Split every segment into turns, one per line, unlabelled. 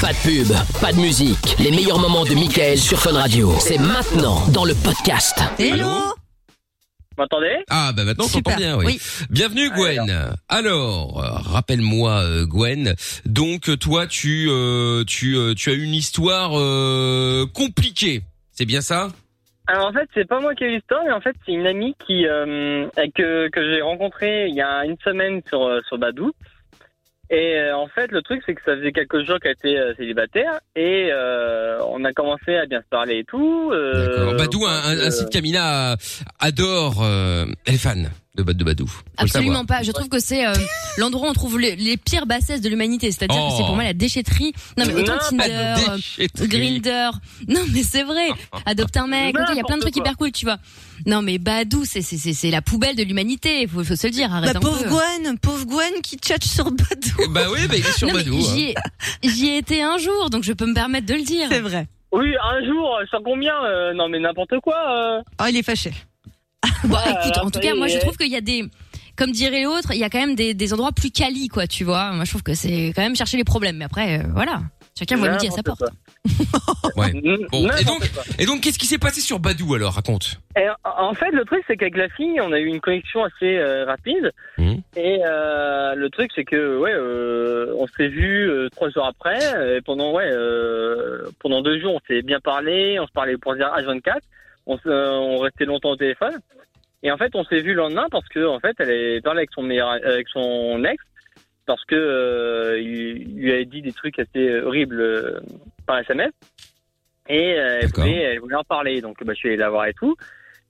Pas de pub, pas de musique. Les meilleurs moments de Michael sur Fun Radio. C'est maintenant dans le podcast.
Hello
Vous m'entendez
Ah bah maintenant on t'entend
Super,
bien, oui.
oui.
Bienvenue Gwen. Alors, euh, rappelle-moi euh, Gwen. Donc euh, toi tu euh, tu euh, tu as une histoire euh, compliquée. C'est bien ça
Alors en fait, c'est pas moi qui ai eu l'histoire, mais en fait, c'est une amie qui euh, que que j'ai rencontrée il y a une semaine sur euh, sur Badou. Et euh, en fait, le truc, c'est que ça faisait quelques jours qu'elle était euh, célibataire et euh, on a commencé à bien se parler et tout. euh,
D'accord. Badou, un, un- un
euh,
site Camilla adore. euh, elle est fan de, Ba- de Badou. Faut le savoir.
Absolument pas. Je trouve que c'est euh, l'endroit où on trouve les, les pires bassesses de l'humanité. C'est-à-dire
Oh. Ah,
que c'est pour moi la déchetterie. Non mais autant
Non,
Tinder,
Pas de
euh,
déchetterie.
Grinder. Non mais c'est vrai. Adopte un mec. ok, Il y a plein de
N'importe
trucs
quoi.
hyper cool, tu vois. Non mais Badou, c'est c'est c'est- c'est la poubelle de l'humanité. Faut, faut se le dire.
La
Arrête un
Bah, pauvre
peu.
Gwen, pauvre Gwen qui tchatche sur Badou.
Bah oui, bah, il est sur
Non, mais
Badou. hein.
j'y ai- j'y ai été un jour, donc je peux me permettre de le dire.
C'est vrai.
Oui, un jour, euh, sans combien euh, Non, mais n'importe quoi. euh.
Oh, il est fâché.
Bah,
Ouais,
écoute, en tout
après,
cas, moi, je
euh,
trouve qu'il y a des, comme dirait l'autre, il y a quand même des, des endroits plus quali, quoi, tu vois. Moi, je trouve que c'est quand même chercher les problèmes. Mais après, euh, voilà. Chacun voit midi à sa
N'importe
porte.
quoi.
Ouais.
N-
Bon, et
n'importe
donc-
quoi.
Et donc qu'est-ce qui s'est passé sur Badou alors Raconte.
Et en- en fait, le truc, c'est qu'avec la fille, on a eu une connexion assez euh, rapide.
Mhm.
Et euh, le truc, c'est que, ouais, euh, on s'est vu euh, trois jours après. euh, Et pendant, ouais, euh, pendant deux jours, on s'est bien parlé. On se parlait pour dire H24. On, se- euh, on restait longtemps au téléphone. Et en fait, on s'est vu le lendemain parce que, en fait, elle est parlé avec son meilleur, avec son ex. Parce que euh, il il lui avait dit des trucs assez horribles euh, par SMS. Et euh, elle,
D'accord.
voulait, elle voulait en parler. Donc, bah, je suis allé la voir et tout.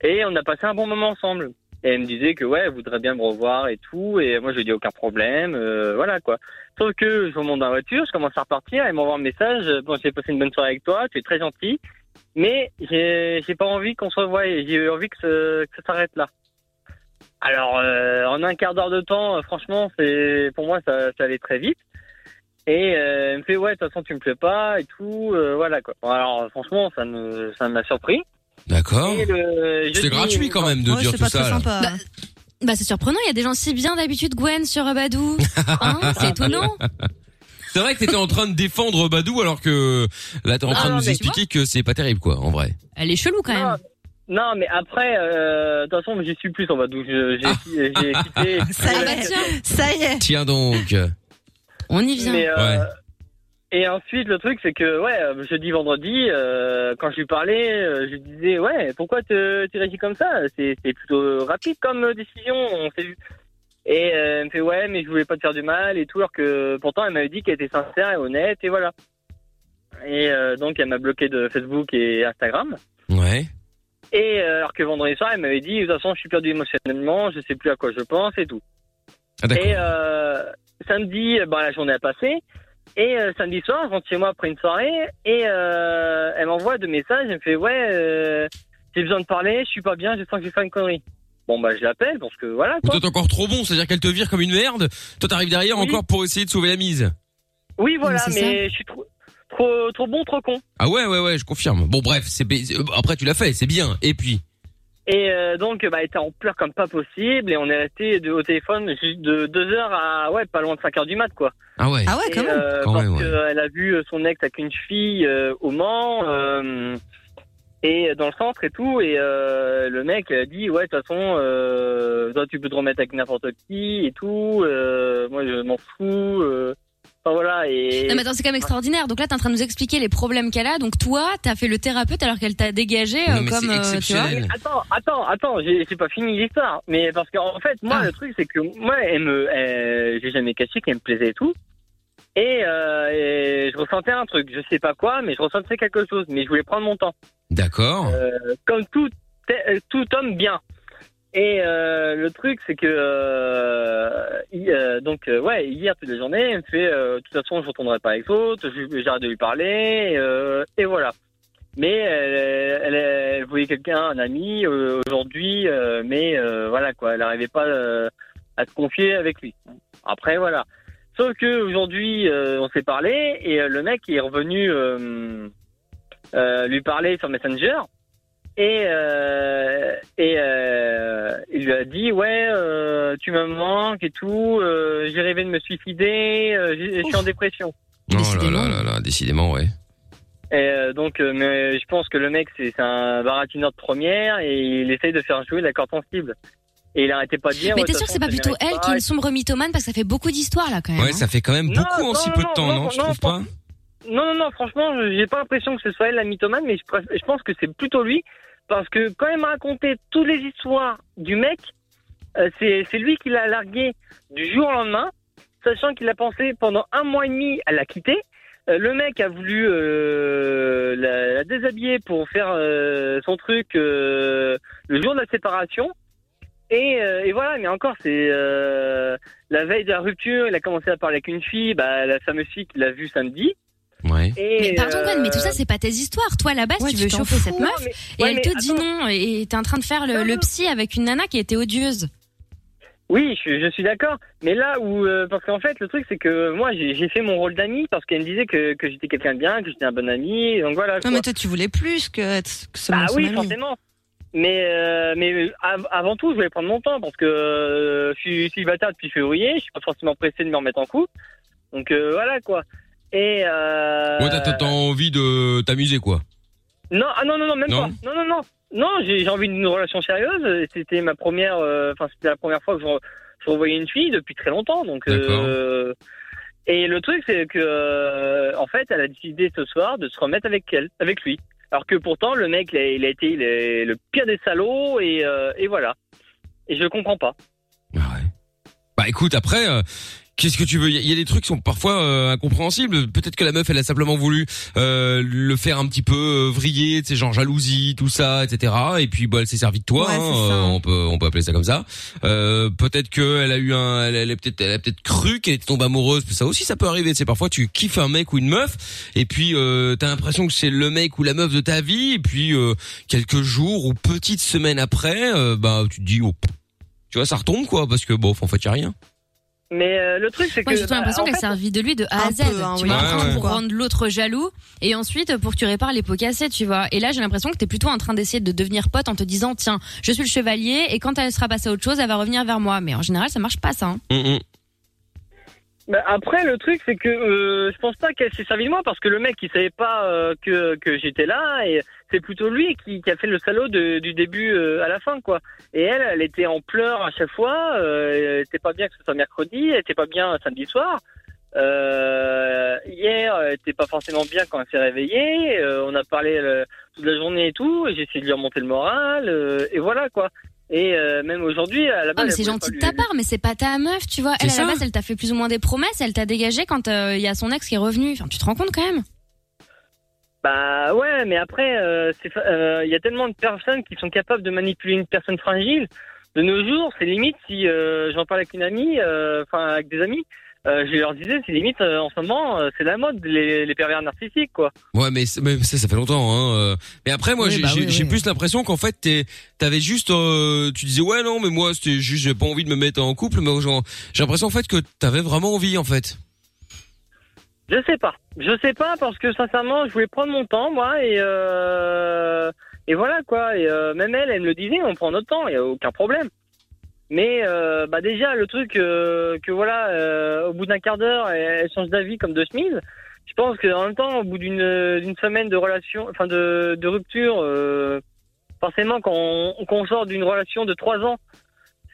Et on a passé un bon moment ensemble. Et elle me disait que ouais, elle voudrait bien me revoir et tout. Et moi, je lui dis aucun problème, euh, voilà quoi. Sauf que je remonte dans la voiture, je commence à repartir, elle m'envoie un message. euh, Bon, j'ai passé une bonne soirée avec toi, tu es très gentil, mais j'ai j'ai pas envie qu'on se revoie. et J'ai envie que, ce- que ça s'arrête là. Alors, euh, en un quart d'heure de temps, euh, franchement, c'est pour moi, ça, ça allait très vite. Et euh, elle me fait ouais, de toute façon, tu me plais pas et tout, euh, voilà quoi. Bon, alors, franchement, ça me ça m'a surpris.
D'accord.
Et le- je
C'est
dis-
gratuit quand même de
Ouais,
dire
c'est
tout
pas
ça.
très
là.
sympa.
Bah, Bah, c'est surprenant. Il y a des gens si bien d'habitude, Gwen, sur euh, Badou. Hein, c'est étonnant.
C'est vrai que t'étais en train de défendre Badou alors que là t'es en
Ah,
train de
non,
nous
mais
expliquer que c'est pas terrible quoi en vrai.
Elle est chelou, quand même.
Non, mais après, euh, de toute façon, j'y suis plus en bas. Donc, je-
Ah.
j'ai j'ai quitté.
Ça
Ah,
y
bah,
est,
tiens.
ça y est.
Tiens donc.
On y vient.
Mais, euh,
Ouais.
Et ensuite, le truc, c'est que, ouais, euh, jeudi, vendredi, euh, quand je lui parlais, euh, je lui disais, ouais, pourquoi te- tu réagis comme ça C'est c'est plutôt rapide comme euh, décision, on s'est vu. Et euh, elle me fait, ouais, mais je voulais pas te faire du mal et tout, alors que pourtant, elle m'avait dit qu'elle était sincère et honnête, et voilà. Et euh, donc, elle m'a bloqué de Facebook et Instagram.
Ouais.
Et euh, alors que vendredi soir, elle m'avait dit, de toute façon, je suis perdu émotionnellement, je sais plus à quoi je pense et tout.
Ah, d'accord.
Et euh, samedi, euh, bah, la journée a passé. Et euh, samedi soir, je rentre chez moi après une soirée. Et euh, elle m'envoie deux messages. Elle me fait Ouais, euh, j'ai besoin de parler, je suis pas bien, je sens que j'ai fait une connerie. Bon, bah, je l'appelle parce que voilà
Ou
quoi.
toi t'es encore trop bon, c'est-à-dire qu'elle te vire comme une merde. Toi t'arrives derrière
Oui.
encore pour essayer de sauver la mise.
Oui, voilà,
Mais c'est
mais je suis trop, trop, trop bon, trop con.
Ah ouais ouais ouais, je confirme. Bon bref, c'est ba- euh, après tu l'as fait, c'est bien. Et puis
Et euh, donc, bah, elle était en pleurs comme pas possible. Et on est resté de- au téléphone juste de 2 heures à, ouais, pas loin de 5 heures du mat quoi.
ah ouais.
Ah ouais,
Et,
quand même.
euh,
Quand
parce
même, ouais.
qu'elle a vu euh, son ex avec une fille euh, au Mans euh, et dans le centre et tout. Et euh, le mec a dit ouais de toute façon euh, toi tu peux te remettre avec n'importe qui et tout. euh, moi je m'en fous. euh. Enfin voilà et
Non, mais attends, c'est quand même extraordinaire. Donc là, t'es en train de nous expliquer les problèmes qu'elle a. Donc toi, t'as fait le thérapeute alors qu'elle t'a dégagé, euh,
Non, mais
comme, euh,
c'est
tu vois.
exceptionnel.
Attends, attends, attends, j'ai j'ai pas fini l'histoire. Mais parce qu'en fait, moi,
Ah.
le truc, c'est que moi, elle me, elle- j'ai jamais caché qu'elle me plaisait et tout. Et, euh, et je ressentais un truc, je sais pas quoi, mais je ressentais quelque chose. Mais je voulais prendre mon temps.
D'accord.
comme tout, euh, tout homme bien. Et euh, le truc, c'est que euh, hi- euh, donc euh, ouais, hier toute la journée, elle me fait euh, de toute façon, je retournerai pas avec l'autre, je- j'arrête de lui parler, euh, et voilà. Mais elle, elle, elle voulait quelqu'un, un ami euh, aujourd'hui, euh, mais euh, voilà quoi, elle n'arrivait pas euh, à se confier avec lui. Après voilà. Sauf que aujourd'hui, euh, on s'est parlé et euh, le mec est revenu euh, euh, lui parler sur Messenger et euh, et euh, il lui a dit ouais euh, tu me manques et tout euh, j'ai rêvé de me suicider euh, j'ai- je suis en dépression
Oh là là là là, décidément, ouais.
Et euh, donc, euh, mais je pense que le mec, c'est c'est un baratineur de première et il essaye de faire jouer la corde sensible. Et il arrêtait pas de dire.
Mais
ouais,
t'es
de
sûr que
toute
c'est pas
façon, ça
plutôt
mérite
elle qui est une sombre mythomane parce que ça fait beaucoup d'histoires là quand même.
Ouais,
hein.
ça fait quand même
Non,
beaucoup en
non,
si peu de
non,
temps,
non,
non, tu
non,
trouves pas
Non, non, non, franchement, je- j'ai pas l'impression que ce soit elle la mythomane, mais je, préf- je pense que c'est plutôt lui, parce que quand il m'a raconté toutes les histoires du mec, euh, c'est c'est lui qui l'a largué du jour au lendemain, sachant qu'il a pensé pendant un mois et demi à la quitter. Euh, le mec a voulu euh, la, la déshabiller pour faire euh, son truc euh, le jour de la séparation. Et, euh, et voilà, mais encore, c'est euh, la veille de la rupture, il a commencé à parler avec une fille, bah, la fameuse fille qu'il a vue samedi.
Ouais.
Et,
Mais pardon
euh,
Gwen, mais tout ça c'est pas tes histoires. Toi à la base
Ouais,
tu
tu
veux
t'en
chauffer
fous.
cette
non,
meuf
mais-
et
ouais,
elle
mais
te dit
attends.
non et t'es en train de faire le,
Non,
le
non.
psy avec une nana qui était odieuse.
Oui, je, je suis d'accord. Mais là où, euh, parce qu'en fait, le truc, c'est que moi, j'ai j'ai fait mon rôle d'ami parce qu'elle me disait que, que j'étais quelqu'un de bien, que j'étais un bon ami. Donc voilà.
Non,
quoi.
mais toi, tu voulais plus que être que seulement
Bah
son
oui,
ami.
forcément. Mais, euh, mais av- avant tout, je voulais prendre mon temps parce que euh, je suis célibataire depuis février. Je suis pas forcément pressé de me remettre en couple. Donc euh, voilà quoi. Et euh,
Ouais, t'as- t'as t'as envie de t'amuser, quoi.
Non, ah non, non, non, même
Non.
pas. Non, non, non. Non, j'ai j'ai envie d'une relation sérieuse. C'était ma première, euh, enfin, c'était la première fois que je, re- je revoyais une fille depuis très longtemps. Donc, euh, et le truc, c'est que, euh, en fait, elle a décidé ce soir de se remettre avec elle, avec lui. Alors que pourtant, le mec, il a, il a été il est le pire des salauds et, euh, et voilà. Et je comprends pas.
Ah ouais. Bah écoute, après, euh, qu'est-ce que tu veux Il y, a- il y a des trucs qui sont parfois euh, incompréhensibles. Peut-être que la meuf, elle a simplement voulu euh, le faire un petit peu euh, vriller, tu sais, genre jalousie, tout ça, etc. Et puis, bah, elle s'est servie de toi.
Ouais,
hein,
c'est ça.
euh, on peut, on peut appeler ça comme ça. Euh, peut-être que elle a eu un, elle, elle a peut-être, elle a peut-être cru qu'elle était tombée amoureuse. Ça aussi, ça peut arriver. C'est parfois, tu kiffes un mec ou une meuf, et puis euh, t'as l'impression que c'est le mec ou la meuf de ta vie. Et puis, euh, quelques jours ou petites semaines après, euh, bah, tu te dis, oh, tu vois, ça retombe quoi, parce que bon, en fait, y a rien.
Mais euh, le truc, c'est que.
Moi j'ai surtout
bah,
l'impression
en
qu'elle
fait,
s'est servie de lui de A à
Un
Z.
peu, hein,
tu
oui.
vois,
Ouais,
en train
ouais.
pour rendre l'autre jaloux et ensuite pour que tu répares les pots cassés, tu vois. Et là j'ai l'impression que t'es plutôt en train d'essayer de devenir pote en te disant tiens je suis le chevalier et quand elle sera passée à autre chose elle va revenir vers moi. Mais en général ça marche pas ça. hein.
Mm, mm.
Bah, après, le truc, c'est que euh, je pense pas qu'elle s'est servie de moi parce que le mec, il savait pas euh, que, que j'étais là et c'est plutôt lui qui, qui a fait le salaud de- du début euh, à la fin, quoi. Et elle, elle était en pleurs à chaque fois. Euh, elle était pas bien que ce soit mercredi, elle était pas bien samedi soir. Euh, hier, elle était pas forcément bien quand elle s'est réveillée. Euh, on a parlé euh, toute la journée et tout. et J'ai essayé de lui remonter le moral euh, et voilà, quoi. Et euh, même aujourd'hui, à la base,
Ah mais
elle
c'est
voulait
gentil
pas
de
lui-
ta part mais c'est pas ta meuf tu vois. Elle
C'est
à la
ça.
base elle t'a fait plus ou moins des promesses, elle t'a dégagé quand euh, il y a son ex qui est revenu. Enfin tu te rends compte quand même.
Bah ouais, mais après, euh, c'est fa- euh, il y a tellement de personnes qui sont capables de manipuler une personne fragile. De nos jours, c'est limite si euh, j'en parle avec une amie, euh, enfin avec des amis, euh, je leur disais, c'est limite euh, en ce moment, euh, c'est la mode les, les pervers narcissiques, quoi.
Ouais, mais, c'est- mais ça, ça fait longtemps. Hein. euh. Mais après, moi,
Oui,
j'ai
bah
j'ai-
oui,
j'ai
oui.
plus l'impression qu'en fait, t'es- t'avais juste, euh, tu disais ouais non, mais moi, c'était juste, j'ai pas envie de me mettre en couple, mais genre, j'ai l'impression en fait que t'avais vraiment envie en fait.
Je sais pas, je sais pas parce que sincèrement, je voulais prendre mon temps, moi, et euh, et voilà quoi. Et euh, même elle, elle me le disait, on prend notre temps, il y a aucun problème. Mais euh, bah déjà le truc euh, que voilà, euh, au bout d'un quart d'heure, elle, elle change d'avis comme de chemise. Je pense que en même temps, au bout d'une d'une semaine de relation, enfin de, de rupture, euh, forcément quand on, quand on sort d'une relation de trois ans,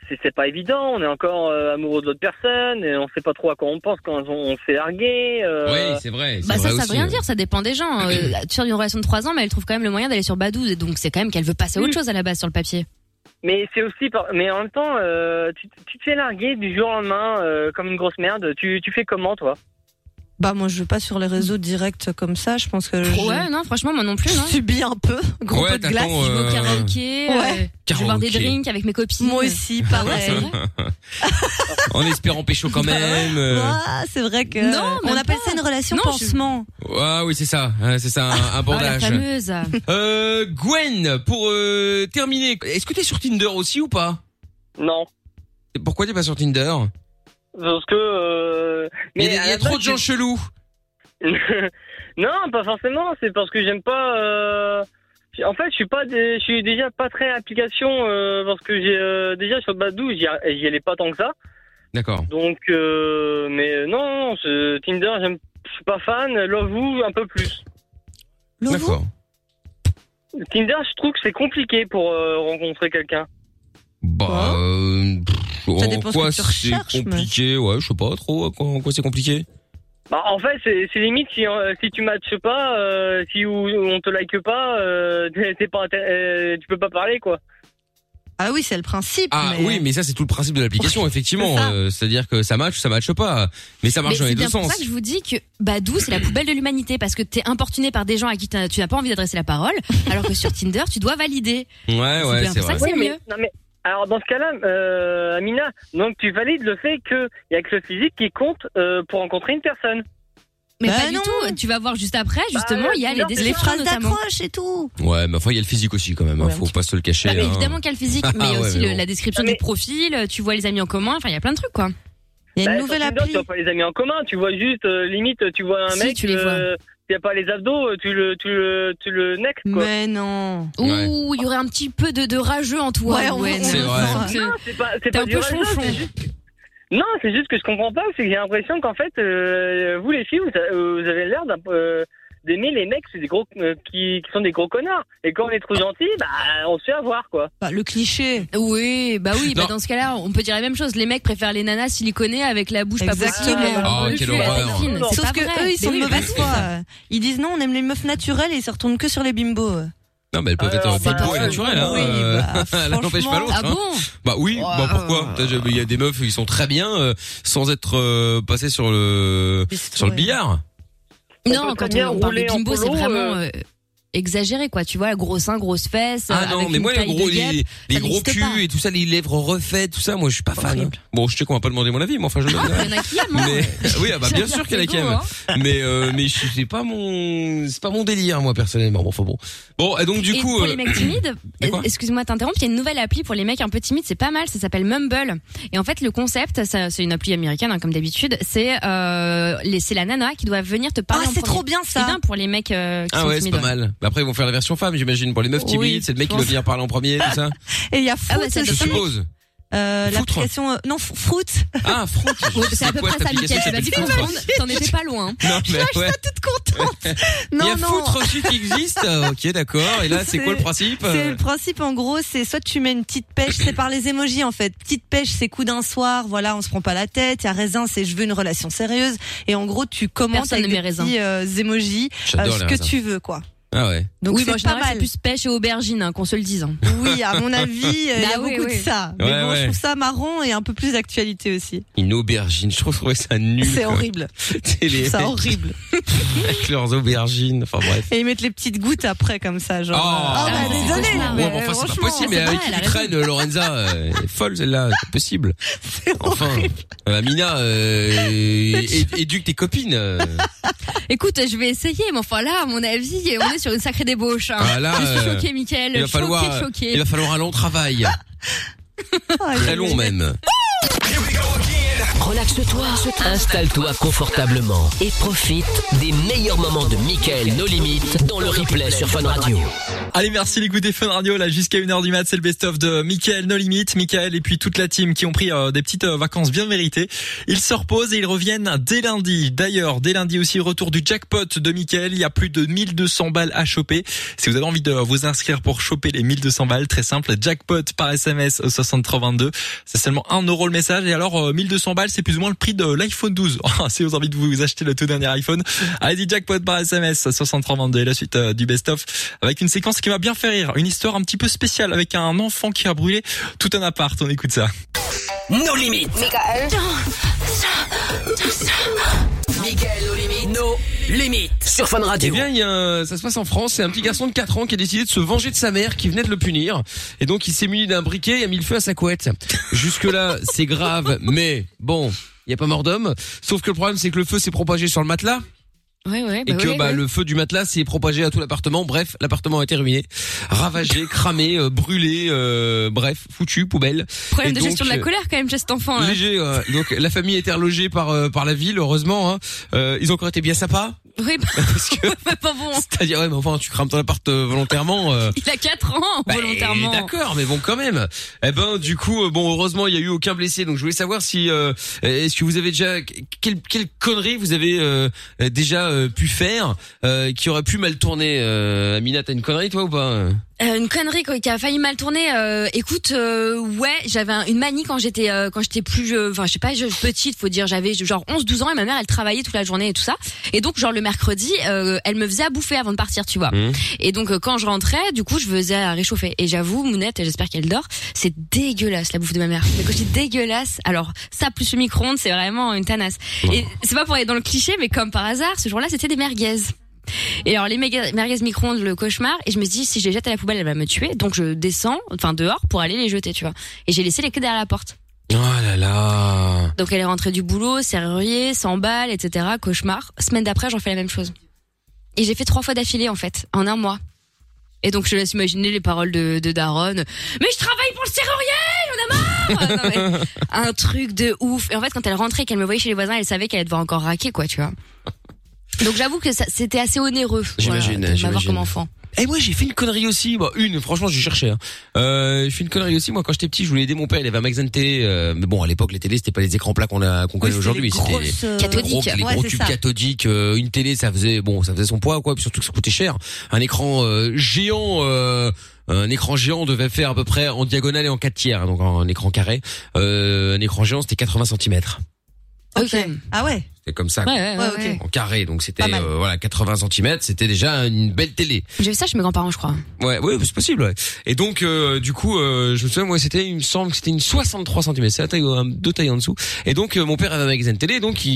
c'est c'est pas évident. On est encore euh, amoureux de l'autre personne, et on sait pas trop à quoi on pense quand on, on se fait larguer. euh,
c'est vrai. hein. euh.
Bah ça ça veut rien dire ça dépend des gens. Euh, sur une relation de trois ans mais elle trouve quand même le moyen d'aller sur Badou donc c'est quand même qu'elle veut passer à autre
Mm.
chose à la base sur le papier.
Mais c'est aussi, par... mais en même temps, euh, tu, tu te fais larguer du jour au lendemain euh, comme une grosse merde. Tu, tu fais comment toi
Bah moi, je veux pas sur les réseaux directs comme ça. Je pense que je,
Mm. Ouais Ah, non franchement moi non plus
je
non.
subis un peu. Gros
Ouais,
pot de glace.
t'attends,
Je vais au
euh,
karaoké,
Ouais.
euh, je vais boire des
Karaoké.
drinks avec mes copines.
Moi aussi,
Ah ouais, c'est vrai.
pareil.
Bah
en espérant pécho quand même. euh.
Ah, c'est vrai que
Non,
on
même
appelle
pas.
ça une relation
Non, je-
pansement.
Ah oui, c'est ça, hein, c'est ça, un, un
Oh, la
bandage.
fameuse.
euh, Gwen, pour euh, terminer, est-ce que t'es sur Tinder aussi ou pas
Non,
Pourquoi t'es pas sur Tinder
parce que. euh,
Il y a des-
à
il y
la
a trop
base,
de gens chelous.
c'est- non, pas forcément. C'est parce que j'aime pas. euh, En fait, je suis pas, des- je suis déjà pas très application euh, parce que j'ai euh, déjà sur Badou, j'y a- j'y allais pas tant que ça.
D'accord.
euh, Donc, euh, mais non, non, ce Tinder, j'aime. Je suis pas- pas fan, Lovoo un peu plus.
D'accord.
Tinder, je trouve que c'est compliqué pour euh, rencontrer quelqu'un.
Bah, euh, pff,
Ça
en
dépend ce
quoi
que tu
c'est
recherches, mais-
compliqué Ouais, je sais pas trop à quoi- en quoi c'est compliqué.
Bah, en fait, c'est c'est limite si, euh, si tu matches pas, euh, si ou- on te like pas, euh, t'es- t'es pas intér- euh, tu peux pas parler quoi.
Ah oui, c'est le principe.
Ah
mais-
oui, mais ça c'est tout le principe de l'application, effectivement.
C'est ça.
Euh, C'est-à-dire que ça match ou ça matche pas, mais ça marche dans
Mais
les
c'est
deux
bien pour
sens.
ça que je vous dis que Badou, c'est la poubelle de l'humanité parce que t'es importuné par des gens à qui t'as- tu n'as pas envie d'adresser la parole, alors que sur Tinder, tu dois valider.
Ouais, ouais,
bien
c'est
pour ça
vrai.
que c'est
Oui, mais-
mieux.
non, mais, alors dans ce cas-là, euh, Amina, donc tu valides le fait qu'il y a que le physique qui compte euh, pour rencontrer une personne.
Mais
Bah
pas
non.
du tout. Tu vas voir juste après, justement,
Bah,
il y a les
Tinder,
descriptions
Les phrases
notamment.
d'accroche et tout.
Ouais, mais enfin il y a le physique aussi quand même. hein,
Ouais, un
faut pas se le cacher.
Bah, mais
hein.
évidemment qu'elle physique, mais il y a
Ah ouais,
aussi
mais
le-
bon.
la description
Ah, mais-
du profil, tu vois les amis en commun, enfin il y a plein de trucs quoi.
Il y a
Bah,
une
sur
nouvelle
Tinder,
appli.
Tu vois pas les amis en commun, tu vois juste euh, limite, tu vois un
Si,
mec.
tu les
euh, s'il y a pas les abdos, euh, tu le, tu le, tu le next quoi.
Mais non.
Ouais.
Ouh, il y aurait un petit peu de, de rageux en toi.
Ouais, on-
Owen.
on-
C'est
Je
vrai.
sens que-
Non, c'est pas, c'est
T'es
pas
un
du
peu
raisin,
chonchon.
c'est juste- Non, c'est juste que je comprends pas, c'est que j'ai l'impression qu'en fait, euh, vous les filles, vous, a- vous avez l'air d'un- euh, d'aimer les mecs, c'est des gros euh, qui, qui sont des gros connards. Et quand on est trop gentil, bah on se fait avoir quoi.
Bah, le cliché.
Oui, bah oui, bah
Non.
dans ce cas-là, on peut dire la même chose. Les mecs préfèrent les nanas siliconées avec la bouche
Exactement.
pas
Ah,
possible.
quelle
Le cul, la
horreur.
tête fine. C'est
Sauf
pas
que
vrai.
eux, ils sont
Mais
de
oui,
mauvaise
mais-
foi. Ils disent non, on aime les meufs naturelles et ils se retournent que sur les bimbos.
Non,
Euh,
mais elles peuvent être
Alors,
un peu
bah,
pour et
ouais.
naturelles. Hein.
Oui,
euh,
bah,
l'un n'empêche pas
franchement.
l'autre.
Ah
hein.
bon
Bah oui,
Ouah.
bah pourquoi T'as jamais- Il y a des meufs qui sont très bien euh, sans être euh, passées sur le
Juste,
sur le
ouais.
billard.
Non,
peut très
quand
bien
on, parle de
rouler en
bimbo, c'est
polo,
vraiment
euh.
euh, exagéré, quoi. Tu vois, gros seins, grosses fesses.
Ah
euh,
non,
avec
mais
une
moi les
taille de
gros
guêpe.
les, les
ça
gros
n'existe
culs
pas.
et tout ça, les lèvres refaites, tout ça, moi je suis pas fan.
Horrible.
Bon, je sais qu'on va pas demander mon avis, mais enfin je le donne.
Il y en a qui aiment, hein.
Mais oui, ah bah bien sûr qu'elle a
Pierre
qui aime.
Frégo, hein.
Mais euh, mais je- c'est pas mon c'est pas mon délire moi personnellement. Bon, enfin bon. Bon, et donc du
Et
coup
pour
euh,
les mecs timides,
de quoi
euh, excuse-moi de t'interrompre, il y a une nouvelle appli pour les mecs un peu timides, c'est pas mal, ça s'appelle Mumble. Et en fait, le concept, ça, c'est une appli américaine hein, comme d'habitude, c'est euh, les- c'est la nana qui doit venir te
Ah,
parler. en
c'est
premier.
trop bien
C'est
ça.
bien pour les mecs euh, qui
ah
sont
ouais, c'est
timides.
pas mal. Mais Après ils vont faire la version femme, j'imagine pour les meufs
Oui,
timides, c'est le mec
je
qui doit
pense.
venir parler en premier, tout ça.
Et il y a
Ah
Fruit
ouais, ça
Je
doit
aussi.
pas mal.
suppose.
Euh,
Foutre.
L'application. euh, non, Fr- Fruit.
Ah, Fruit.
Ouais, c'est à peu
quoi
près
cette
ça, Mickaël.
application
Tu m'as dit
qui s'appelle Fruit
t'en étais Ah, pas loin.
Non mais ouais.
Toute contente.
Il y
Non,
a
non.
foutre aussi qui existe. euh, Ok, d'accord. Et là, c'est quoi le principe euh
C'est le principe en gros, c'est soit tu mets une petite pêche, c'est par les émojis en fait. Petite pêche, c'est coup d'un soir, voilà, on se prend pas la tête. Il y a raisin, c'est je veux une relation sérieuse. Et en gros, tu commences
Personne
avec
ne met
des
raisin.
petits euh, émojis, euh,
J'adore
ce
les
que
raisins.
tu veux quoi.
Ah ouais.
Donc
oui,
c'est
moi, en
pas
général,
mal.
c'est plus pêche et aubergine, hein, qu'on se le dise. hein.
Oui, à mon avis, euh, il y a
Bah oui,
beaucoup
oui.
de ça.
Ouais,
Mais bon,
ouais.
je trouve ça marrant et un peu plus d'actualité aussi.
Une aubergine. Je trouve je trouvais ça nul.
C'est
quoi.
horrible.
C'est les
C'est
mecs
horrible.
avec leurs aubergines. Enfin bref.
Et ils mettent les petites gouttes après comme ça, genre.
Oh.
euh, ah bah
Ah, c'est
désolé.
cauchemar.
mais
Ouais, mais enfin, c'est pas
franchement,
possible. Mais
c'est
avec
vrai, elle a
l'Ukraine, euh, Lorenza, euh, elle est folle, celle-là. C'est pas possible. Enfin, euh, Amina, euh, é- éduque tes copines. euh.
Ah,
Écoute, je vais essayer, mais enfin là, à mon avis, on est sur une sacrée débauche. hein.
Ah, là,
je suis
euh,
choquée, Mickaël.
il va
Choquée,
falloir, euh,
choquée.
Il va falloir un long travail.
Ah,
Très long même.
hein.
Relaxe-toi, installe-toi confortablement et profite des meilleurs moments de Michael No Limites dans le replay sur Fun Radio.
Allez, merci d'écouter Fun Radio là jusqu'à 1h du mat, c'est le best-of de Michael No Limit, Michael et puis toute la team qui ont pris euh, des petites euh, vacances bien méritées. Ils se reposent et ils reviennent dès lundi. D'ailleurs, dès lundi aussi retour du jackpot de Michael, il y a plus de 1200 balles à choper. Si vous avez envie de vous inscrire pour choper les 1200 balles, très simple, jackpot par SMS au 6322. C'est seulement 1 euro le message et alors euh, 1200 balles, c'est plus ou moins le prix de l'iPhone 12. si vous avez envie de vous acheter le tout dernier iPhone, allez-y jackpot par SMS au 6322 et la suite euh, du best-of avec une séquence qui m'a bien fait rire, une histoire un petit peu spéciale avec un enfant qui a brûlé tout un appart. On écoute ça.
No Limites. Michael No Limites. No Limites sur Fun
Eh
Radio.
bien, il y a un- ça se passe en France. C'est un petit garçon de 4 ans qui a décidé de se venger de sa mère qui venait de le punir. Et donc, il s'est muni d'un briquet et a mis le feu à sa couette. Jusque-là, c'est grave, mais bon, il n'y a pas mort d'homme. Sauf que le problème, c'est que le feu s'est propagé sur le matelas.
Ouais, ouais, bah
et que
ouais,
bah,
ouais.
le feu du matelas s'est propagé à tout l'appartement. Bref, l'appartement a été ruiné, ravagé, cramé, euh, brûlé, euh, bref, foutu, poubelle.
problème
et
de
donc,
gestion de la
euh,
colère quand même chez cet enfant. là.
hein. Léger. euh, donc la famille a été relogée par euh, par la ville, heureusement. hein. Euh, ils ont encore été bien sympas.
Oui,
Parce que,
bah, pas bon.
c'est-à-dire, ouais, mais enfin, tu crames ton appart euh, volontairement. euh,
Il a 4 ans,
bah,
volontairement.
D'accord, mais bon, quand même. Eh ben, du coup, euh, bon, heureusement, il y a eu aucun blessé. Donc, je voulais savoir si, euh, est-ce que vous avez déjà, quelle, quelle connerie vous avez euh, déjà euh, pu faire euh, qui aurait pu mal tourner euh, Amina, t'as une connerie, toi, ou pas
Euh, une connerie quoi, qui a failli mal tourner. euh, écoute, euh, ouais, j'avais un- une manie quand j'étais euh, quand j'étais plus, euh, enfin je sais pas, je- petite, faut dire, j'avais genre 11-12 ans et ma mère elle travaillait toute la journée et tout ça. Et donc genre le mercredi, euh, elle me faisait à bouffer avant de partir, tu vois.
Mhm.
Et donc euh, quand je rentrais, du coup je faisais à réchauffer. Et j'avoue, Mounette, et j'espère qu'elle dort, c'est dégueulasse la bouffe de ma mère. Mais quand je dis dégueulasse, alors ça plus le micro-ondes, c'est vraiment une tanasse. Et c'est pas pour aller dans le cliché, mais comme par hasard, ce jour-là c'était des merguez. Et alors les méga- merguez micro-ondes, le cauchemar. Et je me dis si je les jette à la poubelle, elle va me tuer. Donc je descends, enfin dehors, pour aller les jeter, tu vois. Et j'ai laissé les clés derrière la porte.
Oh là là.
Donc elle est rentrée du boulot, serrurier, 100 balles, etc. Cauchemar. Semaine d'après, j'en fais la même chose. Et j'ai fait trois fois d'affilée en fait, en un mois. Et donc je laisse imaginer les paroles de, de Daron. Mais je travaille pour le serrurier, j'en ai marre. Non, mais un truc de ouf. Et en fait, quand elle rentrait, et qu'elle me voyait chez les voisins, elle savait qu'elle allait devoir encore raquer quoi, tu vois. Donc j'avoue que ça- c'était assez onéreux. voilà,
J'imagine,
de m'avoir
j'imagine.
comme enfant.
Et moi j'ai fait une connerie aussi, bah une, franchement j'ai cherché. Hein. Euh, j'ai fait une connerie aussi, moi quand j'étais petit je voulais aider mon père, il avait un magasin de télé, euh, mais bon à l'époque les télés c'était pas les écrans plats qu'on a qu'on connaît aujourd'hui, c'était les
Cathodique.
gros, les
Ouais,
gros
c'est
tubes
ça.
cathodiques, euh, une télé ça faisait bon ça faisait son poids quoi, puis surtout que ça coûtait cher. Un écran euh, géant, euh, un écran géant devait faire à peu près en diagonale et en 4 tiers, hein, donc en, écran carré. Euh, un écran géant c'était 80 cm.
Ok.
Ok. Ah ouais.
C'était comme ça.
Ouais,
quoi,
ouais, ouais,
Ouais, ok.
ouais.
En carré, donc
Pas
c'était
mal.
euh, voilà 80 cm, c'était déjà une belle télé.
J'ai vu ça chez mes grands-parents, je crois.
Ouais, ouais, c'est possible. Ouais. Et donc, euh, du coup, euh, je me souviens, moi, c'était, il me semble que c'était une 63 cm, c'est la taille, euh, deux tailles en dessous. Et donc, euh, mon père avait un magasin de télé, donc il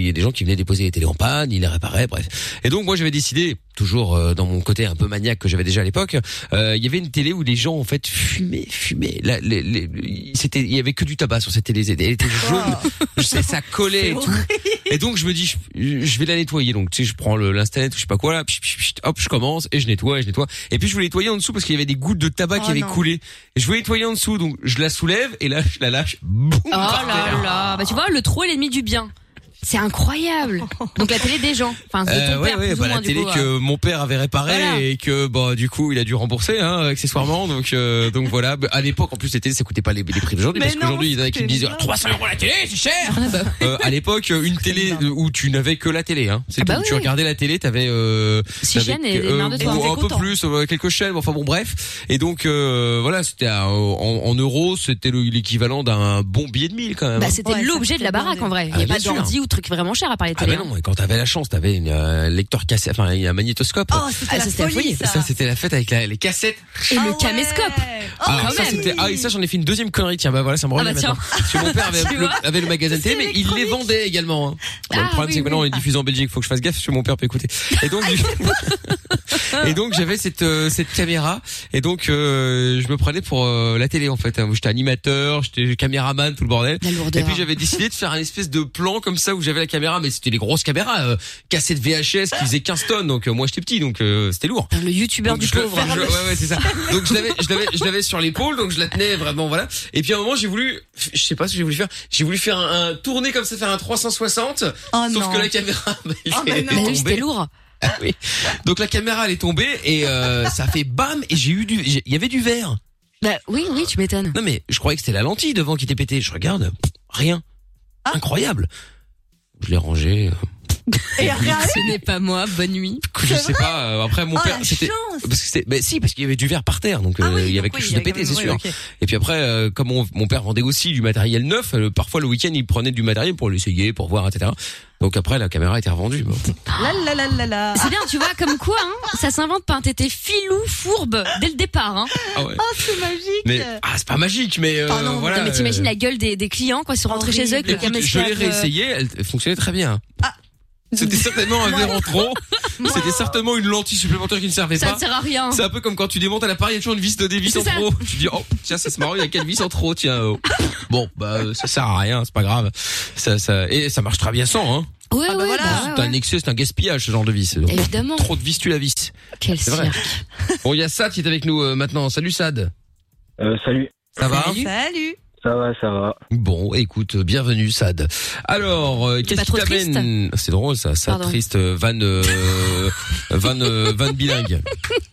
il y a des gens qui venaient déposer les télés en panne, il les réparait, bref. Et donc, moi, j'avais décidé, toujours euh, dans mon côté un peu maniaque que j'avais déjà à l'époque, euh, il y avait une télé où les gens en fait fumaient, fumaient. Là, les- les- c'était, il y avait que du tabac sur cette télé, elle était jaune, je sais, ça collait et tout. Et donc je me dis, je, je vais la nettoyer. Donc tu sais, je prends le- l'installette ou je sais pas quoi là, pchit, pchit, pchit, hop, je commence et je nettoie, et je nettoie. Et puis je voulais nettoyer en dessous parce qu'il y avait des gouttes de tabac
Oh
qui avaient
non.
coulé. Et je voulais nettoyer en dessous, donc je la soulève et là je la lâche. Boum,
Oh
par terre.
là là, bah tu vois, le trop est l'ennemi du bien. C'est incroyable. Donc la télé des gens, enfin de ton
Euh, ouais,
père,
ouais,
plus ou
bah,
moins
la
du
télé
coup, euh. hein.
que mon père avait réparée
Voilà.
et que bah du coup il a dû rembourser hein, accessoirement donc euh, donc voilà Bah, à l'époque en plus les télés ça coûtait pas les, les prix d'aujourd'hui
Mais
parce
non,
qu'aujourd'hui il y en a qui me
c'était
disent
énorme.
300 euros la télé c'est cher
Ah, bah,
Euh, à l'époque une télé où tu n'avais que la télé hein c'est
Ah bah
tout.
oui,
tu
oui.
regardais la télé t'avais euh,
Six
t'avais
chaînes et
que-
des merdes de
ou
toi.
un
T'étais
peu
content.
plus euh, quelques chaînes enfin bon bref et donc euh, voilà c'était à- en, en euros c'était le- l'équivalent d'un bon billet de 1000 quand même
bah,
hein.
c'était
Ouais,
l'objet
ça,
de la
c'est
baraque
blindé.
en vrai. Il
Ah,
n'y a
bien
pas
sûr.
d'ordi ou truc vraiment cher à part les
ah
télé. hein.
bah non et quand t'avais la chance t'avais une euh, lecteur cassette enfin un magnétoscope
Oh, c'était
Ah,
la
ça, c'était la folie,
folie ça.
ça c'était la fête avec la- les cassettes
Et
Ah
le
ouais.
caméscope.
Oh,
Ah,
quand
ça,
même.
c'était- ah, et ça, j'en ai fait une deuxième connerie. Tiens, bah voilà, ça me revient
Ah, bah,
maintenant. Parce que mon père avait,
Tu
le,
vois
avait le magasin de télé, mais il les
électronique.
vendait également. hein.
Ah,
Bon, le problème,
oui,
c'est que maintenant,
oui. Ah,
il est diffusé en Belgique. Faut que je fasse gaffe, parce que mon père peut écouter. Et donc, du- et donc, j'avais cette, euh, cette caméra. Et donc, euh, je me prenais pour euh, la télé, en fait. hein. J'étais animateur, j'étais caméraman, tout le bordel.
La
Et
lourdeur.
puis j'avais décidé de faire un espèce de plan comme ça où j'avais la caméra, mais c'était les grosses caméras, euh, cassettes VHS qui faisaient 15 tonnes, donc euh, moi j'étais petit, donc euh, c'était lourd.
Putain, Le youtubeur
Donc,
du
je le-
pauvre. hein.
je- ouais, ouais, c'est ça. Donc je l'avais, je l'avais, je l'avais sur l'épaule, donc je la tenais vraiment, voilà. Et puis à un moment, j'ai voulu, je sais pas ce que j'ai voulu faire, j'ai voulu faire un, un tourner comme ça, faire un 360,
Oh
sauf
non.
que la caméra, bah, elle
Oh, mais
est
non.
Bah oui,
tombée.
c'était lourd.
Ah oui. Donc la caméra, elle est tombée et euh, ça a fait bam et j'ai eu du, j'ai- il y avait du verre.
Bah oui, oui, tu m'étonnes.
Non mais je croyais que c'était la lentille devant qui était pétée. Je regarde, pff, rien,
Ah.
incroyable. Je l'ai rangé. euh,
Et rien.
Ce n'est pas moi, bonne nuit.
que je
C'est
sais pas. euh, après mon
Oh
père,
la
c'était.
chance.
Parce que c'était, mais si, parce qu'il y avait du verre par terre, donc euh,
Ah oui,
il y avait
donc
quelque
oui,
chose de
il y
pété,
avait
c'est
quand
sûr.
même- oui,
Et puis après, euh, comme mon- mon père vendait aussi du matériel neuf, euh, parfois le week-end il prenait du matériel pour l'essayer, pour voir, etc. Donc après la caméra était revendue. Bon.
ok. La la la la la.
C'est bien, tu vois, comme quoi, hein, ça s'invente pas. T'étais filou, fourbe, dès le départ. Hein.
Ah ouais.
Oh, c'est magique.
Mais ah c'est pas magique, mais euh,
Pardon,
voilà.
Non, mais t'imagines
euh,
la gueule des, des clients quand ils sont rentrés chez eux avec le
écoute, je
caméscope.
l'ai
euh,
réessayé, elle elle fonctionnait très bien.
Ah.
C'était certainement un verre en trop. C'était certainement une lentille supplémentaire qui ne servait
Ça
pas.
ne sert à rien.
C'est un peu comme quand tu démontes à l'appareil, il y a toujours une vis de dévis
C'est
en
ça.
trop. Tu dis, oh, tiens, ça c'est marrant, il y a quatre vis en trop, tiens. euh, Bon, bah, euh, ça sert à rien, c'est pas grave. Ça, ça, et ça marche très bien sans, hein.
Oui,
Ah bah
oui, bah
voilà.
C'est
ouais,
un
ouais.
excès, c'est un gaspillage, ce genre de vis. Donc,
Évidemment.
Trop de vis, tu la vis.
Quel
C'est vrai.
cirque.
Bon, il y a Sad qui est avec nous euh, maintenant. Salut Sad.
Euh, salut.
Ça va
Salut.
Ça va, ça va.
Bon, écoute, bienvenue Sad. Alors, euh, qu'est-ce
pas
qui
trop
t'amène C'est drôle ça, ça
Pardon.
triste euh, van euh, van euh, van bilingue.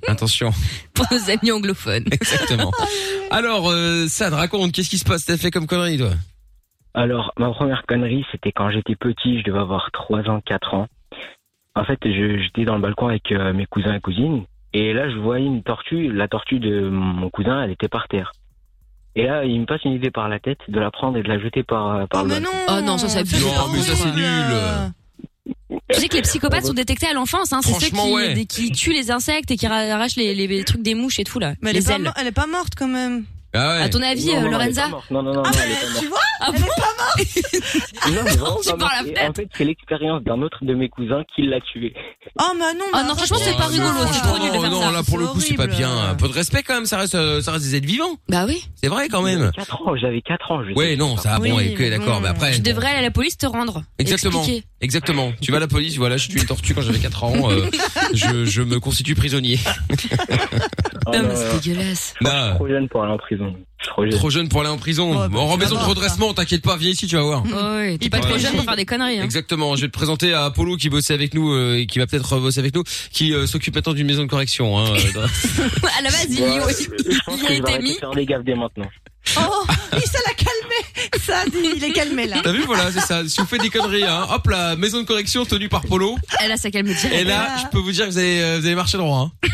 Attention,
pour nos amis anglophones.
exactement. Alors, euh, Sad, raconte, qu'est-ce qui se passe T'as fait comme connerie
Ah,
toi
Alors, ma première connerie, c'était quand j'étais petit, je devais avoir 3 ans, 4 ans. En fait, je- j'étais dans le balcon avec euh, mes cousins et cousines, et là, je voyais une tortue. La tortue de mon cousin, elle était par terre. Et là, il me passe une idée par la tête de la prendre et de la jeter par, euh, par
Oh,
le
mais
balcon.
non
Oh non, ça, ça abuse.
c'est
Non,
pas
mais ça, c'est
horrible.
nul.
Tu sais que les psychopathes sont détectés à l'enfance, hein. C'est ceux qui,
Franchement, ouais.
des- qui tuent les insectes et qui ra- arrachent les, les- les trucs des mouches et tout, là.
Mais elle est,
les
pas,
ailes.
mo- elle est pas morte quand même.
Ah
À
ouais.
ton avis,
Non,
euh,
non, elle est
Lorenza
pas morte. Non, non, non, non, elle est pas morte.
tu vois
Ah
Elle est
bon
pas morte.
Non, mais vraiment
Tu
pas
pars
morte.
la
Et
fenêtre.
En fait, c'est l'expérience d'un autre de mes cousins qui l'a tué.
Oh, mais non.
Ah
mais
non, franchement,
arrête
c'est pas
ça.
rigolo, c'est trop nul de
non,
faire
Oh non,
ça.
là pour le coup, c'est pas
horrible.
bien. Un peu de respect quand même, ça reste euh, ça reste des êtres vivants.
Bah oui.
C'est vrai quand même.
J'avais 4 ans, j'avais 4 ans. Je
Ouais,
sais
non,
pas.
ça Ah bon,
Oui,
ok,
mais
d'accord,
bon.
mais après
Tu devrais aller à la police te rendre. et
Exactement.
expliquer.
Exactement. Tu vas à la police, voilà, je tue une tortue quand j'avais 4 ans, euh, je, je me constitue prisonnier.
Oh, non,
Non, mais
non,
c'est
non.
dégueulasse.
Je suis
Bah,
Trop jeune pour aller en prison. Je suis Trop jeune.
trop jeune pour aller en prison.
Oh,
Ouais, bah,
en
tu
maison
vas
de
voir,
redressement, t'inquiète pas, viens ici, tu vas voir.
ouais, t'es
Il
pas trop
paraît.
jeune pour faire des conneries, hein.
Exactement, je vais te présenter à Apollo qui bossait avec nous euh, et qui va peut-être bosser avec nous, qui euh, s'occupe maintenant d'une maison de correction. Hein, euh,
À la base, il y,
Ouais,
il
Je pense
y
que
a
je vais
été
arrêter
mis.
de faire des gaffes dès maintenant.
Oh, il ça l'a calmé. Ça, il est calmé là.
T'as vu, voilà, c'est ça. Si vous faites des conneries, hein, hop là, maison de correction tenue par Polo.
Elle a sa calme
Et
direct.
là, je peux vous dire que vous allez, euh, vous allez marcher droit. Hein.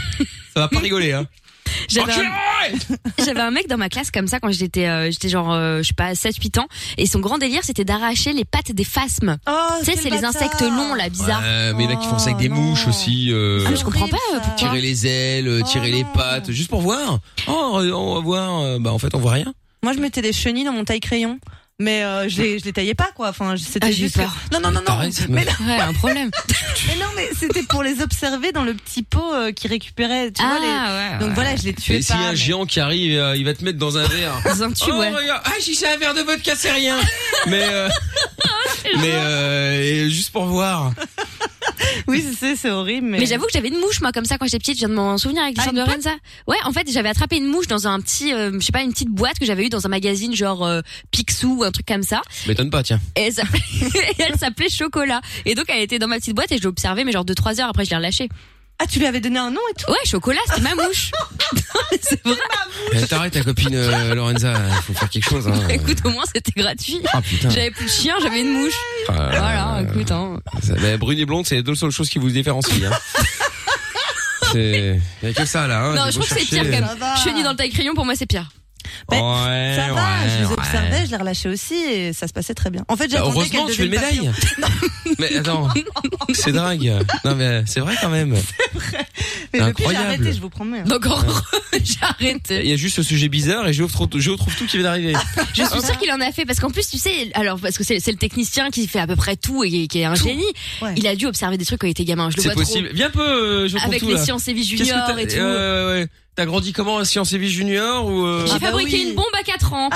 Ça va pas rigoler. Hein.
J'avais un-
Enculé
J'avais un mec dans ma classe comme ça quand j'étais euh, j'étais genre euh, je sais pas 7 8 ans et son grand délire c'était d'arracher les pattes des phasmes.
Oh,
Tu sais c'est
le
les
bâtard.
insectes longs là bizarres.
Ouais, mais il y en a qui font ça avec des
Oh,
mouches
non.
aussi. euh,
Ah, mais je comprends pas,
Horrible,
euh, pourquoi.
tirer les ailes, euh,
Oh
tirer les
non.
pattes, juste pour voir. Oh, euh, on va voir. euh, Bah en fait, on voit rien.
Moi, je mettais des chenilles dans mon taille crayon, mais euh, je les je les taillais pas quoi. Enfin, je- c'était
Ah, j'ai eu
juste. que-
peur.
Non, non, non, non.
Pareil, ça me-
Mais non,
Ouais, un problème.
mais non, mais c'était pour les observer dans le petit pot euh, qui récupérait. Tu vois les.
ah ouais.
Donc voilà, je les tuais
Et s'il
pas.
y a un
mais-
géant qui arrive, euh, il va te mettre dans un verre.
Dans un tube,
oh
ouais.
regarde, ah j'ai j'ai un verre de vodka, c'est rien. mais euh, mais euh, et juste pour voir.
Oui, je sais, c'est horrible. Mais,
Mais j'avoue que j'avais une mouche moi comme ça quand j'étais petite, je viens de m'en souvenir avec l'histoire
Ah,
de
une
Renza. Ouais, en fait, j'avais attrapé une mouche dans un petit euh, je sais pas une petite boîte que j'avais eu dans un magazine genre euh, Picsou ou un truc comme ça
M'étonne pas, tiens.
et elle s'appelait et elle s'appelait Chocolat. Et donc elle était dans ma petite boîte et je l'observais mais genre 2 3 heures après je l'ai relâchée.
Ah, tu lui avais donné un nom et tout.
Ouais, Chocolat, c'était ma mouche. c'est vrai.
Eh, T'arrêtes ta copine euh, Lorenza, faut faire quelque chose. Hein.
Écoute, au moins c'était gratuit.
Ah putain.
J'avais plus de chien, j'avais une mouche.
Ah,
Voilà, écoute, hein.
ça- bah, brune et blonde, c'est les deux seules choses qui vous différencient. Hein. C'est y a que ça là. Hein.
Non,
J'ai
je
beau
trouve que c'est
chercher.
pire quand
Ça
même.
va.
Chenille dans le taille-crayon, pour moi, c'est pire.
Ben,
Eh Ouais,
Ça va,
ouais,
je les
ouais.
observais, je les relâchais aussi et ça se passait très bien. En fait,
Bah,
j'attendais
heureusement,
qu'elle
tu fais une
devienne papillon.
médaille. mais attends, c'est dingue. Non, mais c'est vrai quand même.
Mais depuis, j'ai
Incroyable.
arrêté, je vous promets. hein.
Donc, en gros, j'ai arrêté.
Il y a juste ce sujet bizarre et je trouve tout, Géo trouve tout qui vient d'arriver.
Je suis sûre qu'il en a fait. Parce qu'en plus, tu sais, alors, parce que c'est c'est le technicien qui fait à peu près tout et qui est un génie.
Ouais.
Il a dû observer des trucs quand il était gamin. Je le
C'est
vois
possible. Viens un peu, euh, Géo
trop.
trouve
Avec
tout,
les
là.
sciences et vie
Qu'est-ce que
junior
t'as-
et tout.
euh, ouais. T'as grandi comment en sciences et vie junior ou euh,
J'ai
Ah bah
fabriqué
oui.
une bombe à 4 ans.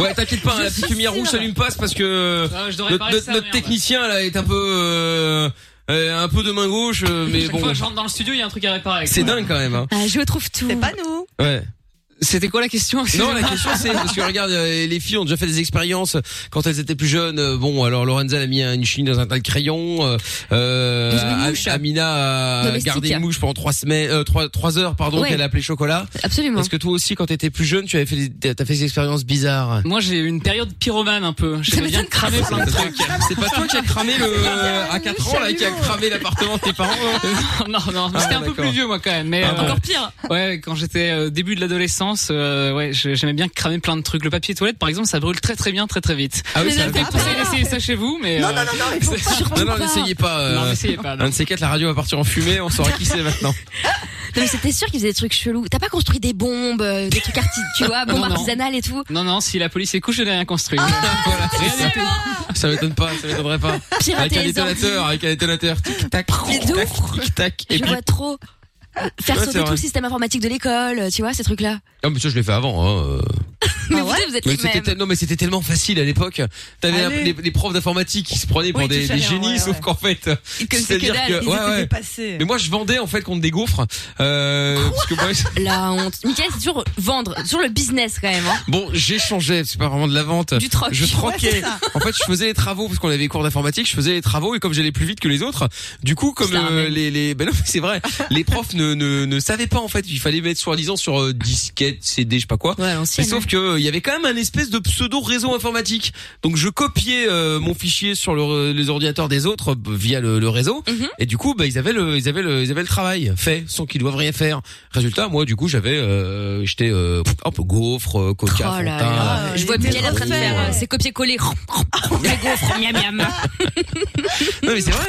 Ouais, t'inquiète pas, hein, la petite lumière rouge s'allume pas, c'est parce que
Ah, je devrais
notre,
parler de
notre-
ça,
notre
merde.
technicien là est un peu euh, euh, un peu de main gauche, euh, mais
Chaque
bon,
fois que je rentre dans le studio, il y a un truc à réparer.
c'est
quoi.
dingue quand même. Hein.
Ah, je trouve tout.
C'est pas nous.
Ouais.
C'était quoi la question
Non, la question c'est parce que regarde, euh, les filles ont déjà fait des expériences euh, quand elles étaient plus jeunes. Euh, Bon, alors Lorenza elle a mis un- une chenille dans un tas de crayons. euh,
Dans une
Euh,
mouche.
Am- Amina a
Domestique.
gardé une mouche pendant trois semaines, euh, trois, trois heures, pardon,
Ouais.
qu'elle a appelé chocolat.
Absolument.
Est-ce que toi aussi, quand t'étais plus jeune, tu avais fait, des- t'as fait des expériences bizarres
Moi, j'ai eu une période pyromane un peu. J'aimais bien
m'étonne
cramer
C'est
plein de trucs.
pas toi qui a cramé le à 4 ans là, qui a
chalumeau.
cramé l'appartement de tes parents. hein
non, non,
Ah,
c'était un peu
d'accord.
plus vieux moi quand même. Mais
Ah,
euh,
Encore pire.
ouais, quand j'étais euh, début de l'adolescence, euh, ouais, je- j'aimais bien cramer plein de trucs. Le papier toilette, par exemple, ça brûle très très bien, très très vite.
Ah oui,
Mais
ça
non,
Je
fait
vous conseille
Ah.
d'essayer ça chez vous, mais
Non,
euh,
non, non, non, il faut pas.
Non, non,
pas.
n'essayez pas. euh,
non, essayez pas. non.
Un de ces quatre, la radio va partir en fumée, on saura qui c'est maintenant.
Non, mais c'était sûr qu'il faisait des trucs chelous. T'as pas construit des bombes, euh, des trucs arti, tu
Ah,
vois, bombes
Non, non.
artisanales et tout.
Non, non, si la police est couche, je n'ai rien construit.
Ah,
Voilà.
Rien du tout.
Ça m'étonne pas, ça m'étonnerait pas. Avec
Pirater
un
les ordi.
détonateur, avec un détonateur. Tic tac,
Mais
tic
de
tac,
ouf.
tic tac. Et
Je
puis,
vois trop. Faire
Ouais, c'est
sauter tout
vrai.
le système informatique de l'école, euh, tu vois, ces trucs-là.
ah mais ça je l'ai fait avant. Hein. euh.
Mais vous, deux, vous êtes
Mais
les
c'était
mêmes.
tel- non mais c'était tellement facile à l'époque. T'avais
Allez.
un- des, des profs d'informatique qui se prenaient pour
Oui,
des,
tout à
des
fait,
génies,
ouais,
sauf
ouais.
qu'en fait,
Ils connaissaient
c'est à dire
que
que
dalle,
Ils
ouais
étaient
ouais.
dépassés.
Mais moi je vendais en fait contre des gaufres. Euh, parce que moi,
La honte. Michael, c'est toujours vendre, toujours le business quand même. hein.
bon j'échangeais, c'est pas vraiment de la vente.
Du troc.
Je
Ouais,
troquais.
c'est ça.
en fait, je faisais les travaux parce qu'on avait des cours d'informatique. Je faisais les travaux et comme j'allais plus vite que les autres, du coup, comme
C'est un
euh,
même.
les les ben non, mais c'est vrai, les profs ne, ne ne savaient pas en fait. Il fallait mettre soi-disant sur euh, disquette, CD, je sais pas quoi.
Ouais,
Mais
l'ancienne.
sauf que euh, il y avait quand même un espèce de pseudo réseau informatique. Donc je copiais euh, mon fichier sur le- les ordinateurs des autres euh, via le, le réseau.
Mhm.
Et du coup, bah, ils avaient le, ils avaient le, ils avaient le travail fait sans qu'ils doivent rien faire. Résultat, moi, du coup, j'avais, euh, j'étais euh, pff, hop, gaufre, euh,
Oh
coca,
là
Fanta.
là.
euh,
Je
Ah,
vois
il était
Michael en train de
refait.
faire, euh, c'est copier-coller. Les gaufres, miam miam.
Non mais c'est vrai.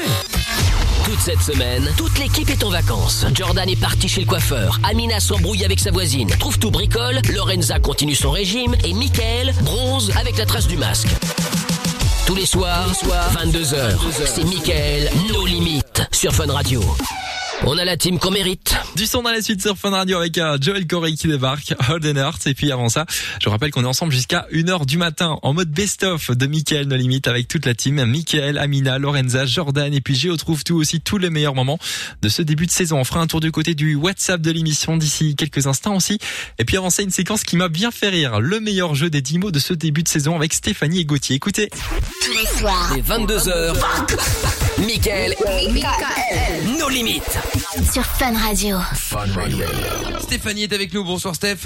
Toute cette semaine, toute l'équipe est en vacances. Jordan est parti chez le coiffeur. Amina s'embrouille avec sa voisine. Trouve tout bricole. Lorenza continue son régime. Et Michael bronze avec la trace du masque. Tous les soirs, 22h, c'est Michael, nos limites, sur Fun Radio. On a la team qu'on mérite.
Du son dans la suite sur Fun Radio avec euh, Joel Corey qui débarque, Holden Hearts et puis avant ça, je rappelle qu'on est ensemble jusqu'à 1h du matin en mode best-of de Mickaël No Limite avec toute la team, Mickaël, Amina, Lorenza, Jordan et puis Géo trouve tout aussi tous les meilleurs moments de ce début de saison. On fera un tour du côté du WhatsApp de l'émission d'ici quelques instants aussi et puis avant ça une séquence qui m'a bien fait rire, le meilleur jeu des 10 mots de ce début de saison avec Stéphanie et Gauthier. Écoutez,
Les 22h, Michael,
euh,
nos limites.
Sur Fun Radio.
Stéphanie est avec nous. Bonsoir Steph.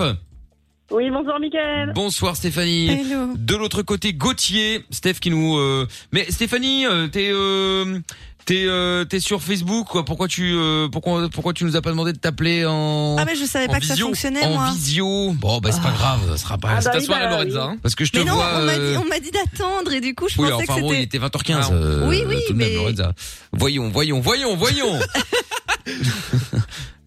Oui, bonsoir Mickaël.
Bonsoir Stéphanie.
Hello.
De l'autre côté, Gauthier, Steph qui nous. euh, Mais Stéphanie, euh, t'es euh, t'es euh, t'es sur Facebook. Quoi. Pourquoi tu euh, pourquoi pourquoi tu nous as pas demandé de t'appeler en
Ah mais je savais
en
pas que ça
visio
fonctionnait
En
moi.
visio. Bon bah c'est pas grave, ça sera pas.
Ah,
c'est
bah
ta
oui,
soirée
bah
Lorenza.
oui.
hein.
Parce que je te
Mais non,
vois.
on m'a
euh,
dit, on m'a dit d'attendre et du coup je
Oui,
pensais
enfin
que
bon, il
c'était.
était 20h15.
Ah,
euh,
oui, oui,
tout de même,
mais-
Lorenza. Voyons, voyons, voyons, voyons.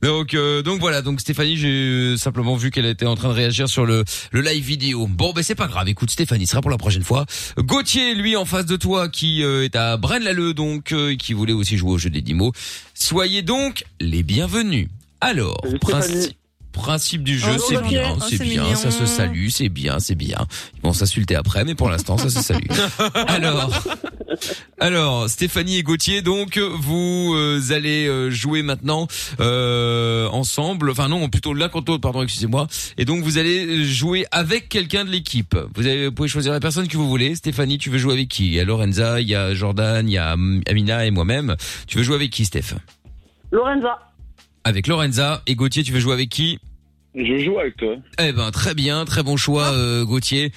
Donc, euh, donc voilà. Donc Stéphanie, j'ai euh, simplement vu qu'elle était en train de réagir sur le le live vidéo. Bon, ben c'est pas grave. Écoute, Stéphanie, ce sera pour la prochaine fois. Gauthier, lui, en face de toi, qui euh, est à Braine-l'Alleud, donc euh, et qui voulait aussi jouer au jeu des 10 mots. Soyez donc les bienvenus. Alors,
Salut,
principe
Stéphanie.
principe du jeu,
Oh,
c'est
Gauthier.
bien,
Oh,
c'est
c'est
bien,
mignon.
ça se salue, c'est bien, c'est bien. Ils vont s'insulter après, mais pour l'instant, ça se salue. Alors. Alors, Stéphanie et Gauthier, donc vous euh, allez euh, jouer maintenant euh, ensemble. Enfin non, plutôt l'un contre l'autre, pardon, excusez-moi. Et donc vous allez jouer avec quelqu'un de l'équipe. Vous, avez- vous pouvez choisir la personne que vous voulez. Stéphanie, tu veux jouer avec qui Il y a Lorenza, il y a Jordan, il y a hum, Amina et moi-même. Tu veux jouer avec qui, Steph
Lorenza.
Avec Lorenza et Gauthier, tu veux jouer avec qui
Je joue avec toi.
eh ben très bien, très bon choix euh, Gauthier.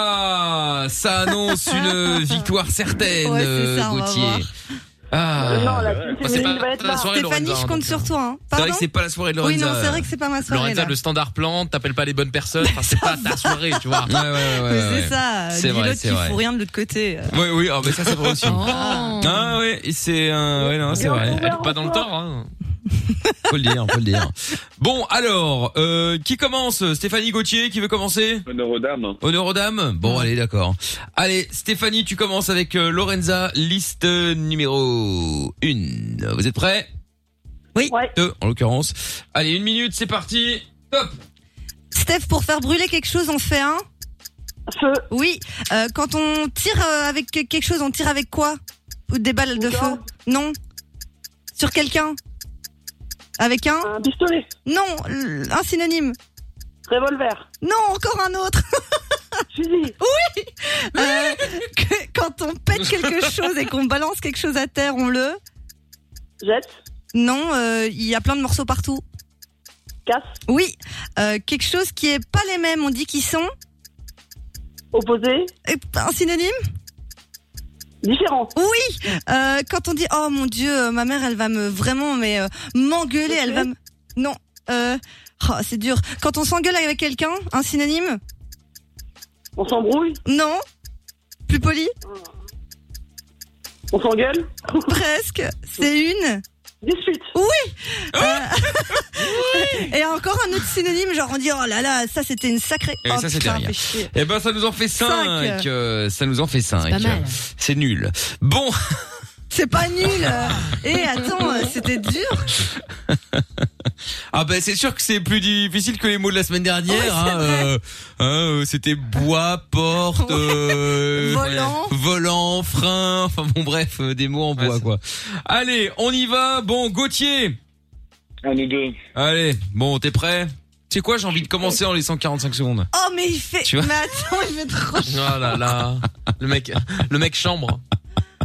Ah, ça annonce une victoire certaine
Ouais, c'est ça,
euh,
on va
Gauthier.
voir.
Ah.
Euh, non, la
ouais.
team
Bah, c'est
féminine
pas-
va être
pas
là.
la soirée,
Stéphanie,
Lorenza,
je compte
donc,
sur
euh,
toi. Hein.
C'est
Pardon
vrai que c'est pas la soirée de
Oui,
Lorenza.
non, c'est vrai que c'est pas ma soirée.
Lorenza,
là.
le standard plan, t'appelles pas les bonnes personnes, enfin, c'est pas ta soirée, tu vois.
Ouais, ouais, ouais, ouais,
Mais
ouais.
C'est ça.
C'est
C'est
vrai,
l'autre
c'est
qui
vrai.
fout rien de l'autre côté. euh.
Oui, oui, ah, mais ça c'est vrai aussi.
Oh.
Ah ouais, c'est un, ouais non, c'est
Et on
vrai.
trouve
Pas dans le temps, hein.
Faut le dire, faut le dire. Bon, alors, euh, qui commence Stéphanie Gauthier, qui veut commencer
Honneur aux dames.
Honneur aux dames Bon, allez, d'accord. Allez, Stéphanie, tu commences avec euh, Lorenza, liste numéro 1. Vous êtes prêts
Ouais.
Deux, en l'occurrence. Allez, une minute, c'est parti. Top
Steph, pour faire brûler quelque chose, on fait un.
Feu.
Oui. Euh, quand on tire euh, avec que- quelque chose, on tire avec quoi Ou des balles de
Une
feu
corde.
Non. Sur quelqu'un Avec un
Un pistolet.
Non. l- Un synonyme.
Revolver.
Non, encore un autre.
Fusil.
Euh, que- quand on pète quelque chose et qu'on balance quelque chose à terre, on le.
Jet.
Non, euh, il y a plein de morceaux partout.
Casse.
Oui. Euh, quelque chose qui est pas les mêmes. On dit qu'ils sont.
Opposé.
Et Un synonyme
Différent.
Oui. Euh, quand on dit oh mon dieu, euh, ma mère, elle va me vraiment mais euh, m'engueuler, elle va me non. Euh, oh, c'est dur. Quand on s'engueule avec quelqu'un, un synonyme
On s'embrouille.
Non. Plus poli
On s'engueule.
Presque. C'est une. Euh,
Dispute.
Ah
Et encore un autre synonyme, genre on dit oh là là, ça c'était une sacrée.
Et
oh,
ça, c'était
putain,
rien.
fais chier.
Eh ben, ça nous en fait
Cinq.
5. Ça nous en fait 5.
Pas mal.
C'est nul. Bon,
Eh, C'est pas nul. euh. Et attends, euh, c'était dur.
Ah ben c'est sûr que c'est plus difficile que les mots de la semaine dernière.
Ouais, c'est
hein,
vrai.
euh, hein, euh, C'était bois, porte, euh,
Volant.
volant, frein. Enfin bon bref, euh, des mots en bois quoi. Allez, on y va. Bon, Gauthier.
On est deux.
Allez, bon, t'es prêt Tu sais quoi J'ai envie de commencer en laissant 45 secondes.
Oh, mais il fait.
Tu vois
mais attends, il fait trop.
Oh là là, le mec, le mec chambre.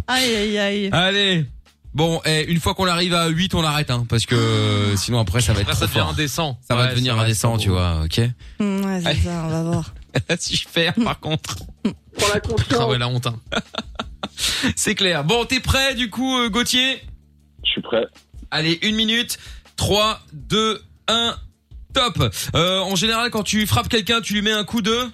Aïe, aïe, aïe.
Allez. Bon, eh, une fois qu'on arrive à 8, on l'arrête, hein, parce que euh, sinon après ça va être
Après, ça
trop
devient
fort.
indécent.
Ça va
Ouais,
devenir
c'est vrai,
indécent,
c'est
tu
beau.
vois, ok
Hum, ouais, c'est
Allez.
ça, on va voir.
Si je perds, par contre.
Pour la
Ah ouais,
confiance.
la honte. hein.
C'est clair. Bon, t'es prêt du coup, euh, Gauthier
Je suis prêt.
Allez, une minute. 3, 2, 1, top. Euh, en général, quand tu frappes quelqu'un, tu lui mets un coup de...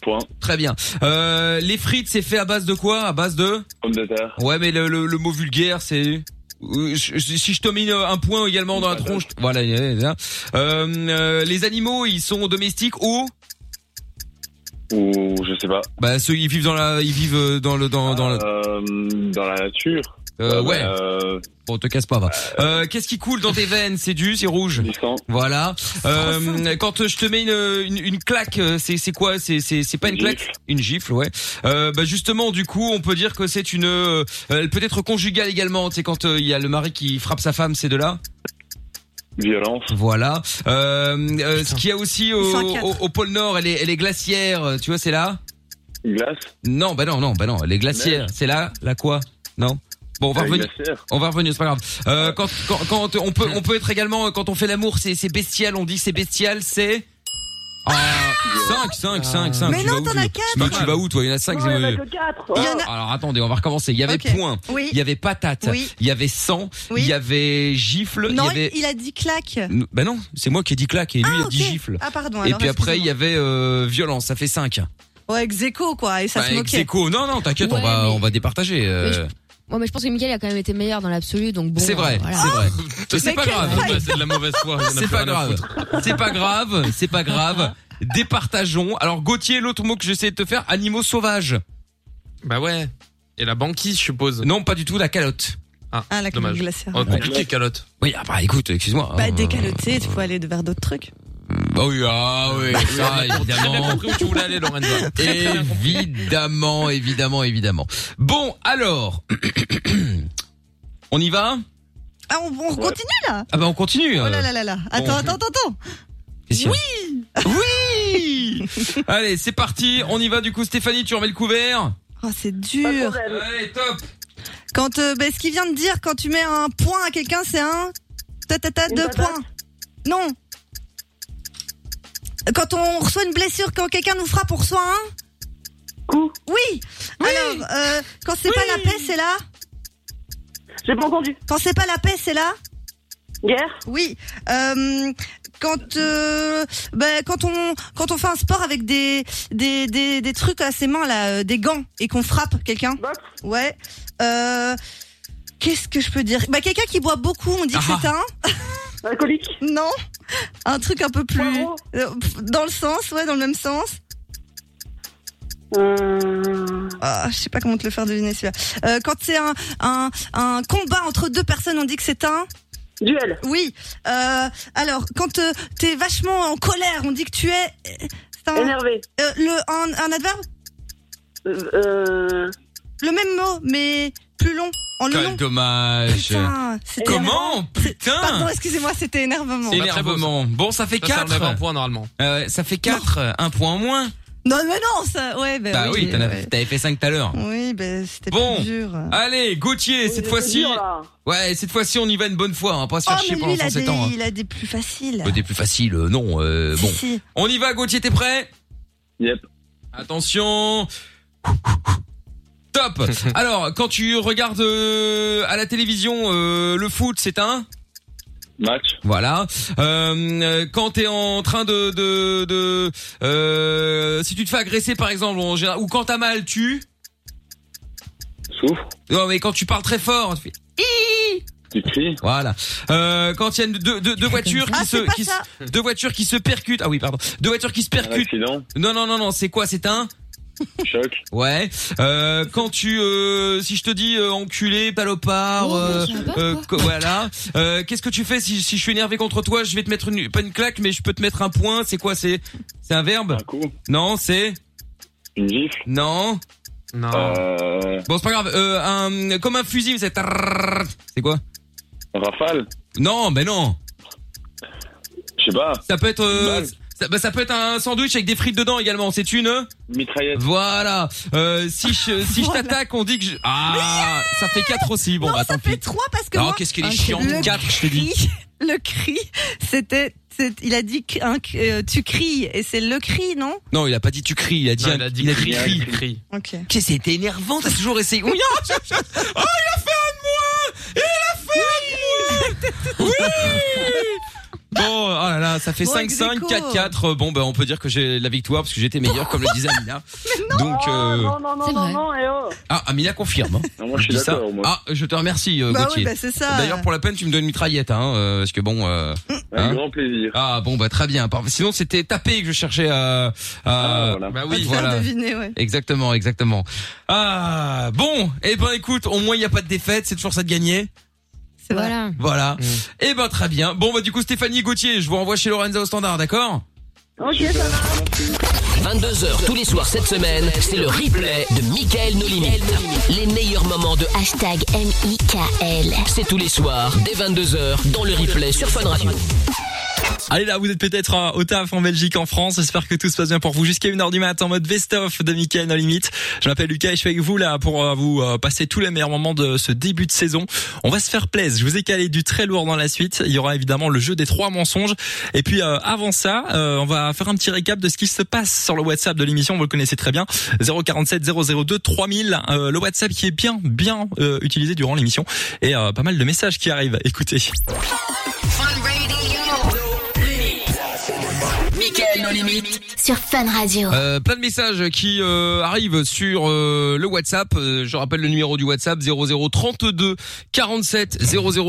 Point.
Très bien. Euh, les frites, c'est fait à base de quoi À base de...
Homme de terre.
Ouais, mais le, le- le mot vulgaire, c'est... Euh, je- je- Si je te mets un point également dans la tronche... Voilà, il y a- il y a- euh, euh, les animaux, ils sont domestiques ou...
Ou je sais pas.
Bah ceux ils vivent dans la ils vivent euh, dans le dans dans le
Euh, dans la nature.
euh, ouais
Euh,
bon te casse pas va. Euh, qu'est-ce qui coule dans tes veines c'est du c'est rouge
du sang.
voilà euh, quand euh, je te mets une une, une claque euh, c'est c'est quoi c'est c'est c'est pas une claque
Gifle.
une gifle ouais euh, bah justement du coup on peut dire que c'est une euh, elle peut être conjugale également c'est quand euh, il y a le mari qui frappe sa femme c'est de là
Violence.
voilà euh, euh, ce qu'il y a aussi au,
Ils sont à quatre.
au, au pôle nord elle est elle est glaciaire euh, tu vois c'est là
Glace.
non bah non non bah non elle est glaciaire c'est là la quoi non bon on va
euh,
revenir
glaciaire.
On va revenir, c'est pas grave. Euh, quand, quand, quand on peut, on peut être également euh, quand on fait l'amour, c'est c'est bestial. On dit que c'est bestial, c'est. Ah, 5, 5, 5, 5.
Mais non, t'en as quatre.
Mais tu vas où, toi Il y en a 5.
Non, il y en a que quatre.
Il y en a-
Alors attendez, on va recommencer. Il y avait
Ok.
point,
Oui.
il y avait patate,
Oui.
il y avait sang,
Oui.
il y avait gifle,
Non,
il y avait.
il a dit claque.
Bah non, c'est moi qui ai dit claque et lui il a
ok.
dit gifle.
Ah, pardon.
Et
alors,
puis après, il y
excusez-moi.
avait euh, violence, ça fait 5.
Ouais, ex aequo, quoi. Et ça
Bah,
se moquait.
Non, non, t'inquiète, on,
Ouais,
va,
mais-
on va départager. euh,
Mais je- Ouais, mais je pense que Miguel a quand même été meilleur dans l'absolu, donc bon.
c'est vrai,
euh, voilà.
c'est vrai. Mais c'est
Mais
pas
quelle
grave.
Ouais, c'est de la mauvaise foi. on en a
C'est
plus
pas
rien à
grave.
foutre.
C'est pas grave. C'est pas grave. Départageons. Alors Gauthier, l'autre mot que j'essaie de te faire, animaux sauvages.
Bah ouais. Et la banquise, je suppose.
Non, pas du tout, la calotte.
Ah, la crème
Dommage.
glaciaire.
Oh, compliqué, calotte.
Oui, ah bah écoute, excuse-moi.
Bah,
hein,
décaloté, tu peux aller vers d'autres trucs.
euh, Bah oui, ah oui,
Euh,
ça évidemment.
Après où tu voulais aller, Lorenza
évidemment, évidemment, évidemment. Bon, alors, on y va
Ah, on, on continue là
Ah bah on continue.
Oh
euh.
là là là là. Attends, attends, attends, attends.
Qu'est-ce qu'il y a Oui Allez, c'est parti. On y va du coup, Stéphanie, tu remets le couvert.
Oh, c'est
Pas de
dur.
problème.
Allez, top.
Quand, euh, bah, ce qu'il vient de dire, quand tu mets un point à quelqu'un, c'est un. Ta ta ta,
Une
deux
patate.
points. Non. Quand on reçoit une blessure, quand quelqu'un nous frappe, on reçoit un.
Coup.
Oui. Alors, euh, quand c'est pas la paix, c'est là.
J'ai pas entendu.
Quand c'est pas la paix, c'est là.
Guerre.
Oui. Euh, quand euh, bah, quand on quand on fait un sport avec des des des, des trucs à ses mains là, euh, des gants et qu'on frappe quelqu'un.
Boxe.
Ouais. Euh, Qu'est-ce que je peux dire Bah quelqu'un qui boit beaucoup, on dit que
Ah.
c'est un.
Alcoolique.
Non. Un truc un peu plus
Poivreau.
euh, pff, dans le sens, ouais, dans le même sens.
Euh,
Ah, je sais pas comment te le faire deviner celui-là. Euh, quand c'est un, un un combat entre deux personnes, on dit que c'est un.
Duel.
Oui. Euh, alors, quand euh, t'es vachement en colère, on dit que tu es. C'est un,
Énervé.
euh, le, un, un adverbe
Euh, Euh,
Le même mot, mais plus long. En le
Quel
long.
dommage.
Putain, c'était
Comment Putain
Pardon, excusez-moi, c'était énervement.
C'est- très beau,
Énervement. Bon, ça fait
Ça, ça
4.
enlève un point normalement.
ça fait 4, un point en moins.
Non, mais non, ça. Ouais, ben.
bah oui, t'en avais-
ouais.
t'avais fait 5 tout à l'heure.
Oui, ben c'était
Bon.
pas dur.
Allez, Gauthier, cette
c'est
fois-ci.
dur, là.
Ouais, cette fois-ci, on y va une bonne fois. hein, On va pas se
Oh,
faire
mais
chier
lui,
pendant
il a,
107
des,
ans. hein.
il a des plus faciles.
Euh, Des plus faciles, euh, non. euh,
Si,
bon,
si.
on y va, Gauthier, t'es prêt
Yep.
Attention. Top. Alors, quand tu regardes euh, à la télévision euh, le foot, c'est un.
Match.
Voilà. Euh, euh, quand t'es en train de de, de euh, si tu te fais agresser par exemple en général, ou quand t'as mal, tu.
Souffre.
Non mais quand tu parles très fort, tu fais-
Oh.
Tu cries.
voilà. Euh, quand il y a une- deux, deux, deux voitures qui
Ah,
se
c'est pas
qui se-
ça.
deux voitures qui se percutent. Ah oui pardon. Deux voitures qui se
Un
percutent.
accident.
Non non non non. C'est quoi C'est un
Choc.
Ouais. Euh, quand tu, euh, si je te dis euh, enculé,
Oh,
palopard, euh, euh, co- voilà. Euh, Qu'est-ce que tu fais si, si je suis énervé contre toi Je vais te mettre une, pas une claque, mais je peux te mettre un point. C'est quoi C'est c'est un verbe Un
coup.
Non, c'est
Une gifle.
non.
Non.
Euh,
Bon, c'est pas grave. Euh, un, comme un fusil, mais c'est tarrrrrrr. c'est quoi
rafale.
Non, mais non.
Je sais pas.
Ça peut être. euh,
Une balle.
ça, bah, ça peut être un sandwich avec des frites dedans également. C'est une. hein
Mitraillette.
Voilà. Euh, si je si je
Voilà.
t'attaque, on dit que je... ah ça fait quatre aussi. Bon
non,
bah
ça
tant
fait
pis.
trois parce que
Oh
moi, Ah,
qu'est-ce qu'il est
Ok.
chiant.
Le
Quatre, je te dis.
cri, le cri, c'était, c'est- il a dit que- un- que, euh, tu cries et c'est le cri, non
Non, il a pas dit tu cries. Il a dit
Non,
un-
il a dit
cri.
cri, cri, cri.
Ok.
Qu'est-ce que c'était énervant. T'as toujours essayé. Oui, oh, je- je- oh, il a fait un de moi. Il a fait un de moi. Oui. Bon, oh là là, ça fait
Bon,
5-5,
ex-aequo.
4-4. Bon, bah, on peut dire que j'ai la victoire parce que j'étais meilleur, comme le disait Amina. Donc,
Oh,
euh...
Non, non, non,
C'est
non,
vrai.
non, eh oh.
ah, Amina confirme. hein.
Non, moi, je suis
Dis ça.
d'accord, moi.
Ah, je te remercie, euh,
bah oui,
Gauthier.
bah c'est ça.
D'ailleurs, pour la peine, tu me donnes une mitraillette, hein, euh, parce que bon. euh,
Avec
hein.
grand plaisir.
Ah bon, bah très bien. Par- Sinon, c'était tapé que je cherchais à. à-
Ah, voilà.
Bah
À
oui.
te
voilà.
faire deviner, ouais.
Exactement, exactement. Ah bon, eh ben écoute, au moins il n'y a pas de défaite, c'est toujours ça de gagner.
C'est vrai.
Voilà.
Voilà. Eh ben très bien. Bon bah du coup Stéphanie et Gauthier, je vous renvoie chez Lorenza au standard, d'accord
Ok, ça va.
22h tous les soirs cette semaine, c'est le replay de Michael No Limites. Les meilleurs moments de hashtag MIKL. C'est tous les soirs, dès 22h, dans le replay sur Fun Radio.
Allez là, vous êtes peut-être euh, au taf en Belgique, en France. J'espère que tout se passe bien pour vous jusqu'à 1h du matin en mode best-of de Mickaël No Limite. Je m'appelle Lucas et je suis avec vous là pour euh, vous euh, passer tous les meilleurs moments de ce début de saison. On va se faire plaisir. Je vous ai calé du très lourd dans la suite. Il y aura évidemment le jeu des trois mensonges. Et puis euh, avant ça, euh, on va faire un petit récap de ce qui se passe sur le WhatsApp de l'émission. Vous le connaissez très bien. 047 002 3000. euh, le WhatsApp qui est bien, bien euh, utilisé durant l'émission. Et euh, pas mal de messages qui arrivent. Écoutez.
Michael No Limites.
Sur Fun Radio.
Euh, plein de messages qui euh, arrivent sur euh, le WhatsApp. Euh, je rappelle le numéro du WhatsApp 0032 47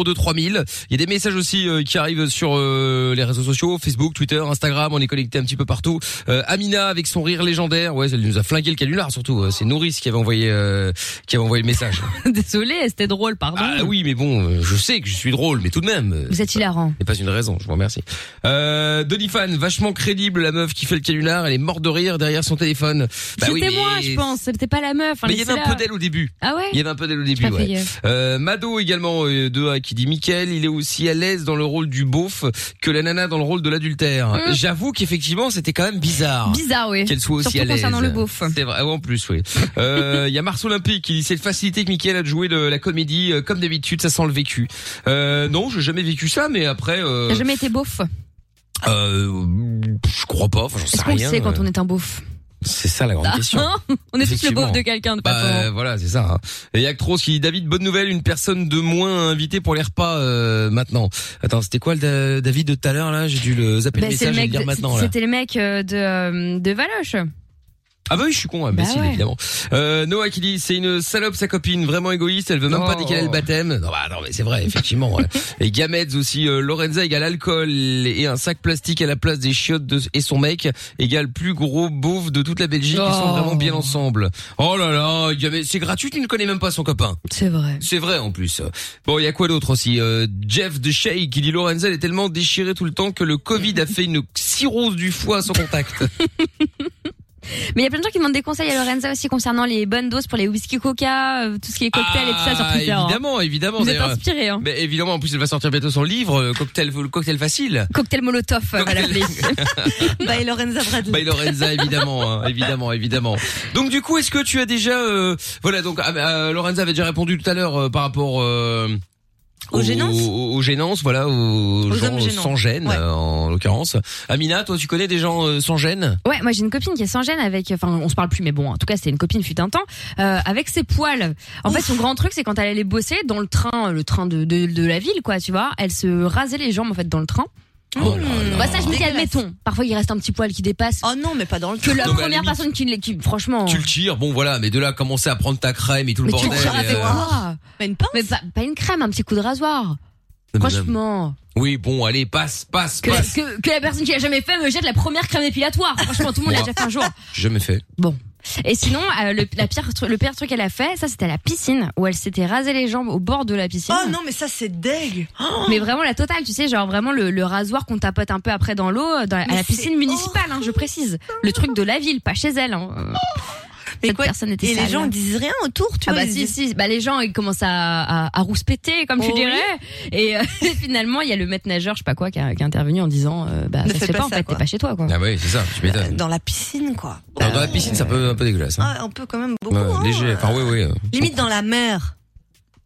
002 3000. Il y a des messages aussi euh, qui arrivent sur euh, les réseaux sociaux, Facebook, Twitter, Instagram. On est connecté un petit peu partout. Euh, Amina avec son rire légendaire. Ouais, elle nous a flingué le canular surtout. Euh, C'est Nouris qui avait envoyé euh, qui avait envoyé le message.
Désolé, c'était drôle, pardon.
Ah oui, mais bon, euh, je sais que je suis drôle, mais tout de même. euh,
Vous êtes hilarant.
n'est pas une raison, je vous remercie. Euh, Donifan, vachement crédible, la meuf qui fait le canular, elle est morte de rire derrière son téléphone. Bah oui,
C'était
mais-
moi, je pense. C'était pas la meuf. hein,
Mais il y avait un peu
laissez-la.
d'elle au début.
Ah ouais
Il y avait un peu d'elle au
J'ai
début,
pas
ouais.
fait gaffe.
Euh, Mado également euh, de A qui dit Michael, il est aussi à l'aise dans le rôle du beauf que la nana dans le rôle de l'adultère.
Mm.
J'avoue qu'effectivement, c'était quand même bizarre.
Bizarre, oui.
Qu'elle soit aussi
Surtout
à l'aise.
concernant le beauf.
C'est vrai, en plus, oui. Euh, Il y a Mars Olympique qui dit c'est le facilité que Mickaël a de jouer de la comédie. euh, Comme d'habitude, ça sent le vécu. Euh, non, j'ai jamais vécu ça, mais après. euh,
T'as jamais été beauf
euh, je crois pas, enfin, j'en sais
Est-ce qu'on le
rien. euh.
sait quand on est un beauf
C'est ça la grande
Ah,
question.
hein On est tous le
Effectivement.
beauf de quelqu'un, de
Bah
pas
euh, voilà, c'est ça. hein. Et Actros qui dit David, bonne nouvelle, une personne de moins invitée pour les repas euh, maintenant. Attends, c'était quoi le Da- David de tout à l'heure là J'ai dû le zapper
Bah,
le
c'est
message
le
et le
mec
dire
de-
maintenant là.
c'était le mec euh, de euh, de Valoche.
Ah bah oui, je suis con, imbécile
Bah ouais.
évidemment. Euh, Noah qui dit c'est une salope sa copine, vraiment égoïste, elle veut même pas
Oh.
décaler le baptême. Non bah non mais c'est vrai effectivement. ouais. Et Gamets aussi, euh, Lorenza égale alcool et un sac plastique à la place des chiottes de, et son mec égale plus gros beauf de toute la Belgique. Ils sont
Oh.
vraiment bien ensemble. Oh là là, Gamets, c'est gratuit, tu ne connais même pas son copain.
C'est vrai.
C'est vrai en plus. Bon, il y a quoi d'autre aussi Euh, Jeff de Shea qui dit Lorenza elle est tellement déchirée tout le temps que le Covid a fait une cirrhose du foie à son contact.
Mais il y a plein de gens qui demandent des conseils à Lorenza aussi concernant les bonnes doses pour les whisky coca, euh, tout ce qui est cocktail et tout ça sur
Ah,
Twitter. hein.
Évidemment, évidemment.
Vous êtes
d'ailleurs.
inspiré, hein.
Mais évidemment, en plus, elle va sortir bientôt son livre, euh, cocktail, le cocktail facile.
Cocktail Molotov, euh, va l'appeler.
Bah, et Lorenza Bradley.
By Lorenza, évidemment, hein, évidemment, évidemment. Donc du coup, est-ce que tu as déjà, euh, voilà, donc ah, euh, Lorenza avait déjà répondu tout à l'heure euh, par rapport euh,
Aux gênances
aux, aux gênances, voilà, aux,
Aux
gens
hommes gênants.
sans gêne
Ouais.
euh, en l'occurrence. Amina, toi, tu connais des gens euh, sans gêne
Ouais, moi j'ai une copine qui est sans gêne avec, enfin on se parle plus, mais bon, en tout cas c'était une copine fut un temps, euh, avec ses poils. En fait, son grand truc c'est quand elle allait bosser dans le train, le train de, de, de la ville, quoi, tu vois, elle se rasait les jambes en fait dans le train.
Oh là là.
Bah ça je me dis,
Dégueulasse.
admettons, parfois il reste un petit poil qui dépasse.
Oh non, mais pas dans le
Que
cul.
la
Non, mais à la
première
limite,
personne qui, l'est- qui franchement.
Tu le tires, bon voilà, mais de là à commencer à prendre ta crème et tout le
mais tu
bordel.
tires
et,
avec
euh,
quoi
Mais une pince.
Mais pas, pas une crème, un petit coup de rasoir.
Ah, non, mais non.
Franchement.
Oui, bon, allez, passe, passe,
Que la,
passe.
que, que la personne qui l'a jamais fait me jette la première crème épilatoire. Franchement, tout le monde l'a
Moi.
déjà fait un jour.
J'ai Jamais fait.
Bon, Et sinon, euh, le, la pire, tru- le pire truc qu'elle a fait, ça c'était à la piscine, où elle s'était rasé les jambes au bord de la piscine.
Oh non, mais ça c'est deg. Oh,
Mais vraiment la totale, tu sais, genre vraiment le, le rasoir qu'on tapote un peu après dans l'eau, euh, dans- à
Mais
la
c'est
piscine municipale, hein, je précise. Le truc de la ville, pas chez elle. Hein. Euh,
mais
Cette
quoi
personne était
Et les
sale.
gens ils disent rien autour, tu
Ah
vois.
bah
ils
si,
disent-
si, bah les gens ils commencent à, à, à rouspéter, comme tu
Oh
dirais. Et euh, finalement, il y a le maître nageur, je sais pas quoi, qui a, qui a intervenu en disant, euh, bah
Ne
ça se
fais
fait
pas
pas, en
ça,
fait,
quoi.
t'es pas chez toi, quoi.
Ah ouais, c'est ça, tu m'étonnes.
Dans la piscine, quoi.
Euh,
Alors, dans la piscine, ça peut un peu dégueulasse. Hein.
Ah, on peut quand même beaucoup.
Ouais,
hein.
léger, enfin oui, oui. euh.
Limite dans la mer.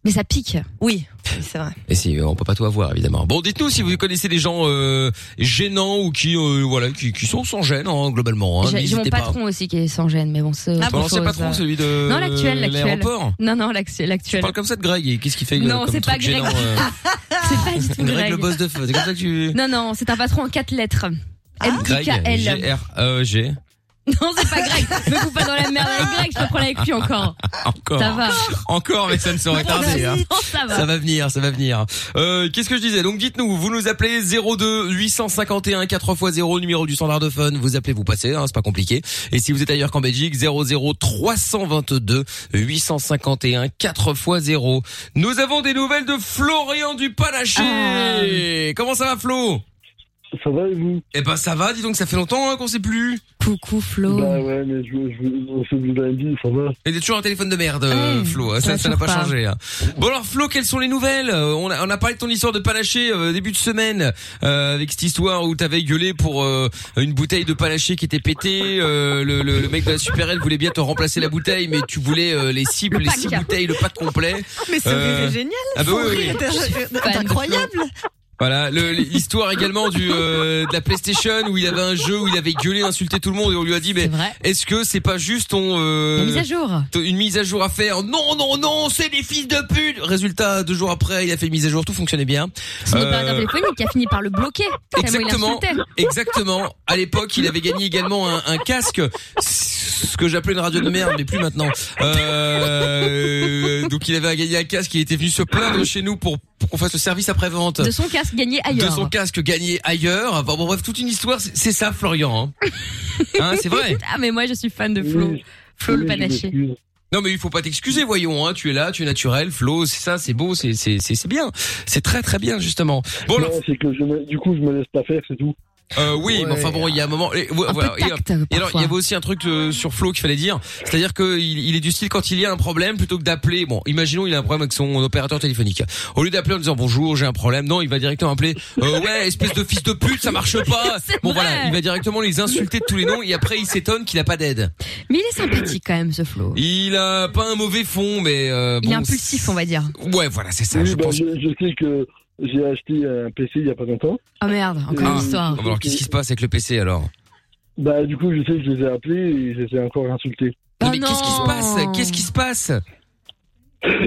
Mais ça pique.
Oui, oui, c'est vrai.
Et si, on peut pas tout avoir évidemment. Bon, dites-nous si vous connaissez des gens euh, gênants ou qui euh, voilà qui, qui sont sans gêne hein, globalement. Hein,
J'ai j'ai mon
N'hésitez pas.
patron aussi qui est sans gêne, mais bon, c'est.
Ah
autre
Ton ancien
chose,
patron,
euh.
celui de
Non, l'actuel, l'actuel.
l'aéroport.
Non, non, l'actu-
Tu
l'actuel.
parles comme ça de Greg et qu'est-ce qu'il fait euh,
Non,
comme
c'est pas
truc
Greg.
gênant, euh,
C'est pas du tout
Greg,
Greg.
le boss de feu. C'est comme ça que tu. Ah.
Non, non, c'est un patron en quatre lettres.
Greg.
M-I-K-L.
G R E G.
Non, c'est pas Greg. Me coupe pas dans la merde avec Greg, je peux prendre avec lui encore.
Encore.
Ça va.
Encore, mais ça ne saurait tarder. hein.
Non, ça va.
Ça va venir, ça va venir. Euh, Qu'est-ce que je disais Donc dites-nous, vous nous appelez 02 851 4x0, numéro du standard de fun. Vous appelez, vous passez, hein, c'est pas compliqué. Et si vous êtes ailleurs qu'en Belgique, 00 322 851 4x0. Nous avons des nouvelles de Florian du Panaché.
Ah.
Comment ça va, Flo
Ça va et vous
Eh ben ça va. Dis donc, ça fait longtemps hein, qu'on s'est plus.
Coucou Flo.
Bah ouais, mais je, je, on s'est vu lundi, ça va.
Il y a toujours un téléphone de merde, euh,
Ouais,
Flo. hein,
ça
Ça ça n'a
rassure
pas,
pas.
changé. hein. Bon alors, Flo, quelles sont les nouvelles Euh, on a, on a parlé de ton histoire de panaché euh, début de semaine euh, avec cette histoire où t'avais gueulé pour euh, une bouteille de panaché qui était pétée. euh, le, le- le mec de la supérette voulait bien te remplacer la bouteille, mais tu voulais euh, les six, les
pack.
six bouteilles, le pack complet.
Mais c'est
Euh,
génial.
Ah bah
Son
oui, oui, oui.
rire était-
fan
était
de
incroyable.
Voilà, le- l'histoire également du euh, de la PlayStation où il avait un jeu où il avait gueulé, insulté tout le monde et on lui a dit
C'est
mais
vrai.
est-ce que c'est pas juste ton euh,
La mise à jour.
T'as une mise à jour à faire. Non, non, non, c'est des fils de pute. Résultat, deux jours après, il a fait une mise à jour, tout fonctionnait bien.
Son
Euh,
opérateur téléphonique qui a fini par le bloquer. tellement il
Exactement.
l'insultait.
Exactement. À l'époque, il avait gagné également un, un casque, ce que j'appelais une radio de merde, mais plus maintenant. Euh, donc, il avait gagné un casque. Il était venu se plaindre chez nous pour, pour qu'on fasse le service après vente.
De son casque gagné ailleurs.
De son casque gagné ailleurs. Enfin, bon, bref, toute une histoire. C'est c'est ça, Florian. Hein, Hein, c'est vrai.
Ah mais moi je suis fan de Flo.
Oui,
Flo le
oui, je
panaché.
m'excuse.
Non mais il faut pas t'excuser, voyons. Hein, tu es là, tu es naturel, Flo, c'est ça, c'est beau, c'est c'est c'est c'est bien, c'est très très bien justement. Bon, alors,
Non, c'est que je me- du coup, je me laisse pas faire, c'est tout.
euh, oui, mais enfin bon, il y a un moment. et vo-
Un
voilà,
peu
il y
de
a-
tact
et alors, il y
parfois.
avait aussi un truc euh, sur Flo qu'il fallait dire, c'est-à-dire que il, il est du style quand il y a un problème, plutôt que d'appeler. Bon, imaginons il a un problème avec son opérateur téléphonique. Au lieu d'appeler en disant bonjour, j'ai un problème, non, il va directement appeler. euh, ouais, espèce de fils de pute, ça marche pas.
C'est
Bon
vrai.
voilà, il va directement les insulter de tous les noms et après il s'étonne qu'il a pas d'aide.
Mais il est sympathique quand même ce Flo.
Il a pas un mauvais fond, mais euh,
Il est
bon,
impulsif on va dire.
Ouais, voilà, c'est ça.
Oui,
je
bah,
pense.
je, je sais que j'ai acheté un PC il y a pas longtemps.
Oh merde, encore
Ah.
une histoire.
Ah bah alors qu'est-ce qui se passe avec le PC alors
Bah du coup, je sais que je les ai appelés et je les ai encore insultés.
Oh
mais qu'est-ce qui se
non.
passe Qu'est-ce qui se passe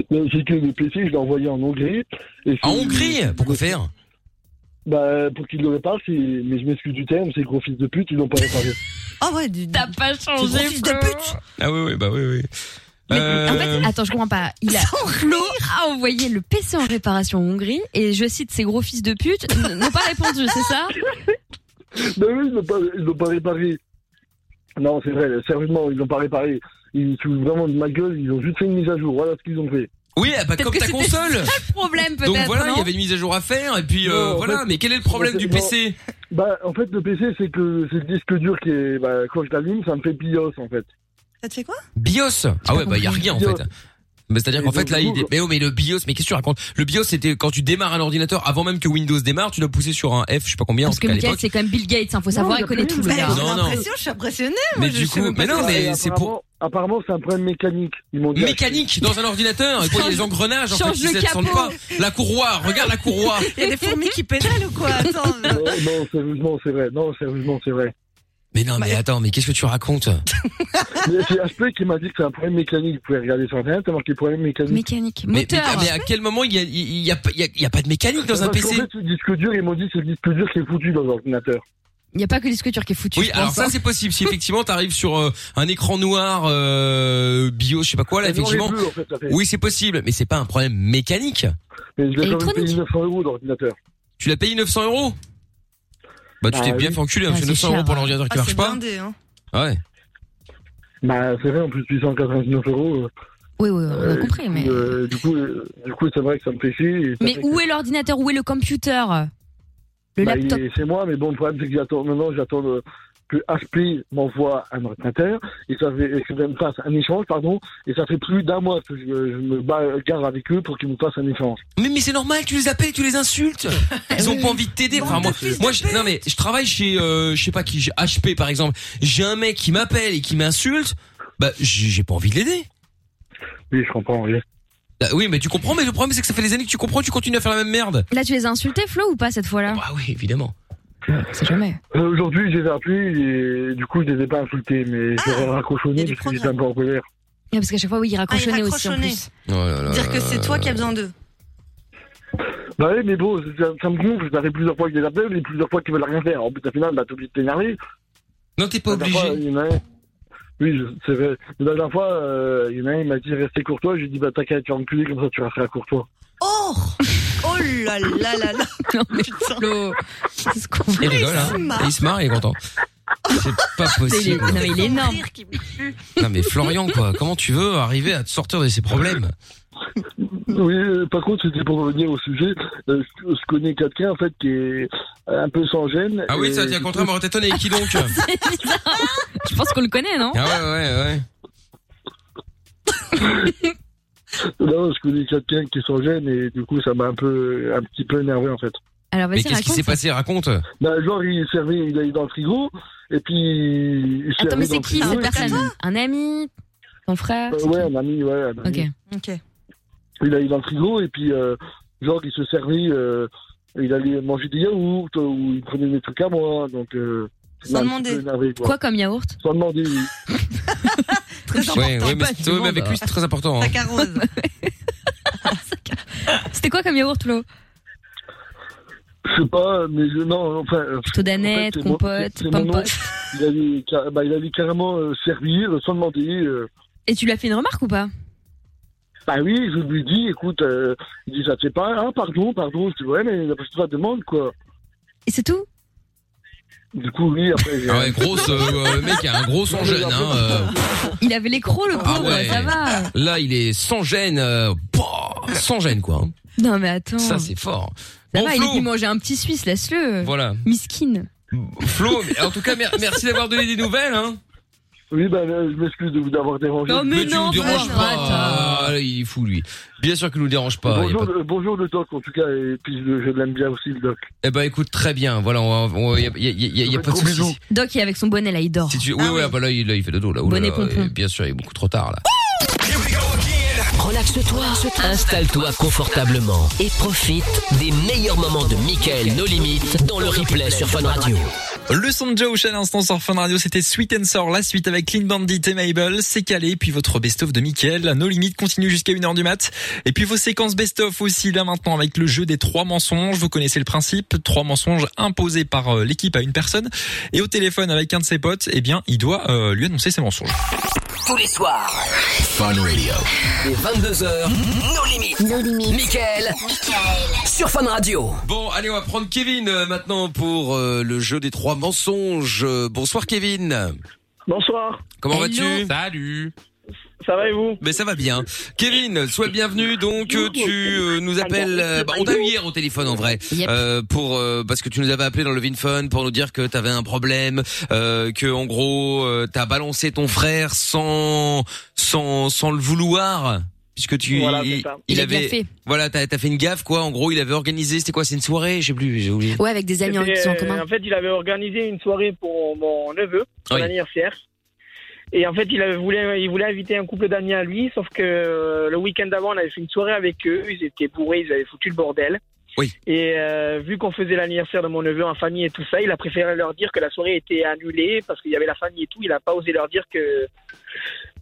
Non, C'est que le PC, je l'ai envoyé en Hongrie. et c'est-
En Hongrie Pourquoi faire
Bah pour qu'ils le réparent, c'est- mais je m'excuse du terme, c'est gros fils de pute, ils l'ont pas réparé.
Ah ouais, du.
T'as pas changé
C'est gros fils de
Flo.
pute.
Ah oui oui bah oui oui.
Mais
Euh,
en fait, attends, je comprends pas. Il a, Flo a envoyé le PC en réparation en Hongrie et je cite ces gros fils de pute n- n'ont pas répondu, c'est ça
bah oui, ils l'ont pas, ils l'ont pas réparé. Non, c'est vrai, sérieusement, ils l'ont pas réparé. Ils sont vraiment de ma gueule, ils ont juste fait une mise à jour, voilà ce qu'ils ont fait.
Oui, ah, bah,
Peut-être
comme
que
ta
c'était
console.
Problème peut-être.
Donc voilà,
non
il y avait une mise à jour à faire et puis euh,
Non, en
voilà,
fait-
mais quel est le problème
Non,
du
non.
PC
Bah, en fait, le PC, c'est que c'est le disque dur qui est. Bah, quand je l'allume, ça me fait BIOS, en fait.
Ça te fait quoi
BIOS. Ah ouais, bah il y a rien en
BIOS.
fait. Bah, c'est-à-dire
Et
qu'en fait
donc,
là
du
il
coup,
est... mais oh, mais le BIOS mais qu'est-ce que tu racontes Le BIOS c'était quand tu démarres un ordinateur avant même que Windows démarre, tu dois pousser sur un F, je sais pas combien en
Parce
tout
que
cas à
Michael,
l'époque.
c'est quand même Bill Gates, hein, faut savoir, il connaît tout le
Bah,
gars.
J'ai
Non, non.
l'impression, je suis impressionnée. moi,
Mais
je
du
sais
coup,
même pas
mais non
ce que
mais
Et
c'est pour
apparemment- Apparemment, c'est un problème mécanique. Ils m'ont dit.
mécanique dans un ordinateur, et quoi, il y a les engrenages en fait,
Change
qui
le
s'attendent
capot.
pas. La courroie, regarde la courroie.
Il y a des fourmis qui pédalent ou quoi Attends.
Ah, Non, non, sérieusement, c'est vrai. Non, sérieusement, c'est vrai.
Mais non, mais
Bah,
attends, mais qu'est-ce que tu racontes
Mais c'est HP qui m'a dit que c'est un problème mécanique. Vous pouvez regarder sur internet, c'est marqué problème mécanique.
Mécanique,
mais, mais,
moteur.
mais à quel moment il y a, il y a, pas- il y a- il y a pas de mécanique dans un
Parce qu'en
PC
fait, le disque dur, ils m'ont dit que c'est le disque dur qui est foutu dans l'ordinateur.
Il n'y a pas que le disque dur qui est foutu.
Oui,
je pense,
alors ça
hein.
c'est possible. Si effectivement t'arrives sur euh, un écran noir euh, bio, je sais pas quoi, là
Mais non,
effectivement.
les bleus, en fait, ça fait.
Oui, c'est possible, mais c'est pas un problème mécanique.
Mais je vais quand même
Électronique.
payer 900 euros d'ordinateur.
Tu l'as payé 900 euros. Bah tu
Bah
t'es bien
oui.
fait enculer, hein,
Ah,
parce que
c'est
900 euros
cher,
pour
ouais.
l'ordinateur qui
Ah, c'est
marche pas.
blindé, hein.
Ouais.
Bah, c'est vrai, en plus, 889 euros. euh,
Oui, oui, on a
euh,
compris,
et
mais-
puis, euh, du coup, euh, du coup, c'est vrai que ça me fait chier. et ça
Mais
fait
où est l'ordinateur Où est le computer Le
Bah,
laptop
il est chez moi, mais bon, le problème, c'est que j'attends, maintenant, j'attends euh, que HP m'envoie un ordinateur, et ça fait, et que ça me fasse un échange, pardon, et ça fait plus d'un mois que je, je me bats- gare avec eux pour qu'ils me fassent un échange.
Mais, mais c'est normal, tu les appelles, tu les insultes. Ils ont pas envie de t'aider. Enfin, moi, moi je, non mais je travaille chez, euh, je sais pas qui, j'ai HP par exemple. J'ai un mec qui m'appelle et qui m'insulte. Bah, j'ai j'ai pas envie de l'aider. Bah,
Oui, je comprends, oui.
oui, mais tu comprends, mais le problème c'est que ça fait des années que tu comprends, tu continues à faire la même merde.
Là, tu les as insultés, Flo, ou pas cette fois-là
Ah oui, évidemment.
C'est jamais.
Euh, Aujourd'hui, je les ai appelés, et du coup, je les ai pas insultés, mais je leur ai raccrochonné parce que j'étais un peu en colère.
Ouais, Ah, parce qu'à chaque fois, oui, il raccrochonnait aussi en
Ah, raccrochonnait.
plus.
Oh
Dire que c'est toi qui as besoin d'eux.
Bah oui, mais bon, ça, ça me gonfle, ça fait plusieurs fois qu'ils les appellent et plusieurs fois qu'ils veulent rien faire. En plus, au final, bah, t'es obligé de t'énerver.
Non, t'es pas
obligé. Oui, je- c'est vrai. Mais La dernière fois, euh, il y en a un, il m'a dit restez courtois. J'ai dit bah t'inquiète, tu vas enculer comme ça, tu resteras courtois.
Oh Oh là là là là
Non mais Flo, c'est ce qu'on
Il rigole, hein. Il se marre, il est content. C'est pas
Il est-
possible.
non, mais il est énorme.
Non mais Florian quoi, comment tu veux arriver à te sortir de ces problèmes
Oui, euh, par contre, c'était pour revenir au sujet. euh, je, je connais quelqu'un en fait qui est un peu sans gêne.
Ah oui,
et
ça veut dire
du
contraire,
coup-
m'aurait étonné. Qui donc
Je pense qu'on le connaît, non
Ah ouais, ouais, ouais.
Non, je connais quelqu'un qui est sans gêne et du coup, ça m'a un peu, un petit peu énervé en fait.
Alors
Mais
vas-y,
qu'est-ce qui
raconte.
s'est passé Raconte.
Bah, genre, il est servi, il est dans le frigo et puis. il
Attends,
servi
mais
dans
c'est
le
qui
frigo,
cette
et
personne Un ami Ton frère
puis-
c'est
Euh, ouais,
qui
un ami, ouais. un
Ok.
ami.
Ok.
il allait dans le frigo et puis euh, genre il se servit euh, il allait manger des yaourts euh, ou il prenait des trucs à moi donc euh,
Sans
m'a un
demander.
petit peu énervé, quoi.
Quoi comme yaourt
sans demander oui.
Très important.
Ouais, ouais, mais
pas
c'est-
du
ouais, mais
monde.
avec lui c'est très important. hein.
Sac à rose.
C'était quoi comme yaourt, Flo
je sais pas mais je, non enfin euh,
Plutôt danette,
c'est mon-
compote,
c'est mon
pommes
nom.
potes.
il allait ca- bah, il allait carrément euh, servir sans demander euh.
Et tu lui as fait une remarque ou pas
bah oui je lui dis écoute euh, il dit ça te fait pas ah pardon pardon je dis ouais mais la prochaine fois demande quoi
Et c'est tout
du coup oui après j'ai-
Ah ouais, grosse, euh, euh, mec a un gros sans gêne. Hein, euh.
Il avait les crocs, le
Ah
pauvre,
ouais.
bah, ça va
Là, il est sans gêne, euh, bah, sans gêne quoi. hein.
Non mais attends,
Ça
ça
c'est fort. Bon
va, il est venu
Flo,
manger un petit Suisse, laisse-le
voilà.
Miskine
Flo, mais en tout cas, mer- merci d'avoir donné des nouvelles. Hein.
oui bah euh, je m'excuse de vous avoir dérangé
Non mais,
tu
non,
nous déranges
Flo,
pas.
arrête.
Ah, là, il est fou lui. Bien sûr qu'il nous dérange pas. y a
bonjour,
pas de-
le- bonjour le doc en tout cas et puis je, je l'aime bien aussi le doc
Eh ben écoute très bien. Voilà, on va- on va- y a, y a- y a- y a pas de
Gros bisous.
souci.
Doc, il est avec son bonnet là, il dort.
Si tu... Oui, oui, ah, bah là, il, là, il fait dodo là. Ouh là
Bonnet
là,
pompon.
et bien sûr, il est beaucoup trop tard là.
Relaxe-toi, installe-toi confortablement et profite des meilleurs moments de Michael No Limites dans le replay sur Fun Radio.
Le son de Joe à l'instant sur Fun Radio, c'était Sweet and Sour. La suite avec Clean Bandit et Mabel, c'est calé. Puis votre best-of de Mickaël. Nos limites continue jusqu'à 1h du mat. Et puis vos séquences best-of aussi là maintenant avec le jeu des trois mensonges. Vous connaissez le principe. Trois mensonges imposés par euh, l'équipe à une personne. Et au téléphone avec un de ses potes, eh bien, il doit euh, lui annoncer ses mensonges.
Tous les soirs, Fun Radio. Dès 22h, No Limites. No Limites. Michael. Sur Fun Radio.
Bon, allez, on va prendre Kevin euh, maintenant pour euh, le jeu des trois mensonges. Euh, bonsoir Kevin.
Bonsoir.
Comment
Hello.
vas-tu
Salut.
Ça va et vous
Mais ça va bien. Kevin, sois le bienvenu. Donc euh, tu euh, nous appelles. euh, bah, on t'a eu hier au téléphone en vrai,
Yep.
euh, pour euh, parce que tu nous avais appelé dans le Vinfun pour nous dire que t'avais un problème, euh, que en gros euh, t'as balancé ton frère sans sans sans le vouloir. Puisque tu,
Voilà,
il,
c'est ça.
il
Il a bien
avait,
fait.
voilà, t'as t'as fait une gaffe quoi. En gros, il avait organisé, c'était quoi, c'est une soirée, je sais plus, j'ai oublié.
Ouais, avec des amis en- qui sont en
C'était, euh,
commun.
En fait, il avait organisé une soirée pour mon neveu, son
Oui.
anniversaire. Et en fait, il avait voulu, il voulait inviter un couple d'amis à lui, sauf que euh, le week-end d'avant, on avait fait une soirée avec eux. Ils étaient bourrés, ils avaient foutu le bordel.
Oui.
Et euh, vu qu'on faisait l'anniversaire de mon neveu en famille et tout ça, il a préféré leur dire que la soirée était annulée parce qu'il y avait la famille et tout. Il n'a pas osé leur dire que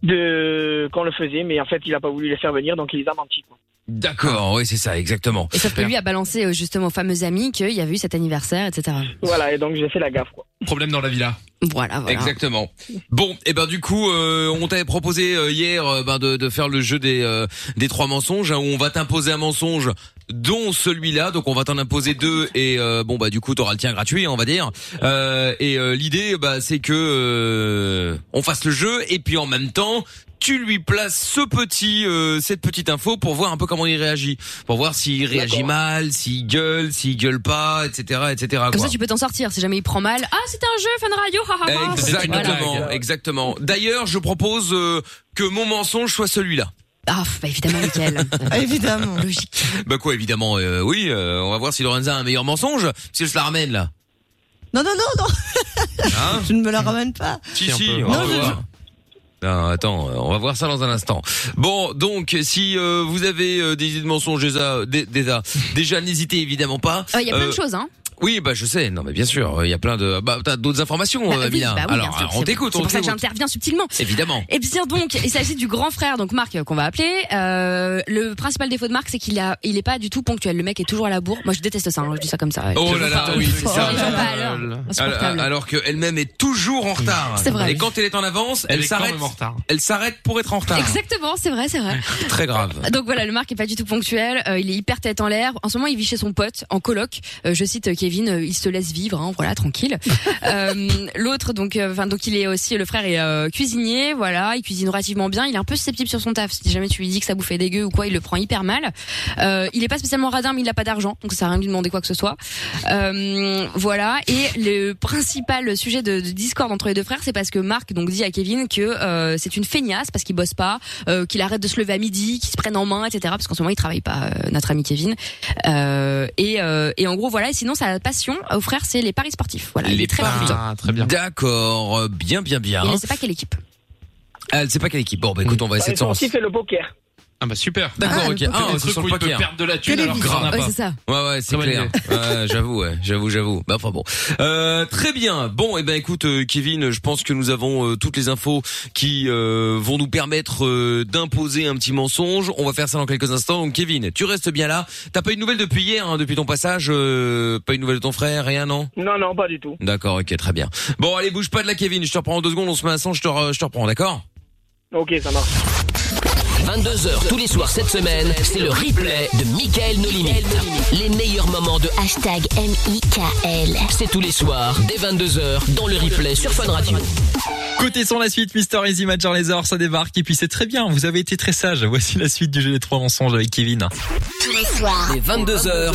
de qu'on le faisait, mais en fait, il n'a pas voulu les faire venir, donc il les a menti. quoi.
D'accord, oui, c'est ça, exactement.
Et sauf que lui a balancé euh, justement aux fameux amis qu'il y avait eu cet anniversaire, etc.
Voilà, et donc j'ai fait la gaffe. Quoi.
Problème dans la villa.
Voilà, voilà.
Exactement. Bon, et ben du coup, euh, on t'avait proposé euh, hier euh, ben, de, de faire le jeu des euh, des trois mensonges, hein, où on va t'imposer un mensonge dont celui-là. Donc on va t'en imposer deux et euh, bon bah du coup t'auras le tien gratuit, on va dire. Euh, et euh, l'idée bah c'est que euh, on fasse le jeu et puis en même temps tu lui places ce petit euh, cette petite info pour voir un peu comment il réagit, pour voir s'il réagit mal, s'il gueule, s'il gueule pas, etc., etc.
Comme
quoi.
ça, tu peux t'en sortir si jamais il prend mal. Ah, c'était un jeu, Fun Radio, hahaha.
Exactement,
Voilà.
exactement. D'ailleurs, je propose euh, que mon mensonge soit celui-là.
Ah, f- bah évidemment, Michael.
évidemment.
Logique.
Bah quoi, évidemment, euh, oui, euh, on va voir si Lorenza a un meilleur mensonge, si je la ramène là.
Non, non, non, non.
Hein
je ne me la ramène pas.
Si, si,
peu.
on va
Non, je-
voir. Non, attends, euh, on va voir ça dans un instant. Bon, donc, si euh, vous avez euh, des idées de mensonges déjà, dé- déjà, déjà n'hésitez évidemment pas.
Euh, Il y a plein
Euh,
de choses, hein.
Oui, bah je sais, non mais bien sûr, il y a plein de... Bah t'as d'autres informations,
Bah,
euh,
oui,
Amina.
bah oui, bien
Alors,
sûr,
on
c'est-
t'écoute,
C'est
on
pour ça que
t'écoute.
j'interviens subtilement.
Évidemment.
Eh bien donc, il s'agit du grand frère, donc Marc euh, qu'on va appeler. Euh, le principal défaut de Marc, c'est qu'il a, il est pas du tout ponctuel. Le mec est toujours à la bourre. Moi, je déteste ça. hein, je dis ça comme ça. ouais.
Oh là là, oui, c'est ça.
Ils vont pas à l'heure. Insupportable.
Alors, alors qu'elle-même est toujours en retard.
C'est vrai.
Et quand elle est en avance, elle,
est quand
s'arrête.
même en retard.
Elle s'arrête pour être en retard.
Exactement, Ah, c'est vrai, c'est vrai.
Très grave.
Donc voilà, le Marc est pas du tout ponctuel. euh, il est hyper tête en l'air. En ce moment, il vit chez son pote en coloc. Euh, je cite euh, Kevin, euh, il se laisse vivre, hein, voilà, tranquille. Euh, L'autre, donc, euh, enfin, donc il est aussi le frère est euh, cuisinier. Voilà, il cuisine relativement bien. Il est un peu susceptible sur son taf. Si jamais tu lui dis que ça bouffait dégueu ou quoi, il le prend hyper mal. Euh, il est pas spécialement radin, mais il a pas d'argent, donc ça sert à rien de lui demander quoi que ce soit. Euh, voilà. Et le principal sujet de, de discorde entre les deux frères, c'est parce que Marc donc dit à Kevin que euh, c'est une feignasse parce qu'il bosse pas, euh, qu'il arrête de se lever à midi, qu'il se prenne en main, etc. Parce qu'en ce moment il travaille pas, euh, notre ami Kevin. Euh, et, euh, et en gros voilà. Et sinon sa passion euh, au frère, c'est les paris sportifs. Voilà. il
Les
est très
paris.
fort.
Ah, très bien.
D'accord, euh, bien, bien, bien.
Il ne sait pas quelle équipe.
Ah, Elle sait pas quelle équipe. Bon, bah écoute, on va essayer de s'en.
sportif et le poker.
Ah bah super.
D'accord,
Ah,
ok.
le
Ah,
le
c'est
truc
sur
où
le
il peut
poker.
perdre de la thune alors qu'il en a
Ouais,
pas.
c'est ça.
Ouais, ouais, c'est
Très bonne
clair. Ouais, j'avoue, ouais, j'avoue, j'avoue. Bah, enfin bon. Euh, très bien. Bon, et ben écoute, euh, Kevin, je pense que nous avons euh, toutes les infos qui euh, vont nous permettre euh, d'imposer un petit mensonge. On va faire ça dans quelques instants. Donc, Kevin, tu restes bien là. T'as pas eu de nouvelles depuis hier, hein, depuis ton passage. euh, pas eu de nouvelles de ton frère, rien, non
Non, non, pas du tout.
D'accord, ok, très bien. Bon, allez, bouge pas de là, Kevin. Je te reprends en deux secondes. On se met à 100, je te, re- je te reprends, d'accord
Ok, ça marche.
22h tous les soirs cette semaine, c'est le replay de Michael No Limites. Les meilleurs moments de hashtag MIKL. C'est tous les soirs, dès 22h, dans le replay sur Fun Radio.
Côté son, la suite, Mister Easy, Major Laser, ça débarque. Et puis c'est très bien, vous avez été très sage. Voici la suite du jeu des trois mensonges avec Kevin.
Dès 22h,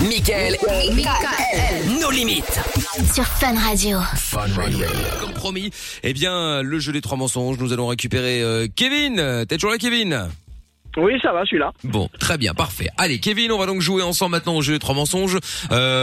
Michael No Limites.
Sur Fun Radio.
Comme promis, eh bien, le jeu des trois mensonges, nous allons récupérer euh, Kevin. T'es toujours là, Kevin
Oui, ça va, je suis là.
Bon, très bien, parfait. Allez, Kevin, on va donc jouer ensemble maintenant au jeu des trois mensonges.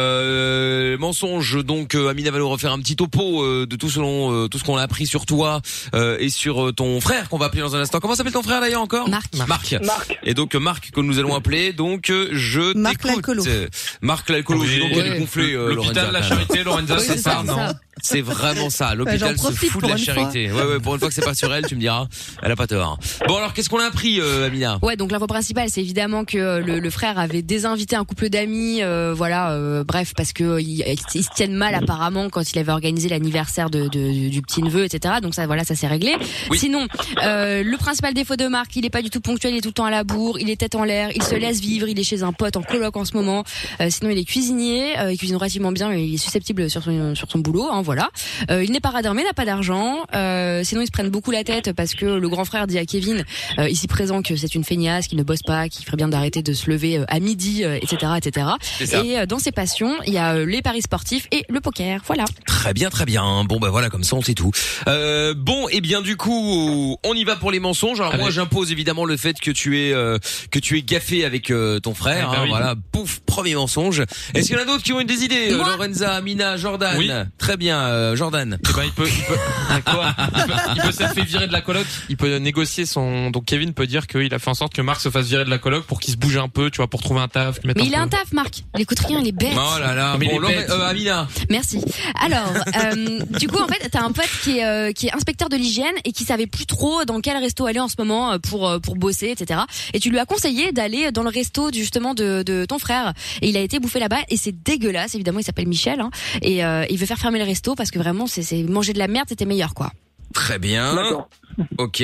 Euh, mensonges, donc euh, Amina va nous refaire un petit topo euh, de tout selon tout ce qu'on a appris sur toi euh, et sur euh, ton frère qu'on va appeler dans un instant. Comment s'appelle ton frère d'ailleurs encore
Marc.
Marc.
Marc.
Et donc euh, Marc que nous allons appeler. Donc euh, je
Marc
t'écoute.
l'alcoolo.
Euh, Marc l'alcoolo.
Oui.
dis donc, elle est
Ouais.
gonflée, euh,
L'hôpital de la
Lorenza.
charité, Lorenza,
Oui,
c'est
c'est
ça,
ça,
non
c'est ça.
C'est vraiment ça.
Bah,
L'hôpital
j'en
se
profite
fout de
pour
la
une
charité. Ouais, ouais. Pour une fois que c'est pas sur elle, tu me diras. Elle a pas tort. Bon alors, qu'est-ce qu'on a appris, euh, Amina
Ouais, donc l'info principale, c'est évidemment que euh, le, le frère avait désinvité un couple d'amis, euh, voilà, euh, bref, parce que euh, ils, ils se tiennent mal apparemment quand il avait organisé l'anniversaire de, de- du petit neveu, etc. Donc ça, voilà, ça s'est réglé.
Oui.
Sinon, euh, le principal défaut de Marc, il est pas du tout ponctuel, il est tout le temps à la bourre, il est tête en l'air, il se laisse vivre, il est chez un pote en coloc en ce moment. Euh, sinon, il est cuisinier, euh, il cuisine relativement bien, mais il est susceptible sur son sur son boulot, hein, voilà. Euh, il n'est pas radin, mais n'a pas d'argent. Euh, sinon, ils se prennent beaucoup la tête parce que le grand frère dit à Kevin, euh, ici présent, que c'est une feignasse, qu'il ne bosse pas, qu'il ferait bien d'arrêter de se lever euh, à midi, euh, etc., etc.
ça.
Et euh, dans ses passions, il y a euh, les paris sportifs et le poker. Voilà.
Très bien, très bien. Bon, bah voilà, comme ça, on sait tout. Euh, bon, et bien du coup, on y va pour les mensonges.
Ah
Alors moi,
Allez.
j'impose évidemment le fait que tu es euh, que tu es gaffé avec euh, ton frère.
Eh
Ah bah
ben
hein,
oui.
Voilà, pouf, premier mensonge. Est-ce qu'il y en a d'autres qui ont des idées euh,
Moi
Lorenza, Amina, Jordan.
Oui.
Très bien, euh, Jordan.
Eh ben, il peut, il peut, quoi il peut, il peut se faire virer de la coloc. Il peut négocier son. Donc Kevin peut dire qu'il a fait en sorte que Marc se fasse virer de la coloc pour qu'il se bouge un peu, tu vois, pour trouver un taf. lui mettre
Mais
un
il a
peu-
un taf, Marc. Il écoute rien, il est bête.
Oh là là.
Mais il
bon,
est
Loren-
bête.
euh, Amina.
Merci. Alors, euh, du coup, en fait, t'as un pote qui est, euh, qui est inspecteur de l'hygiène et qui savait plus trop dans quel resto aller en ce moment euh, pour euh, pour bosser, etc. Et tu lui as conseillé d'aller dans le resto justement de, de ton frère. Et il a été bouffé là-bas et c'est dégueulasse. Évidemment, il s'appelle Michel hein. et euh, il veut faire fermer le resto parce que vraiment, c'est c'est- manger de la merde, c'était meilleur quoi.
Très bien.
D'accord.
Ok,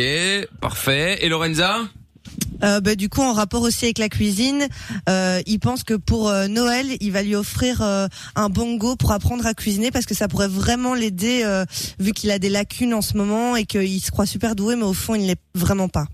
parfait. Et Lorenza
euh, bah, du coup, en rapport aussi avec la cuisine, euh, il pense que pour euh, Noël, il va lui offrir euh, un bongo pour apprendre à cuisiner parce que ça pourrait vraiment l'aider euh, vu qu'il a des lacunes en ce moment et qu'il se croit super doué, mais au fond, il ne l'est vraiment pas.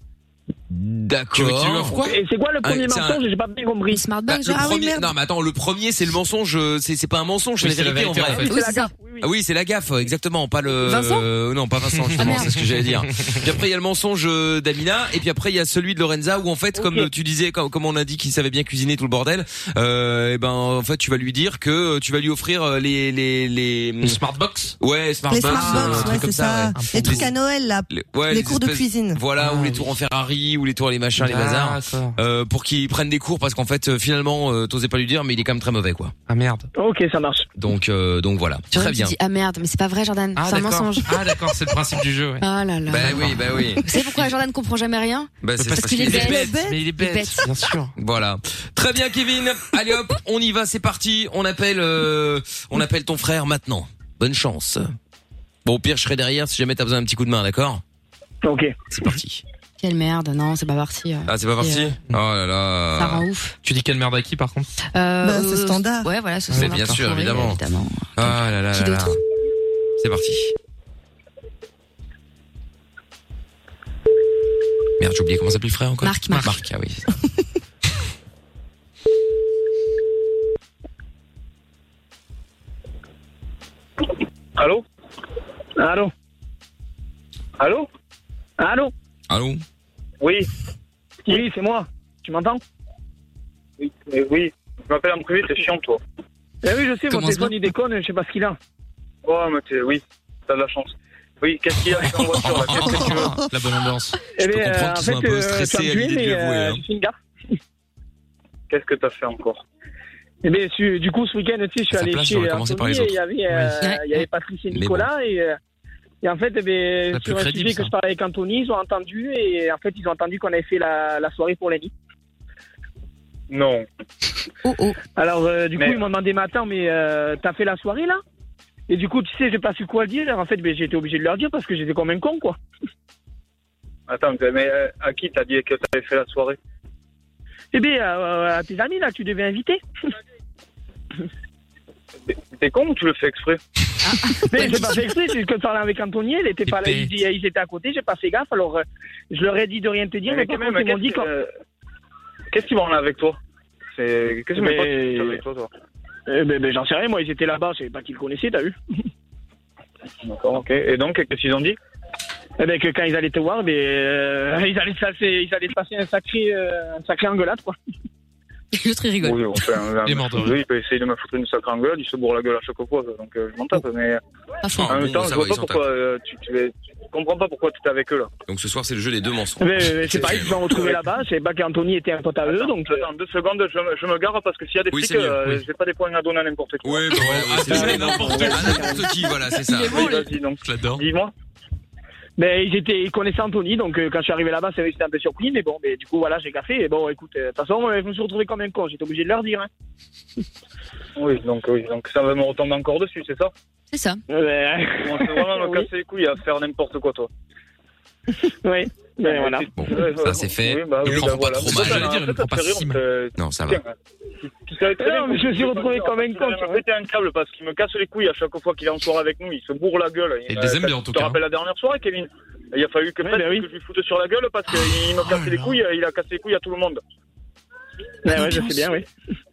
D'accord.
Tu veux qu'il lui offre quoi
Et c'est quoi le premier
Ah, c'est un-
mensonge J'ai pas bien compris.
Smart
Bah,
Bank,
le
ah
genre.
premier- Non, mais attends, le premier, c'est le mensonge. euh, C'est c'est pas un mensonge, c'est
Oui,
la vérité en vrai.
en fait.
Oui, c'est ça.
Ah oui, c'est la gaffe, exactement, pas le.
Vincent
euh, non, pas Vincent,
Ah,
justement,
merde.
c'est ce que j'allais dire. Puis après, il y a le mensonge euh, d'Amina, et puis après, il y a celui de Lorenza, où en fait, comme euh, tu disais, comme, comme on a dit qu'il savait bien cuisiner tout le bordel, euh, et ben, en fait, tu vas lui dire que euh, tu vas lui offrir euh, les les les.
Une smartbox
Ouais,
les
Smartbox, euh, un
smartbox,
truc
ouais,
comme
c'est ça.
ouais.
Les trucs à Noël, là.
Les, ouais,
les
les
cours de
espèces-
cuisine.
Voilà, ou les tours en Ferrari, ou les tours les machins, les bazars.
Ah, ça.
Euh, pour qu'il prenne des cours parce qu'en fait euh, finalement euh, t'osais pas lui dire mais il est quand même très mauvais quoi.
Ah, merde.
Ok, ça marche.
Donc euh, donc voilà. Très
Tu
bien.
dis, ah merde, mais c'est pas vrai, Jordan.
Ah,
c'est un
d'accord.
mensonge.
Ah, d'accord, c'est le principe du jeu, ouais.
Ah là là.
Bah oui, bah oui.
Vous savez pourquoi Jordan comprend jamais rien
Bah, c'est
Parce
parce
qu'il est
qu'il est
bête.
bête.
Mais il est
bête. bête.
bien sûr.
Voilà. Très bien Kevin. Allez hop, on y va, c'est parti. On appelle euh, on appelle ton frère maintenant. Bonne chance. Bon au pire je serai derrière si jamais t'as besoin d'un petit coup de main, d'accord
Ok.
C'est parti.
Quelle merde, non, c'est pas parti. euh.
Ah c'est pas parti Oh là
Ça
là.
rend ouf.
Euh, Tu dis quelle merde à qui, par contre
Euh,
Bah, c'est
euh,
standard.
Ouais, voilà, c'est
Mais
standard.
bien sûr,
Horrible,
évidemment.
évidemment.
Ah là là
Qui
là. là.
d'autre
C'est parti. Merde, j'ai oublié comment s'appelle le frère encore.
Marc, Marc.
ah oui.
Allô Allô Allô Allô
Allô
Oui. Oui, c'est moi. Tu m'entends Oui, euh, oui. Je m'appelle en privé, t'es chiant, toi. Eh oui, je sais, mon
Commence
téléphone, il déconne, je sais pas ce qu'il a. Oh, mais t'es... Oui, t'as de la chance. Oui, qu'est-ce qu'il y a en voiture, là Qu'est-ce que tu veux
La bonne ambiance.
Eh
peux
bien,
comprendre qu'ils
en
soient un
fait,
peu
euh,
stressés
tu as
à
tué,
l'idée de
mais,
lui avouer,
euh,
hein.
j'ai fait une gaffe. Qu'est-ce que t'as fait encore eh bien, su- du coup, ce week-end, tu sais, je suis
À sa
allé
place,
chez
j'aurais commencé par
Anthony
les
et il y avait, euh,
Oui.
il y avait Patrick et
Mais
Nicolas et, euh, et en fait, eh bien,
C'est
sur
plus
un
crédible,
sujet que
ça.
je parlais avec Anthony, ils ont entendu et en fait, ils ont entendu qu'on avait fait la, la soirée pour l'année. Non.
Oh oh.
Alors, euh, du coup, ils m'ont demandé, mais attends, mais euh, t'as fait la soirée là Et du coup, tu sais, j'ai pas su quoi dire. En fait, ben, j'ai été obligé de leur dire parce que j'étais quand même con, quoi. Attends, mais euh, à qui t'as dit que t'avais fait la soirée Eh bien, euh, à tes amis là, tu devais inviter. T'es con ou tu le fais exprès Mais Ben, j'ai pas fait exprès, c'est ce que je parlais avec Anthony, elle était pas là,
Épée.
ils étaient- ils étaient à côté, j'ai pas fait gaffe, alors euh, je leur ai dit de rien te dire, mais, quand même, ils m'ont dit que-
Qu'est-ce qu'ils vont en avec toi C'est qu'est-ce que
Mais-
mes potes font avec toi, toi
Eh ben, ben, j'en sais rien, moi, ils étaient là-bas, je savais pas qu'ils le connaissaient, t'as vu
D'accord, ok. Et donc, qu'est-ce qu'ils ont dit
Eh ben, que quand ils allaient te voir, ben, euh, ils allaient se passer, ils allaient se passer un sacré, euh, un sacré engueulade, quoi.
L'autre, il rigole.
Oui, enfin, la
Il est mort
même
de
chose, il peut essayer de me foutre une sacrée engueulade, il se bourre la gueule à chaque fois, quoi. donc euh, je m'en tape. Mais
Oh. Pas
Ah,
fort.
en même
bon,
temps,
ça
je
va,
vois
ils
pas
s'en
pourquoi euh, tu, tu, les- tu comprends pas pourquoi tu étais avec eux là.
Donc ce soir c'est le jeu des deux mensonges.
Eh ben, euh, c'est pareil, ils se sont retrouvés là-bas, je savais pas qu'Anthony était un pote à eux,
Attends,
donc. euh,
attends, deux secondes, je, me- je me gare parce que s'il y a des
Oui,
flics,
c'est mieux,
euh, j'ai pas des points à donner à n'importe qui.
Ouais, bah, ouais, ouais,
c'est
c'est ça.
vrai, n'importe
Ah, n'importe qui, voilà, c'est ça.
Oui, vas-y, donc
Je l'adore.
dis-moi.
Ben, ils étaient, ils connaissaient Anthony, donc euh, quand je suis arrivé là-bas, c'est vrai que j'étais un peu surpris, mais bon, ben, du coup, voilà, j'ai gaffé, et bon, écoute, euh, de toute façon, euh, je me suis retrouvé comme un con, j'étais obligé de leur dire, hein.
Oui, donc oui, donc ça va me retomber encore dessus, c'est ça
C'est ça.
Euh, ben,
On va vraiment me
Oui.
casser les couilles à faire n'importe quoi, toi.
ouais, ben, voilà.
Bon,
Ouais,
ça, c'est fait.
Oui, bah,
Il
oui,
prend
bah,
pas
voilà.
trop
C'est
mal.
ça,
J'allais
en
dire, il
fait,
prend
ça
pas
te fait rire,
si mal.
euh,
Non, ça va.
tiens, tu- tu savais très bien
Non, mais
que
je
tu
suis
voulais
retrouvé
pas
comme un
dire.
con,
Je
tu
vais
vois.
me péter un câble parce qu'il me casse les couilles à chaque fois qu'il est en soirée avec nous. Il se bourre la gueule.
Et il les aime
euh,
bien, en tout
Tu te
cas, hein.
rappelles la dernière soirée, Kevin Il a fallu que,
Ouais,
presque
bah oui.
que je lui foute sur la gueule parce qu'il
Oh
m'a cassé les couilles. Il a cassé les couilles à tout le monde.
Ben, ouais, je sais bien, oui.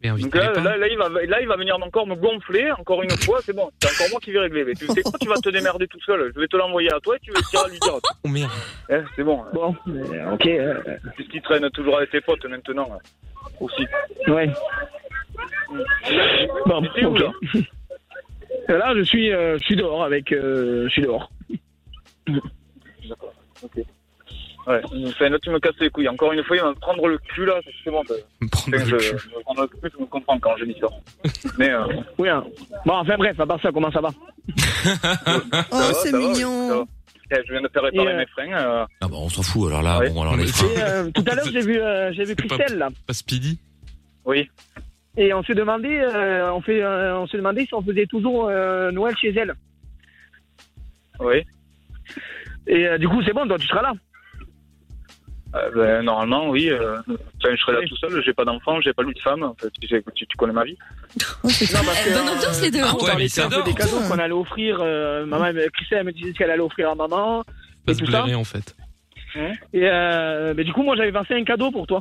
Mais
Donc
invite-les
là,
pas.
là, là, il va, là, il va venir encore me gonfler. Encore une fois, c'est bon. C'est encore moi qui vais régler. Mais tu sais quoi Tu vas te démerder tout seul. Je vais te l'envoyer à toi et tu vas tirer à lui dire.
Oh merde.
Eh, c'est bon.
Bon, euh, ok, euh,
Puisqu'il traîne toujours avec tes potes maintenant. hein. Aussi.
ouais. Bon,
Tu sais où,
ok.
là
Là, je suis, euh, je suis dehors avec, euh, je suis dehors.
D'accord, ok. Ouais, enfin, là tu me casses les couilles. Encore une fois, il va me prendre le cul là, c'est bon. ben,
Me prendre
Enfin, je,
le cul.
me prendre le cul, tu me comprends quand j'ai mis ça. Mais euh,
Oui, hein. Bon, enfin bref, à part ça, comment ça va
Ah.
Oh,
ça va,
c'est
ça va,
mignon.
ça va. Putain, je viens de faire réparer
Et, euh,
mes freins. euh,
Ah bah on s'en fout alors là,
Ouais.
bon alors les freins.
Et, euh, Tout à l'heure, j'ai vu, euh, j'ai vu Christelle là,
Pas Speedy.
oui.
et on s'est demandé, euh, on fait, euh, on s'est demandé si on faisait toujours euh, Noël chez elle.
Oui.
Et euh, du coup, c'est bon, toi, tu seras là. Euh, ben, normalement, oui. euh, enfin, je serais là tout seul. J'ai pas d'enfant, j'ai pas lu de femme. En fait, j'ai- tu, tu connais ma vie.
Bonne ambiance les deux.
On parlait un peu hein. des cadeaux qu'on allait offrir. euh, maman, elle me- Christelle elle me disait ce qu'elle allait offrir à maman.
Pas
et
se
tout ça.
blairer, en fait.
Et euh, mais du coup, moi, j'avais pensé à un cadeau pour toi.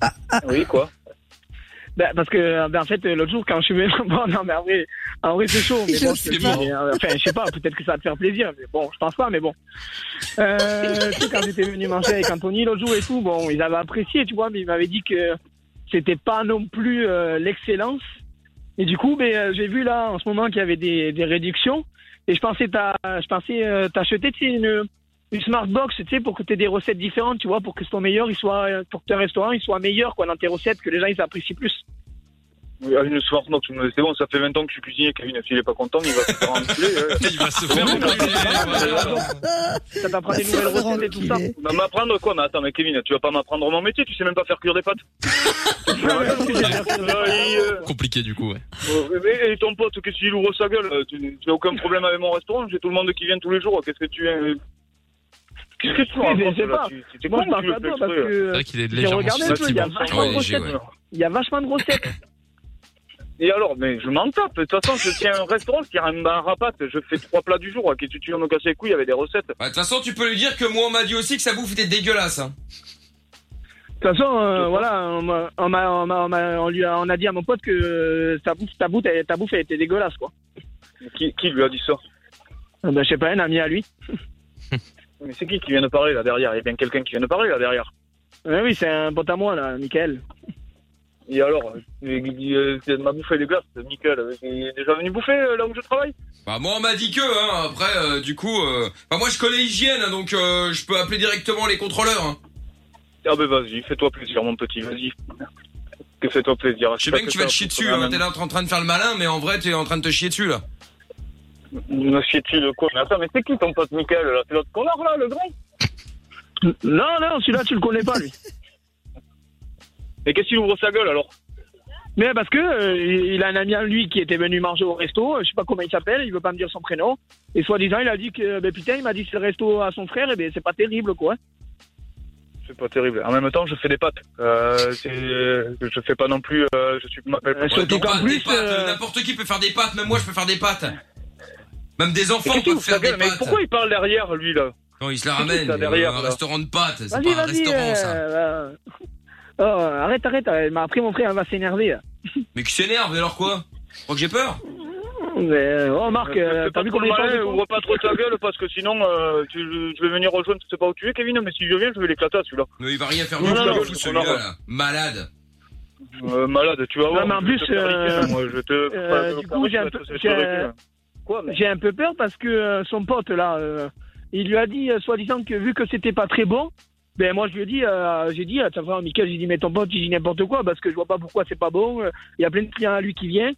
Ah oui, quoi ben, parce que ben, en fait l'autre jour quand je suis venu bon non mais en vrai, en vrai c'est chaud mais
Il
bon,
le
je te
sait
dis,
pas.
mais, euh, enfin je sais pas peut-être que ça va te faire plaisir mais bon je pense pas mais bon euh, tu sais, quand j'étais venu manger avec Anthony l'autre jour et tout bon ils avaient apprécié tu vois mais ils m'avaient dit que c'était pas non plus euh, l'excellence et du coup ben euh, j'ai vu là en ce moment qu'il y avait des, des réductions et je pensais t'as je pensais euh, t'acheter tu sais, une une smart box tu sais pour que tu aies des recettes différentes tu vois pour que ton meilleur il soit euh, pour que ton restaurant il soit meilleur quoi dans tes recettes que les gens ils apprécient plus
Oui, à Une soirée, non, tu me- c'est bon, ça fait 20 ans que je suis cuisinier, Kevin. S'il est pas content, il va se faire enculer.
il va se
faire
Ça t'apprend des nouvelles recettes et tout ça.
va m'apprendre quoi Mais attends, mais Kevin, tu vas pas m'apprendre mon métier, tu sais même pas faire cuire des pâtes
Compliqué du coup, ouais.
Euh, mais- Et ton pote, qu'est-ce qu'il ouvre sa gueule euh, Tu tu n'as aucun problème avec mon restaurant, j'ai tout le monde qui vient tous les jours, qu'est-ce que tu... euh, Qu'est-ce que tu
Oui, mais
racontes
je sais
là
pas.
Tu- tu- tu-
Moi, je
tu
parle
veux
pas de toi
faire
parce
exprès,
que. euh,
ouais.
j'ai regardé un peu, il y a vachement de recettes. Il y a vachement de recettes.
Et alors, mais je m'en tape. De toute façon, je tiens un restaurant, je tiens un bar à pâtes, je fais trois plats du jour. hein, Qu'est-ce que tu viens nous casser les couilles avec des recettes
Bah, de toute façon, tu peux lui dire que moi, on m'a dit aussi que sa bouffe était dégueulasse. Hein.
De toute façon, euh, voilà, on, m'a- on, m'a- on, m'a- on m'a- on lui a, on a dit à mon pote que euh, ta bouffe, ta bouffe, ta bouffe, elle était dégueulasse, quoi.
Qui, qui lui a dit ça
Ah ben, je sais pas, un ami à lui.
Mais c'est qui qui vient de parler là derrière Il y a bien quelqu'un qui vient de parler là derrière.
Ouais, Ben oui, c'est un pote à moi, là, Michael.
Et alors, euh, euh, euh, ma bouffe elle est glace, Michael. euh, Il est déjà venu bouffer euh, là où je travaille
Bah, moi, on m'a dit que, hein. Après, euh, du coup, euh... bah, moi, je connais Hygiène, hein, donc euh, je peux appeler directement les contrôleurs. Hein.
Ah ben vas-y, fais-toi plaisir mon petit, vas-y. Que fais-toi plaisir.
Je sais bien que tu vas te chier dessus, hein. T'es là en train de faire le malin, mais en vrai, t'es en train de te chier dessus, là.
Me chier dessus de quoi Mais attends, mais c'est qui ton pote Michael là C'est l'autre connard là, le grand
Non, non, celui-là, tu le connais pas, lui.
Mais qu'est-ce qu'il ouvre sa gueule alors
Mais parce que euh, il a un ami à lui qui était venu manger au resto, euh, je sais pas comment il s'appelle, il veut pas me dire son prénom. Et soi-disant, il a dit que euh, ben putain, il m'a dit que c'est le resto à son frère, et ben c'est pas terrible quoi.
C'est pas terrible. En même temps, je fais des pâtes. Euh, c'est- je fais pas non plus. euh, je suis. m'appelle pas-
Ouais, des pâtes, des pâtes, euh, N'importe qui peut faire des pâtes, même moi, je peux faire des pâtes. Même des enfants
Mais qu'est-ce
peuvent
que
faire
vous
des
savez, mais
pâtes.
pourquoi il parle derrière lui là
Non, il se la
C'est qui,
ramène.
ça,
euh,
derrière,
un
là
restaurant de pâtes, c'est
Vas-y,
pas un
vas-y.
restaurant,
euh,
ça.
euh, oh, arrête, arrête, euh, il m'a appris mon frère, il va s'énerver. là.
Mais qui s'énerve, alors quoi Je crois que j'ai peur
Mais, euh, oh Marc, euh, t'as
Fais pas
vu
trop le
combien de
malin,
temps
ouvre pas trop ta gueule parce que sinon euh, tu, je vais venir rejoindre, tu sais pas où tu es Kevin, mais si je viens je vais l'éclater à celui-là.
Mais il va rien faire
Non,
du
non, non,
tout,
je suis
celui-là,
connard.
là. Malade.
Euh, malade, tu vas voir.
mais en
je vais
plus,
te faire
euh,
ricaner, moi, je vais te.
euh,
te
du
faire
coup, j'ai un euh,
ricaner,
peu-
je vais te
j'ai
faire
un-
ricaner. Quoi, mais-
J'ai un peu peur parce que euh, son pote là, euh, il lui a dit euh, soi-disant que vu que c'était pas très bon, ben moi je lui ai dit, euh, j'ai dit, t'as vraiment Michael, j'ai dit mais ton pote, il dit n'importe quoi parce que je vois pas pourquoi c'est pas bon. euh, Il y a plein de clients à lui qui viennent.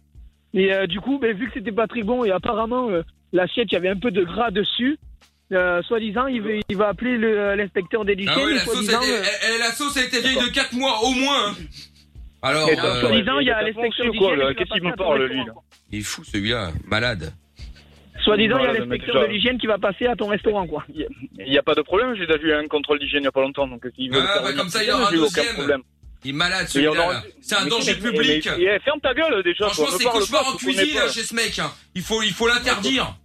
Et euh, du coup, ben vu que c'était pas très bon et apparemment euh, l'assiette, il y avait un peu de gras dessus. euh, soi-disant, il, veut- il va appeler le- euh, l'inspecteur des lycées.
Ah ouais,
mais
la sauce, elle,
soi-disant, euh,
elle- elle- la sauce, elle était vieille de 4 mois au moins. hein. Alors,
Et donc,
euh,
soi-disant, il y a l'inspecteur
ou
des
quoi,
lycées
là
qui va
Qu'est-ce
passer
qu'il me
à ton
parle,
restaurant,
lui, là
quoi.
il est fou celui-là, malade.
Soi-disant, il y a
Voilà, mais
l'inspecteur de
déjà-
l'hygiène qui va passer à ton restaurant, quoi.
Il n'y a pas de problème, j'ai déjà vu un contrôle d'hygiène il n'y a pas longtemps, donc s'il veut.
Ah, bah, comme ça, il y aura un deuxième. Il est malade
Mais il y en
celui-là.
aura-
là. C'est un
Mais
danger
qu'est-ce que-
public.
mais- mais- eh, ferme ta gueule déjà.
Franchement,
quoi, me
c'est
parle
cauchemar
pas,
en
tu connais
cuisine
pas.
là, chez ce mec. hein. Il faut, il faut l'interdire.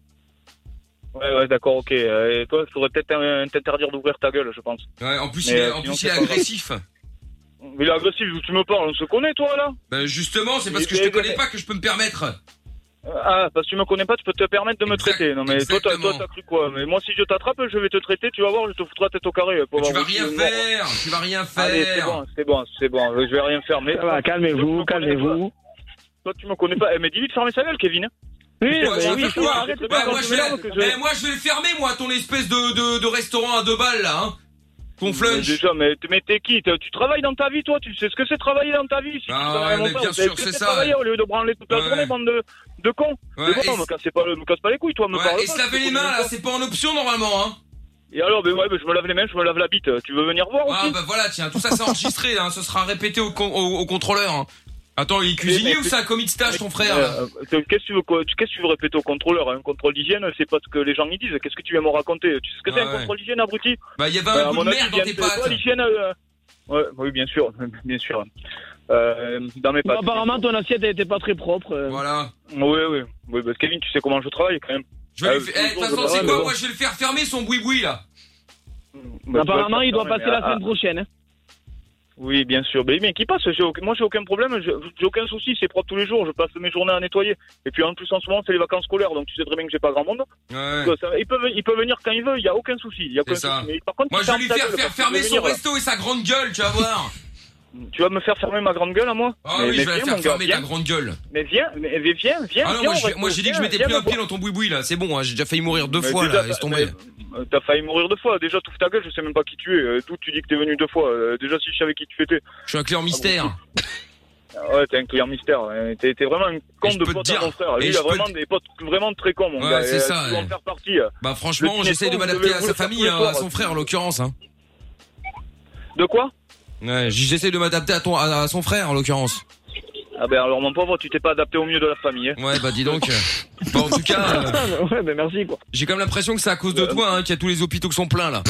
Ouais, ouais, d'accord, ok. Euh, Et toi, il faudrait peut-être euh, t'interdire d'ouvrir ta gueule, je pense.
Ouais, en plus,
Mais,
il est,
euh,
en
sinon,
plus,
c'est
il est
pas grave.
agressif.
Mais il est agressif, tu me parles, on se connaît, toi, là
Ben, justement, c'est parce
Il
que je te
est-
connais pas que je peux me permettre.
Ah, parce que tu me connais pas, tu peux te permettre de me traiter. Non, mais toi, t'as- toi, t'as cru quoi Mais moi, si je t'attrape, je vais te traiter, tu vas voir, je te foutrai la tête au carré. Pour
Tu
voir
vas
où
rien
es mort.
faire. Tu vas rien
Allez, c'est
faire.
bon, c'est bon, c'est bon, je vais rien faire. Mais
Ça va, calmez-vous, calmez-vous.
Toi, tu me connais pas. Eh, mais dis-lui de fermer sa gueule, Kevin.
Oui,
Toi, tu vas faire quoi
arrête de
Ouais,
parler
moi,
de
je vais
merde que
la- Eh, moi, je vais le fermer, moi, ton espèce de, de, de restaurant à deux balles, là. Hein. Ton
Mais
flunch.
Déjà, mais, mais t'es qui T'as- Tu travailles dans ta vie, toi Tu sais ce que c'est travailler dans ta vie si tu
Ah
travailles
ouais,
dans
mais
ta-
bien
vous savez
sûr,
ce que
c'est
c'est
ça,
travailler
ouais.
au lieu de branler toute la
Ouais.
journée, bande de, de cons.
Ouais,
mais
et-
bon, me casse pas, le- me casse pas les couilles, toi, me
Ouais,
parle
et
pas,
se laver
tu
les
connais
mains,
pas.
là, c'est pas en option, normalement. Hein.
Et alors, ben ouais, ben, je me lave les mains, je me lave la bite. Tu veux venir voir
Ah,
aussi
bah voilà, tiens, tout ça, c'est enregistré, hein. Ce sera répété au, con- au, au contrôleur. Hein. Attends, il est cuisinier ou c'est un commis de stage, ton frère là
Euh, euh, Qu'est-ce que tu veux quoi Tu- Qu'est-ce que tu veux répéter au contrôleur hein, Un contrôle d'hygiène, c'est pas ce que les gens ils disent. Qu'est-ce que tu viens me raconter Tu sais ce que c'est
Ah
un
ouais.
contrôle d'hygiène, abruti
Bah, il y avait
Euh,
un
à
goût
mon
de
avis,
merde dans
ils
tes
viennent de- toi,
pattes.
l'hygiène, euh, ouais, oui, bien sûr, bien sûr. Euh, dans mes pattes.
Bah, apparemment, ton assiette n'était pas très propre. euh,
Voilà.
Oui, oui. Oui, parce que Kevin, tu sais comment je travaille quand même.
Je vais
Euh,
lui faire- Eh, de toute
toujours,
façon,
je
c'est
travaille,
quoi
mais
Moi,
bon.
je vais le faire fermer son boui-boui, là.
Bah, tu vas
apparemment,
le
il doit
faire,
passer
mais,
la
ah,
semaine
ah,
prochaine. hein.
Oui, bien sûr. Mais, mais qui passe j'ai aucun- Moi, j'ai aucun problème. J'ai j'ai aucun souci. C'est propre tous les jours. Je passe mes journées à nettoyer. Et puis, en plus, en ce moment, c'est les vacances scolaires. Donc, tu sais très bien que j'ai pas grand monde.
Ouais.
Donc, ça- il, peut, il peut venir quand il veut. Il y a aucun souci. Il y a aucun
C'est ça.
souci. Mais par contre,
Moi,
tu
je vais
fermes
lui
ta
faire,
gueule,
faire
parce que je
fermer
vais
son
venir, là.
resto et sa grande gueule, tu vas voir.
Tu vas me faire fermer ma grande gueule à moi
Ah
Mais-
oui,
mais
je vais la
viens,
faire
mon gars,
fermer ta
viens.
grande gueule.
Mais viens, mais mais viens, viens.
Ah non,
viens,
moi,
on
j'ai-
reste
moi, j'ai dit que je
viens,
mettais
viens
plus un
me
pied dans ton boui-boui, là. C'est bon, hein, j'ai déjà failli mourir deux
Mais
fois,
déjà,
là. Laisse tomber.
Euh, T'as failli mourir deux fois. Déjà, trouve ta gueule, je sais même pas qui tu es. Euh, D'où tu dis que t'es venu deux fois. Euh, Déjà, si je savais qui tu étais.
Je suis un client mystère.
Ah Ouais, t'es un client mystère. ouais. T'es t'es vraiment un con
je
de
peux te
pote
dire,
à mon frère.
et
Lui, il
je
a
peux te-
vraiment des potes vraiment très cons, mon
Ouais,
gars.
c'est
Et, euh,
ça,
Tu dois
ouais.
en faire partie.
Bah, franchement,
Le
j'essaye de
téléphone,
m'adapter
vous
à sa
devez vous le faire
famille,
tous les
hein,
soirs,
à son
ouais.
frère, en l'occurrence. Hein.
De quoi
Ouais, j'essaie de m'adapter à ton, à, à son frère, en l'occurrence.
Ah ben alors, mon pauvre, tu t'es pas adapté au milieu de la famille. hein.
Ouais, bah, dis donc. Bah, en tout cas, euh,
ouais, ben merci, quoi. Euh.
j'ai quand même l'impression que c'est à cause de toi, hein, qu'il y a tous les hôpitaux qui sont pleins, là.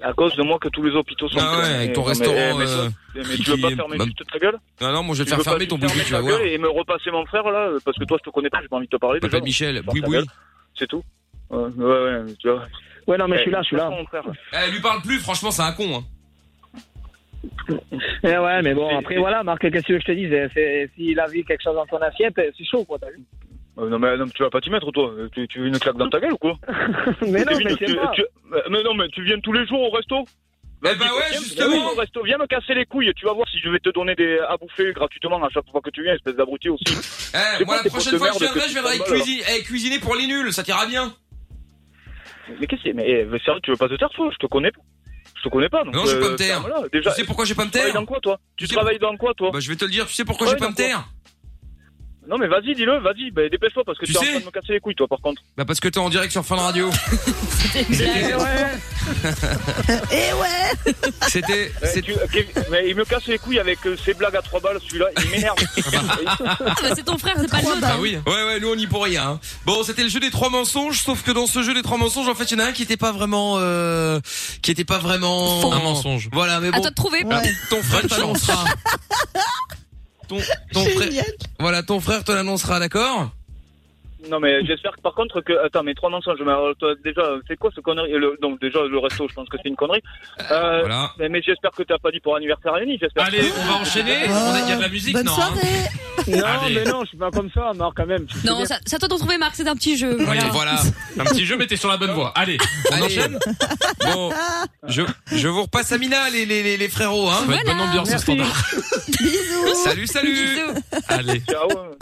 À cause de moi que tous les hôpitaux sont.
Ah ouais,
fermés.
avec ton
Non, mais-
restaurant,
eh, Mais,
euh,
toi, mais
qui-
tu veux
qui est-
pas fermer
bah-
juste ta gueule
Non, non, moi, je vais
Tu
faire
veux pas
fermer
juste
ton boui-boui,
fermer
tu vas
ta
voir.
gueule Et me repasser mon frère là, euh, parce que toi je te connais pas, j'ai pas envie de te parler.
T'appelles
déjà.
Michel,
Ferme ta
boui-boui.
gueule. C'est tout. Ouais, ouais, ouais, tu vois. Ouais, non,
mais je suis là, je suis là.
Eh, lui parle plus, franchement, c'est un con, hein.
Eh ouais, mais bon, après, voilà, Marc, qu'est-ce que tu veux que je te dise hein, C'est- S'il a vu quelque chose dans ton assiette, c'est chaud, quoi, t'as vu
Euh, non, mais, non, mais tu vas pas t'y mettre, toi. Euh, Tu, tu veux une claque dans ta gueule ou quoi
Mais non,
Kevin,
mais c'est
tu-
pas.
tu- euh, mais non, mais tu viens tous les jours au resto
Eh
bah
ouais, justement.
au resto, viens me casser les couilles, tu vas voir si je vais te donner des, à bouffer gratuitement à chaque fois que tu viens, espèce d'abruti aussi. Je
Eh,
sais
moi,
pas,
la
tes
prochaine
potes
fois
de
que je
merde Ah,
viendrai, je viendrai
tu te
cuisiner, eh, cuisiner pour les nuls, ça t'ira bien.
balles. Mais qu'est-ce que c'est Mais eh, mais sérieux, tu veux pas te taire, toi Je te connais pas. Je te connais pas. Donc,
Non, je vais
euh,
pas me taire.
ferme-la.
Tu
Déjà,
sais pourquoi je vais pas me
Tu travailles
taire
dans quoi, toi Tu
sais
travailles dans quoi, toi
Bah, je vais te le dire, tu sais pourquoi je
Ouais,
vais pas me
d'accord.
taire
Non, mais vas-y, dis-le, vas-y, bah, dépêche-toi parce que
Tu
tu es en
sais
train de me casser les couilles, toi, par contre.
Bah, parce que t'es en direct sur Fun Radio.
Et Eh ouais
C'était.
Eh, tu- euh, Kevin- mais il me casse les couilles avec euh, ses blagues à trois balles, celui-là, il m'énerve.
Ah, bah, c'est ton frère, c'est pas le
Ah
nôtre. hein.
Ouais, ouais, nous on y pour rien. hein. Bon, c'était le jeu des trois mensonges, sauf que dans ce jeu des trois mensonges, en fait, il y en a un qui était pas vraiment, euh, qui était pas vraiment
Faux. Un mensonge.
Voilà, mais
À
bon.
toi de trouver.
Ouais.
Ton frère te l'annoncera. ton, ton frère. Voilà, ton frère te l'annoncera, d'accord
non, mais j'espère que par contre que. Attends, mais trois mensonges, mais alors, toi, déjà, c'est quoi ce connerie Le- Donc, déjà, le resto, je pense que c'est une connerie. Euh,
Voilà.
mais, mais j'espère que t'as pas dit pour anniversaire à Yannick, j'espère.
Allez, on va enchaîner. On a- Il y a de la musique,
Bonne
non hein
soirée
Non,
Allez.
mais non, je suis pas comme ça, Marc, quand même. tu sais
Non,
bien.
ça, ça t'entend trouver, Marc, c'est un petit jeu.
Oui,
Voilà.
voilà. Un petit jeu, mais t'es sur la bonne voie. Allez, on
Allez.
enchaîne.
Bon, je, je vous repasse Amina, les, les, les, les frérots, hein.
Ça va être bonne ambiance au standard.
Salut, salut
Allez.
Ciao. euh.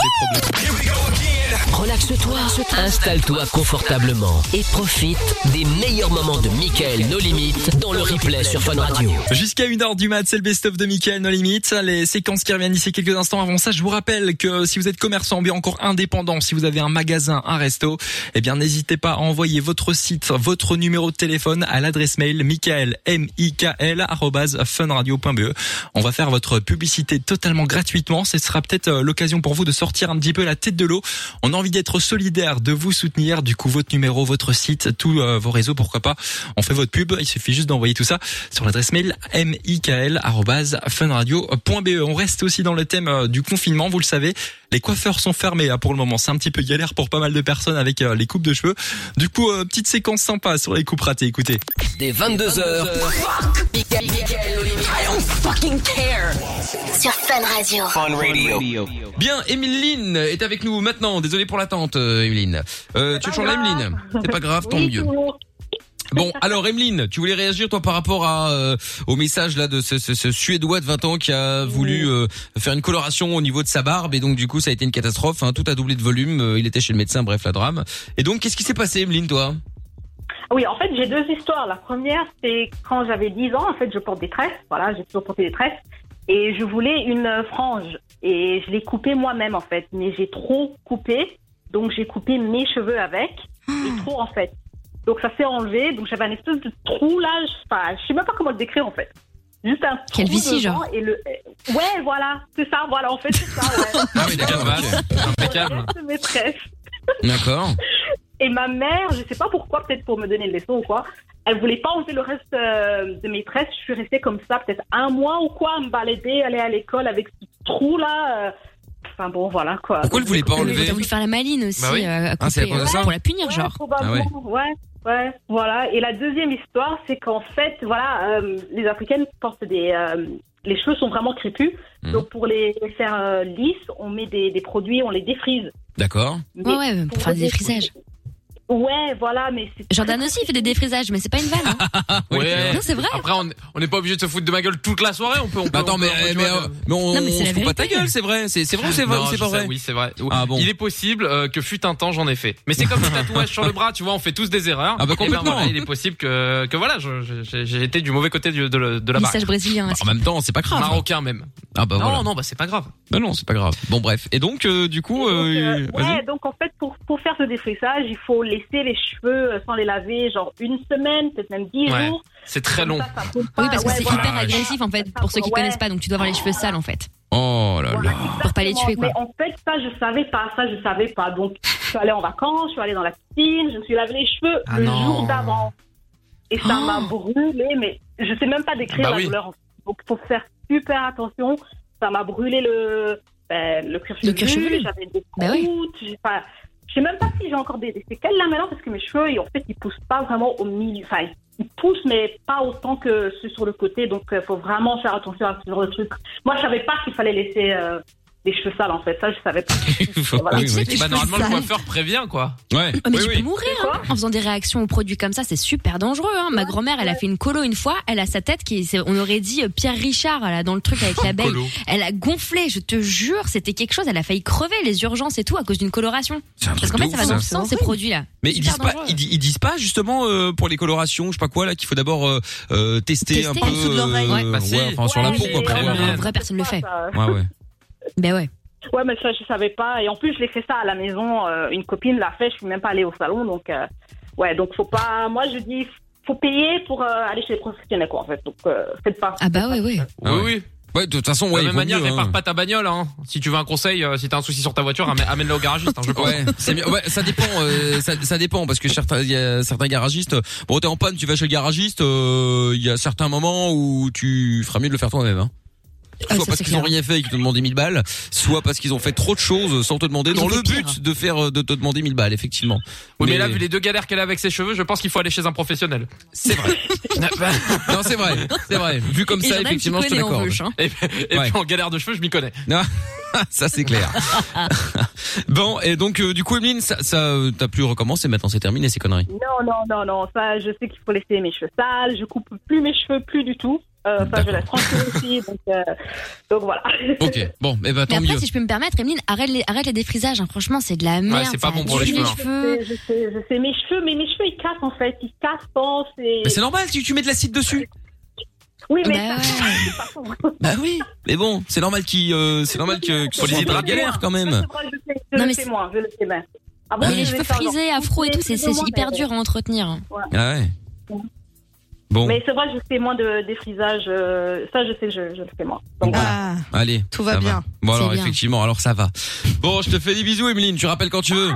Relaxe-toi, installe-toi confortablement et profite des meilleurs moments de Michael No Limites dans le replay sur Fun Radio.
Jusqu'à 1h du mat, c'est le best-of de Mickaël, no limite. Les séquences qui reviennent d'ici quelques instants. Avant ça, je vous rappelle que si vous êtes commerçant, bien encore indépendant, si vous avez un magasin, un resto, eh bien, n'hésitez pas à envoyer votre site, votre numéro de téléphone à l'adresse mail michael, m i k l, arrobase, funradio.be. E. On va faire votre publicité totalement gratuitement. Ce sera peut-être euh, l'occasion pour vous de sortir un petit peu la tête de l'eau. On a envie d'être solidaire, de vous soutenir. Du coup, votre numéro, votre site, tous euh, vos réseaux, pourquoi pas. On fait votre pub. Il suffit juste d'envoyer tout ça sur l'adresse mail mikl@funradio.be. On reste aussi dans le thème euh, du confinement, vous le savez. Les coiffeurs sont fermés hein, pour le moment. C'est un petit peu galère pour pas mal de personnes avec euh, les coupes de cheveux. Du coup, euh, petite séquence sympa sur les coupes ratées. Écoutez.
Dès 22h,
Sur Fun Radio.
Bien, Emeline est avec nous maintenant. Désolé pour l'attente, euh, Emeline. Euh, tu changes la Emeline. C'est pas grave, tant mieux. Bon, alors Emeline, tu voulais réagir toi par rapport à euh, au message là de ce, ce- ce Suédois de 20 ans qui a voulu euh, faire une coloration au niveau de sa barbe et donc du coup ça a été une catastrophe. hein. tout a doublé de volume. euh, il était chez le médecin. Bref, la drame. Et donc qu'est-ce qui s'est passé, Emeline, toi
Oui, en fait, j'ai deux histoires. La première, c'est quand j'avais 10 ans, en fait, je porte des tresses. Voilà, j'ai toujours porté des tresses. Et je voulais une euh, frange. Et je l'ai coupée moi-même, en fait. Mais j'ai trop coupé. Donc, j'ai coupé mes cheveux avec.
Ah.
Et trop, en fait. Donc, ça s'est enlevé. Donc, j'avais un espèce de trou, là. Je, enfin, je sais même pas comment le décrire, en fait. Juste un
Quel
trou
Vici,
devant
genre.
et le euh, ouais voilà c'est ça voilà en fait c'est ça ouais.
Ah oui, d'accord.
Impeccable. maîtresse
D'accord.
et ma mère je sais pas pourquoi peut-être pour me donner une leçon ou quoi elle voulait pas enlever le reste euh, de maîtresse je suis restée comme ça peut-être un mois ou quoi à me balader aller à l'école avec ce trou là euh. enfin bon voilà quoi
Pourquoi elle voulait pas enlever
T'as voulu faire la maline aussi,
Bah oui.
euh, à
Ah, c'est à
couper,
cause de
euh,
ça Ah
pour la punir,
Ouais,
genre.
probablement, ouais. ouais, voilà. Et la deuxième histoire, c'est qu'en fait, voilà, euh, les Africaines portent des. euh, les cheveux sont vraiment crépus.
Hmm.
Donc pour les faire euh, lisses, on met des, des produits, on les défrise.
D'accord.
Ouais, ouais, pour faire des défrisages.
Ouais, voilà, mais c'est.
Jordan aussi, il fait des défrisages, mais c'est pas une vanne. hein.
Ouais.
Non, c'est vrai.
Après, on on n'est pas obligé de se foutre de ma gueule toute la soirée. On peut. On peut
Attends,
on
mais,
peut- on peut-
mais,
tu vois,
euh, mais on,
Non, mais
on
c'est la
se fout pas ta
vérité.
gueule, c'est vrai, c'est c'est vrai ou c'est
Non,
c'est
je
pas
sais,
vrai
Oui, c'est vrai.
Ah bon.
Il est possible euh, que fut un temps j'en ai fait. Mais c'est comme le tatouage sur le bras, tu vois, on fait tous des erreurs.
Ah bah,
Et ben,
complètement.
voilà, il est possible que, que voilà, je- je- j'ai j'ai été du mauvais côté du- de, la- de la barre.
Lissage brésilien. est-ce
Bah, En même temps, c'est pas grave.
Marocain même.
Ah bah
non,
voilà.
non, bah c'est pas grave.
Bah non, c'est pas grave. Bon bref. Et donc euh, du coup, euh,
Ouais,
vas-y.
donc en fait, pour, pour faire ce défrissage, il faut laisser les cheveux euh, sans les laver, genre une semaine, peut-être même dix
Ouais.
jours.
C'est très long.
Oui,
Oui, parce que
ouais,
c'est
voilà.
hyper agressif en fait, pour ceux qui
Ouais.
connaissent pas, donc tu dois avoir les cheveux sales en fait.
Oh là là.
Pour pas les tuer quoi.
Mais en fait, ça, je savais pas. Ça, je savais pas. Donc, je suis allée en vacances, je suis allée dans la piscine, je me suis lavé les cheveux
Ah
le
non.
jour d'avant. Et ça
Ah.
m'a brûlé, mais je sais même pas décrire
Bah
la
oui.
douleur. Donc, faut faire super attention. Ça m'a brûlé le, ben, le cuir chevelu.
Le cuir chevelu.
J'avais des
Bah oui.
croûtes. j'ai pas- Je sais même pas si j'ai encore des, des séquelles là maintenant parce que mes cheveux, ils- en fait, ils poussent pas vraiment au milieu. Enfin, ils poussent, mais pas autant que ceux sur le côté. Donc, il faut vraiment faire attention à ce genre de truc. Moi, je savais pas qu'il fallait laisser euh, des cheveux sales, en fait. Ça, je savais pas.
Ah,
Voilà.
Oui, oui.
Bah, normalement, le coiffeur prévient, quoi.
Ouais.
Oh, mais
Oui,
tu
oui.
peux mourir hein, en faisant des réactions aux produits comme ça, c'est super dangereux. Hein. Ma grand-mère, elle a fait une colo une fois, elle a sa tête qui, est- c'est- on aurait dit euh, Pierre Richard là dans le truc avec l'abeille.
Colo.
Elle a gonflé, je te jure, c'était quelque chose. Elle a failli crever les urgences et tout à cause d'une coloration.
C'est un
Parce
truc
qu'en
de
fait, ça
ouf,
va dans
ça.
le sens ces produits là.
Mais ils disent pas, ils, di- ils disent pas justement euh, pour les colorations, je sais pas quoi là, qu'il faut d'abord euh, euh, tester,
Tester
un peu,
en dessous de l'oreille.
euh,
Ouais, bah si.
ouais, enfin sur la
Ouais,
peau quoi.
mais-
pour
Ouais,
voir. hein.
En vrai, personne le fait.
Ça,
Ouais ouais.
Ben ouais.
Ouais, mais ça, je savais pas. Et en plus, je l'ai fait ça à la maison. Euh, une copine l'a fait. Je suis même pas allée au salon. Donc, euh, ouais, donc faut pas. Moi, je dis, faut payer pour euh, aller chez les professionnels, quoi, en fait. Donc, euh, faites pas.
Ah bah ouais ouais.
Ah
oui, oui.
Ouais, de toute façon,
De la
ouais, il
même
vaut
manière,
mieux, hein.
répare pas ta bagnole. Hein. Si tu veux un conseil, euh, si t'as un souci sur ta voiture, amè- amène-la au garagiste. hein, je pense.
Ouais, c'est mieux. Ouais, ça dépend. euh, ça, ça dépend parce que certains, il y a certains garagistes. Bon, t'es en panne, tu vas chez le garagiste. euh, Il y a certains moments où tu feras mieux de le faire toi-même. Hein.
Ah,
Soit
ça,
parce
c'est
qu'ils ont
clair.
rien fait et qu'ils te demandaient 1000 balles, soit parce qu'ils ont fait trop de choses sans te demander,
Ils
dans
ont
le
fait pire.
but de faire euh, de te demander 1000 balles, effectivement.
Oui, mais... là, vu les deux galères qu'elle a avec ses cheveux, je pense qu'il faut aller chez un professionnel.
c'est vrai. non, c'est vrai, c'est vrai. Vu comme
Et
ça,
Jordan, tu
effectivement, je te
connais en
l'accorde.
ruche, hein.
Et, puis- et
Ouais.
puis en galère de cheveux, je m'y connais.
Non, ça c'est clair. bon, et donc euh, du coup, Emeline, ça, ça euh, t'as plus recommencé. Maintenant, c'est terminé ces conneries.
Non, non, non, non. Ça, je sais qu'il faut laisser mes cheveux sales. Je coupe plus mes cheveux, plus du tout. Euh, ça, je laisse tranquille aussi. Donc, euh, donc voilà.
Ok. Bon, et eh
Ah,
ben
Mais
tant
après,
mieux.
si je peux me permettre, Emeline, arrête les, arrête les défrisages. hein. Franchement, c'est de la merde.
c'est pas
ça
bon pour les
abîme
cheveux, hein.
Je sais, je sais, je sais. Mes cheveux, mais mes cheveux, ils cassent, en fait. Ils cassent, bon, c'est.
Mais c'est normal, tu, tu mets de l'acide dessus.
Oui, mais.
Bah
ça-
ouais.
Bah oui. Mais bon, c'est normal qu'il, euh, c'est normal que, que ce
Faut
soit
les
un peu la
hydrater.
galère quand
Je
même.
le fais- je
Non, mais
le fais,
c'est-
moi. Je le fais même. Ah bon,
Mais les
je vais
cheveux
faire genre
frisés, afro et tout, c'est c'est
plus ou moins,
hyper
mais-
dur à entretenir. hein.
Ah ouais. Bon,
Mais c'est vrai, je fais moins de défrisage. euh, ça, je sais que je, je le fais moins. Donc, voilà.
Ah,
allez.
Tout va
ça
bien.
Bon alors
C'est bien.
effectivement, alors ça va. Bon, je te fais des bisous, Emeline. Tu rappelles quand tu veux.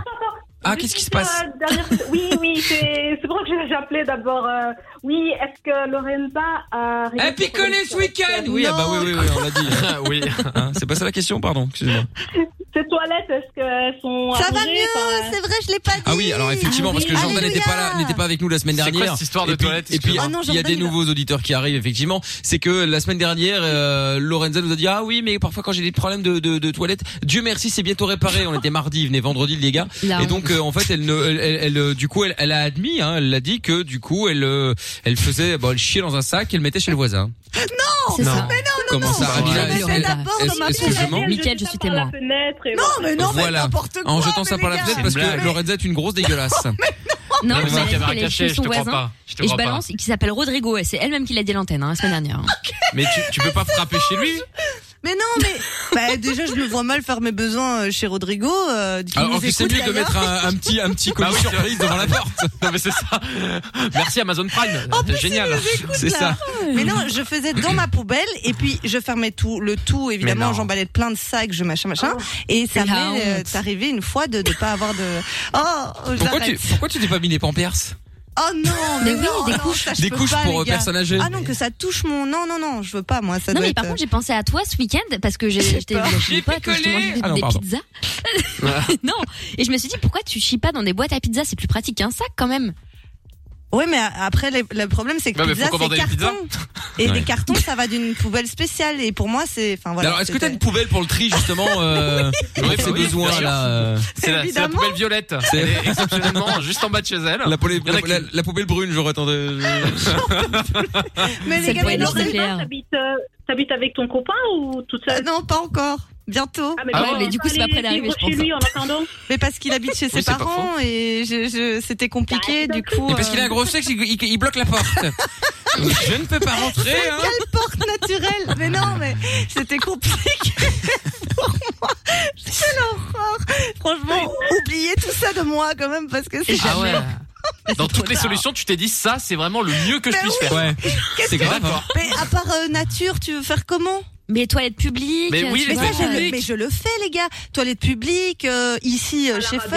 Ah,
Juste
qu'est-ce qui se
une, euh,
Ah,
passe
dernière- Oui, oui, c'est c'est pour ça que j'ai appelé d'abord. euh, Oui, est-ce que Lorenza a.
Eh, picolé ce week-end Oui, ah bah oui, oui, oui, on l'a dit.
oui.
Hein, c'est pas ça la question, pardon. Excuse-moi.
Ces toilettes, est-ce qu'elles Euh, sont.
Ça va
arrangées,
mieux,
enfin,
c'est vrai, je l'ai pas dit.
Ah oui, alors effectivement,
Ah
parce que
oui.
Jordan n'était pas là,
Alléluia.
n'était pas avec nous la semaine
C'est quoi
dernière.
cette histoire de
et puis,
toilette,
et puis
excuse-moi.
Ah non,
il y a
Jordan,
des
il a-
nouveaux auditeurs qui arrivent. Effectivement, c'est que la semaine dernière, euh, Lorenza nous a dit ah oui, mais parfois quand j'ai des problèmes de, de, de toilette, Dieu merci, c'est bientôt réparé. On était mardi, il venait vendredi les gars.
Là,
Et
on-
donc euh, en fait, elle, ne, elle, elle- elle, euh, du coup, elle, elle a admis, hein, elle l'a dit que du coup, elle, euh, elle faisait, bon, elle chiait dans un sac, et elle mettait chez le voisin.
c'est ça.
Comment ça,
non,
Rabila,
je
elle-
mettais
elle-
d'abord dans
est-ce-
ma
est-ce que
poubelle.
je mens
elle
Mickaël,
jette
je
ça
suis
par
témoin.
La fenêtre et
Non,
voilà.
mais non, mais
Voilà.
n'importe quoi.
En jetant ça
mais
par la
les
fenêtre
gars.
parce que
blague.
Lorenza est une grosse dégueulasse.
Non, mais
c'est
ça
un
qu'elle
caméra
est chez
cachée, je
son
te crois
voisin.
pas. Je te
Et je
crois pas.
balance, qui s'appelle Rodrigo, et c'est elle-même qui l'a dit à l'antenne, hein, la semaine dernière. hein.
Mais tu, tu peux pas frapper chez lui
Mais non, mais bah, déjà, je me vois mal faire mes besoins euh, chez Rodrigo. euh, qui
Ah,
Alors
nous
que c'est
écoute
mieux de
d'ailleurs.
mettre un, un petit, un petit colis
Bah oui,
surprise devant la porte. Ah Non mais c'est ça. Merci Amazon Prime. C'est génial.
Écoute, là. Mais non, je faisais dans ma poubelle et puis je fermais tout, le tout
Mais
évidemment,
non.
j'emballais plein de sacs, je machin
Oh.
machin, et ça
la
m'est euh,
honte.
arrivé une fois de ne pas avoir de. Oh,
Pourquoi
j'arrête.
tu, pourquoi tu t'es pas mis les pampers
Oh non, mais,
Mais oui,
non,
des
non,
couches.
ça, je
Des
peux
couches
pas,
pour,
les gars.
euh, personnes âgées.
Ah non, que ça touche mon. Non, non, non, je veux pas moi. Ça
non
doit
mais par
être,
contre j'ai pensé à toi ce week-end parce que j'ai-
J'ai
j'étais
peur.
chez
J'ai
mes potes et j'étais
picolé.
mangé des,
Ah non,
des
pardon.
pizzas. non et je me suis dit pourquoi tu chies pas dans des boîtes à pizza c'est plus pratique qu'un sac quand même.
Ouais mais après le problème c'est que
Bah, mais
pizza
faut commander
c'est
des
carton et
Ouais.
des cartons ça va d'une poubelle spéciale et pour moi c'est enfin voilà.
Alors, est-ce que
c'était-
t'as une poubelle pour le tri justement euh,
Oui.
ouais,
Oui,
c'est
bien
besoin
sûr.
là. euh,
C'est la- c'est la Évidemment. poubelle
violette.
Elle est exceptionnellement juste en bas de chez elle.
La, poubelle-
Il y en a
la-
qui-
la- la poubelle brune, j'aurais tendu.
Mais
C'est
les gars,
pour
mais
une
Laurent,
autre claire.
t'habites, euh, t'habites avec ton copain ou toute seule Ah Non, pas encore. Bientôt.
mais Ah ouais, bon, mais du coup, c'est pas prêt d'arriver, je pense. hein.
Mais parce qu'il habite chez ses
c'est pas
parents et je, je- c'était
Bah,
compliqué, du coup.
Et parce qu'il a
euh,
un gros sexe, il, il- il bloque la porte. Je ne peux pas rentrer.
C'est
hein.
Quelle porte naturelle Mais non, mais c'était compliqué pour moi. Quelle horreur Franchement, oubliez tout ça de moi quand même parce que c'est
Ah ouais.
Dans toutes les solutions, tu t'es dit ça, c'est vraiment le mieux
Ben
que je puisse faire.
Ouais. hein.
C'est grave.
hein.
Mais à part euh, nature, tu veux faire comment mais les toilettes publiques,
Mais oui, les
ça,
toilettes
je, le-
publiques.
mais je le fais les gars, toilettes publiques euh, ici euh, chez Fun,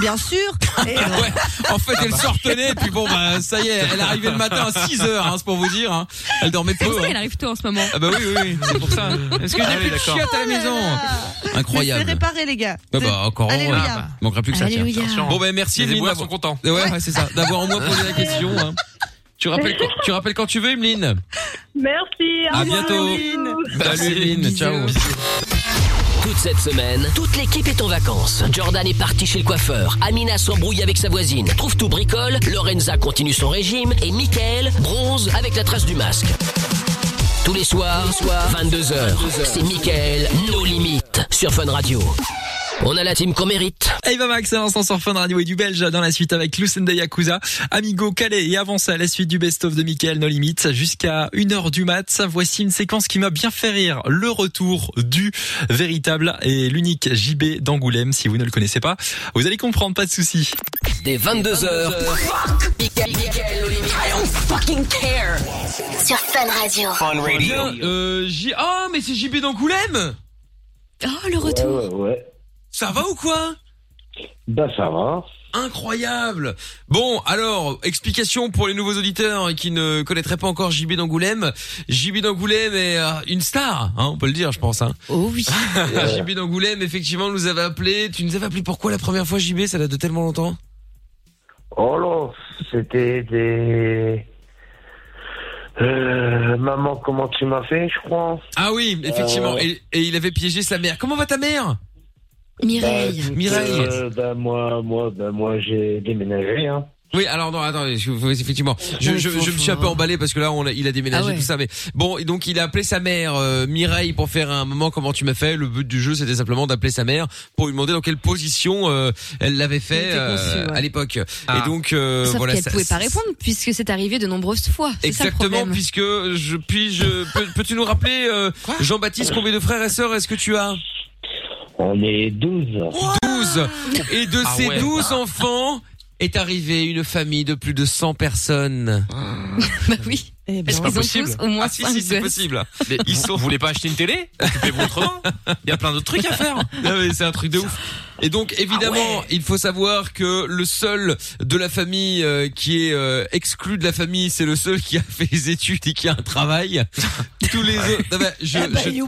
bien sûr. Et, euh,
Ouais. En fait, elle sortonnait, et puis bon, bah, ça y est, elle est arrivée le matin à 6 heures, hein, c'est pour vous dire. hein. Elle dormait peu. hein.
elle arrive tôt en ce moment.
Ah bah oui, oui, oui, c'est pour ça. Est-ce que
Ah
j'ai
oui,
plus de
d'accord.
chiottes à la maison
Ah.
C'est
Incroyable.
réparé les gars.
Ah bah encore
Alléluia.
heureux. Il Manquera plus que ça. tiens.
Alléluia.
Bon ben merci.
Les
Emeline,
éboueurs
d'avoir-
sont contents.
Ouais, ouais, c'est ça. D'avoir au moins posé la question. hein. Tu rappelles quand, tu rappelles quand tu veux, Emeline.
Merci.
À bientôt.
Merci.
Salut, Bah, Emeline. Ciao.
Toute cette semaine, toute l'équipe est en vacances. Jordan est parti chez le coiffeur. Amina s'embrouille avec sa voisine. Trouve tout bricole. Lorenza continue son régime. Et Michael bronze avec la trace du masque. Tous les soirs, 22h, c'est Michael, nos limites, sur Fun Radio. On a la team qu'on mérite.
Hey va Max, à l'instant sur Fun Radio et du Belge, dans la suite avec Lucenda Yakuza, Amigo Calais et avant ça, la suite du best-of de Michael No Limits jusqu'à 1h du mat. Voici une séquence qui m'a bien fait rire. Le retour du véritable et l'unique JB d'Angoulême. Si vous ne le connaissez pas, vous allez comprendre, pas de souci.
Dès 22h.
fucking care. Sur Fun Radio.
Bien, euh, J. Ah mais c'est JB d'Angoulême.
Oh le
Ouais, ouais, Euh, ouais.
Ça va ou quoi
Bah ça va.
Incroyable. Bon, alors explication pour les nouveaux auditeurs qui ne connaîtraient pas encore JB d'Angoulême. JB d'Angoulême est euh, une star, hein, on peut le dire, je pense. Hein.
Oh oui.
JB d'Angoulême, effectivement, nous avait appelé. Tu nous avais appelé pourquoi la première fois JB Ça date de tellement longtemps.
Oh là, c'était des... Euh, maman, comment tu m'as fait, je crois
Ah oui, effectivement.
Euh.
Et, et il avait piégé sa mère. Comment va ta mère
Bah, écoute,
Mireille.
euh, bah, moi, moi, bah, moi j'ai déménagé. Hein.
Oui, alors non, attendez, je- oui, effectivement, je, je, je me suis un peu emballé parce que là, on a- il a déménagé
Ah ouais.
tout ça, mais bon, et donc il a appelé sa mère euh, Mireille pour faire un moment comment tu m'as fait. Le but du jeu, c'était simplement d'appeler sa mère pour lui demander dans quelle position euh, elle l'avait fait
était conçue,
euh,
ouais. Ah.
à l'époque. Et donc euh,
Sauf
voilà,
qu'elle
ça-
pouvait pas répondre puisque c'est arrivé de nombreuses fois. C'est ça le
Exactement,
problème.
puisque je puis je peux- peux-tu nous rappeler euh, Jean-Baptiste combien de frères et sœurs est-ce que tu as
On est 12.
12 Et de
Ah
ces
ouais.
12 enfants est arrivée une famille de plus de 100 personnes.
bah oui.
C'est pas possible.
au moins
Ah, si, si, c'est possible.
Mais ils sont... Vous voulez pas acheter une télé Occupez-vous autrement. Il y a plein d'autres trucs à faire.
Non, mais c'est un truc de ouf. Et
Ah
donc évidemment, il faut savoir que le seul de la famille euh, qui est euh, exclu de la famille, c'est le seul qui a fait des études et qui a un travail. Tous
Ah
les autres. Non, bah, je,
ben,
Eh bah,
je-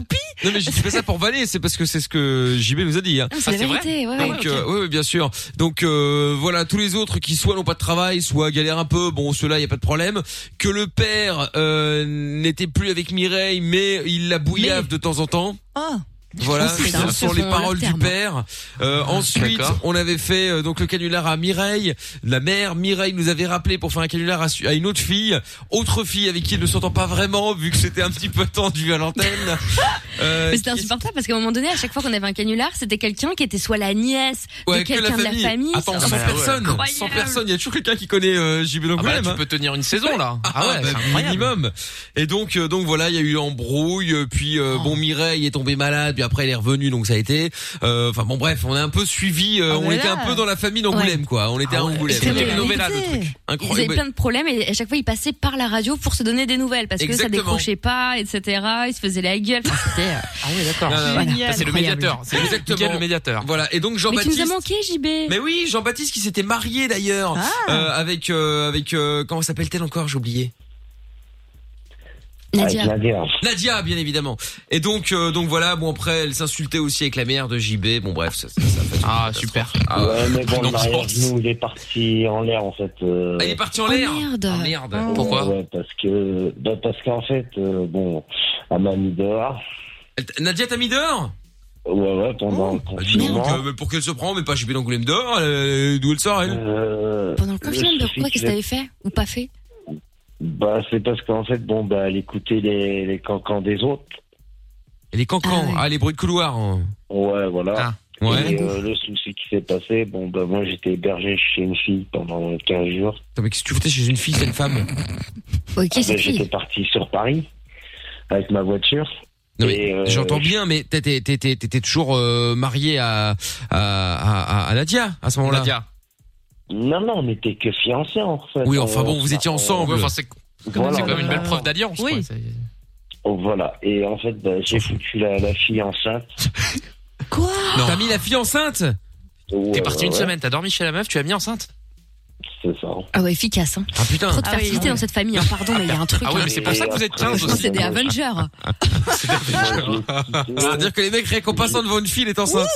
Non mais je dis pas ça pour valer, c'est parce que c'est ce que JB nous a dit. Hein.
Ah, c'est la Ah, c'est vérité, vrai ouais, ouais,
Donc
ok.
euh, oui, oui, bien sûr. Donc euh, voilà, tous les autres qui soit n'ont pas de travail, soit galèrent un peu, bon ceux-là y a pas de problème. Que le père euh, n'était plus avec Mireille, mais il la bouillave de temps en temps.
Ah.
Voilà,
pense que c'est
ce
un
sont
peu
les
son
paroles
terme.
du père. Euh,
Ah,
ensuite,
D'accord.
on avait fait euh, donc le canular à Mireille, la mère. Mireille nous avait rappelé pour faire un canular à, su- à une autre fille, autre fille avec qui elle ne s'entend pas vraiment vu que c'était un petit peu tendu à l'antenne. Euh,
Mais c'était insupportable parce qu'à un moment donné, à chaque fois qu'on avait un canular, c'était quelqu'un qui était soit la nièce
Ouais,
de
que la
quelqu'un de la
famille.
famille.
Attends,
ça-
100 personnes,
Incroyable.
100 personnes. Il y a toujours quelqu'un qui connaît euh, JB Le
bah là,
Goulem,
tu
hein.
peux tenir une saison, là.
Ah,
Ah ouais,
ouais,
c'est incroyable.
minimum. Et donc, euh, donc voilà, il y a eu embrouille. euh, Puis
Oh.
euh, bon, Mireille est tombée malade. Puis après, elle est revenue, donc ça a été. euh, Enfin bon, bref, on a un peu suivi. euh,
Ah,
on
voilà.
était un peu dans la famille d'Angoulême,
Ouais.
quoi. On était
Ah
à Angoulême.
C'était
une
la vérité. Ils avaient
Incroyable.
plein de problèmes et à chaque fois ils passaient par la radio pour se donner des nouvelles parce que ça
Exactement.
décrochait pas, etc. Ils se faisaient la gueule. Enfin, c'était, euh,
Ah oui, d'accord.
Non, non, non.
Génial.
C'est le
Incroyable.
médiateur. C'est
Exactement.
exactement le médiateur.
Voilà. Et donc
Mais tu nous as
Jean-Baptiste.
manqué, JB.
Mais oui, Jean-Baptiste qui s'était marié d'ailleurs
Ah.
euh, avec euh, avec euh, comment s'appelle-t-elle encore J'ai oublié.
Nadia.
Nadia, bien évidemment. Et donc, euh, donc voilà. Bon après, elle s'insultait aussi avec la mère de JB. Bon bref, ça, ça, ça a fait ah super.
ouais, mais bon, le
non,
mariage, nous, il est parti en l'air, en fait. euh.
Elle est partie en l'air. Ah, merde. Pourquoi
Ouais, parce que, bah, parce qu'en fait, euh, bon, elle m'a mis dehors.
Nadia t'a mis dehors
Ouais, ouais, pendant le
Bah, dis donc,
confinement.
euh, mais pour qu'elle se prend, mais pas JB d'Angoulême dehors. euh, D'où elle sort elle
Euh,
Pendant le confinement, de quoi Qu'est-ce que t'avais fait ou pas fait
Bah, c'est parce qu'en fait, bon, bah, elle écoutait les, les cancans des autres.
Et les cancans, ah, les bruits de couloir. hein.
Ouais, voilà.
Ah, ouais.
Et euh, le souci qui s'est passé, bon, bah, moi, j'étais hébergé chez une fille pendant 15 jours.
Attends, mais qu'est-ce que tu foutais chez une fille, c'est une femme
Ok,
Ah, bah, J'étais parti sur Paris avec ma voiture.
Non,
Et,
mais
euh,
j'entends bien, mais t'étais t'étais- t'étais toujours euh, marié à, à, à, à- à Nadia à ce moment-là.
Nadia. Non, non, on n'était que fiancés en fait.
Oui, enfin
Euh,
bon, vous étiez ensemble.
euh,
Enfin, c'est-
C'est quand même- c'est quand même une belle preuve
Ah,
d'alliance. Oui.
Oh, voilà. Et en fait, bah, j'ai foutu la, la fille enceinte.
Quoi
T'as mis la fille enceinte
T'es parti une
ouais.
semaine, t'as dormi chez la meuf, tu l'as mis enceinte.
C'est ça.
Ah ouais, efficace. Hein.
Ah putain.
Trop de
Ah oui,
fertilité
ouais.
dans cette famille. hein. Pardon, mais il y a un truc.
Ah ouais, mais c'est pour ça que vous êtes 15 aussi.
C'est des Avengers. Ah,
C'est-à-dire que les mecs, rien qu'en passant devant une fille, elle est enceinte.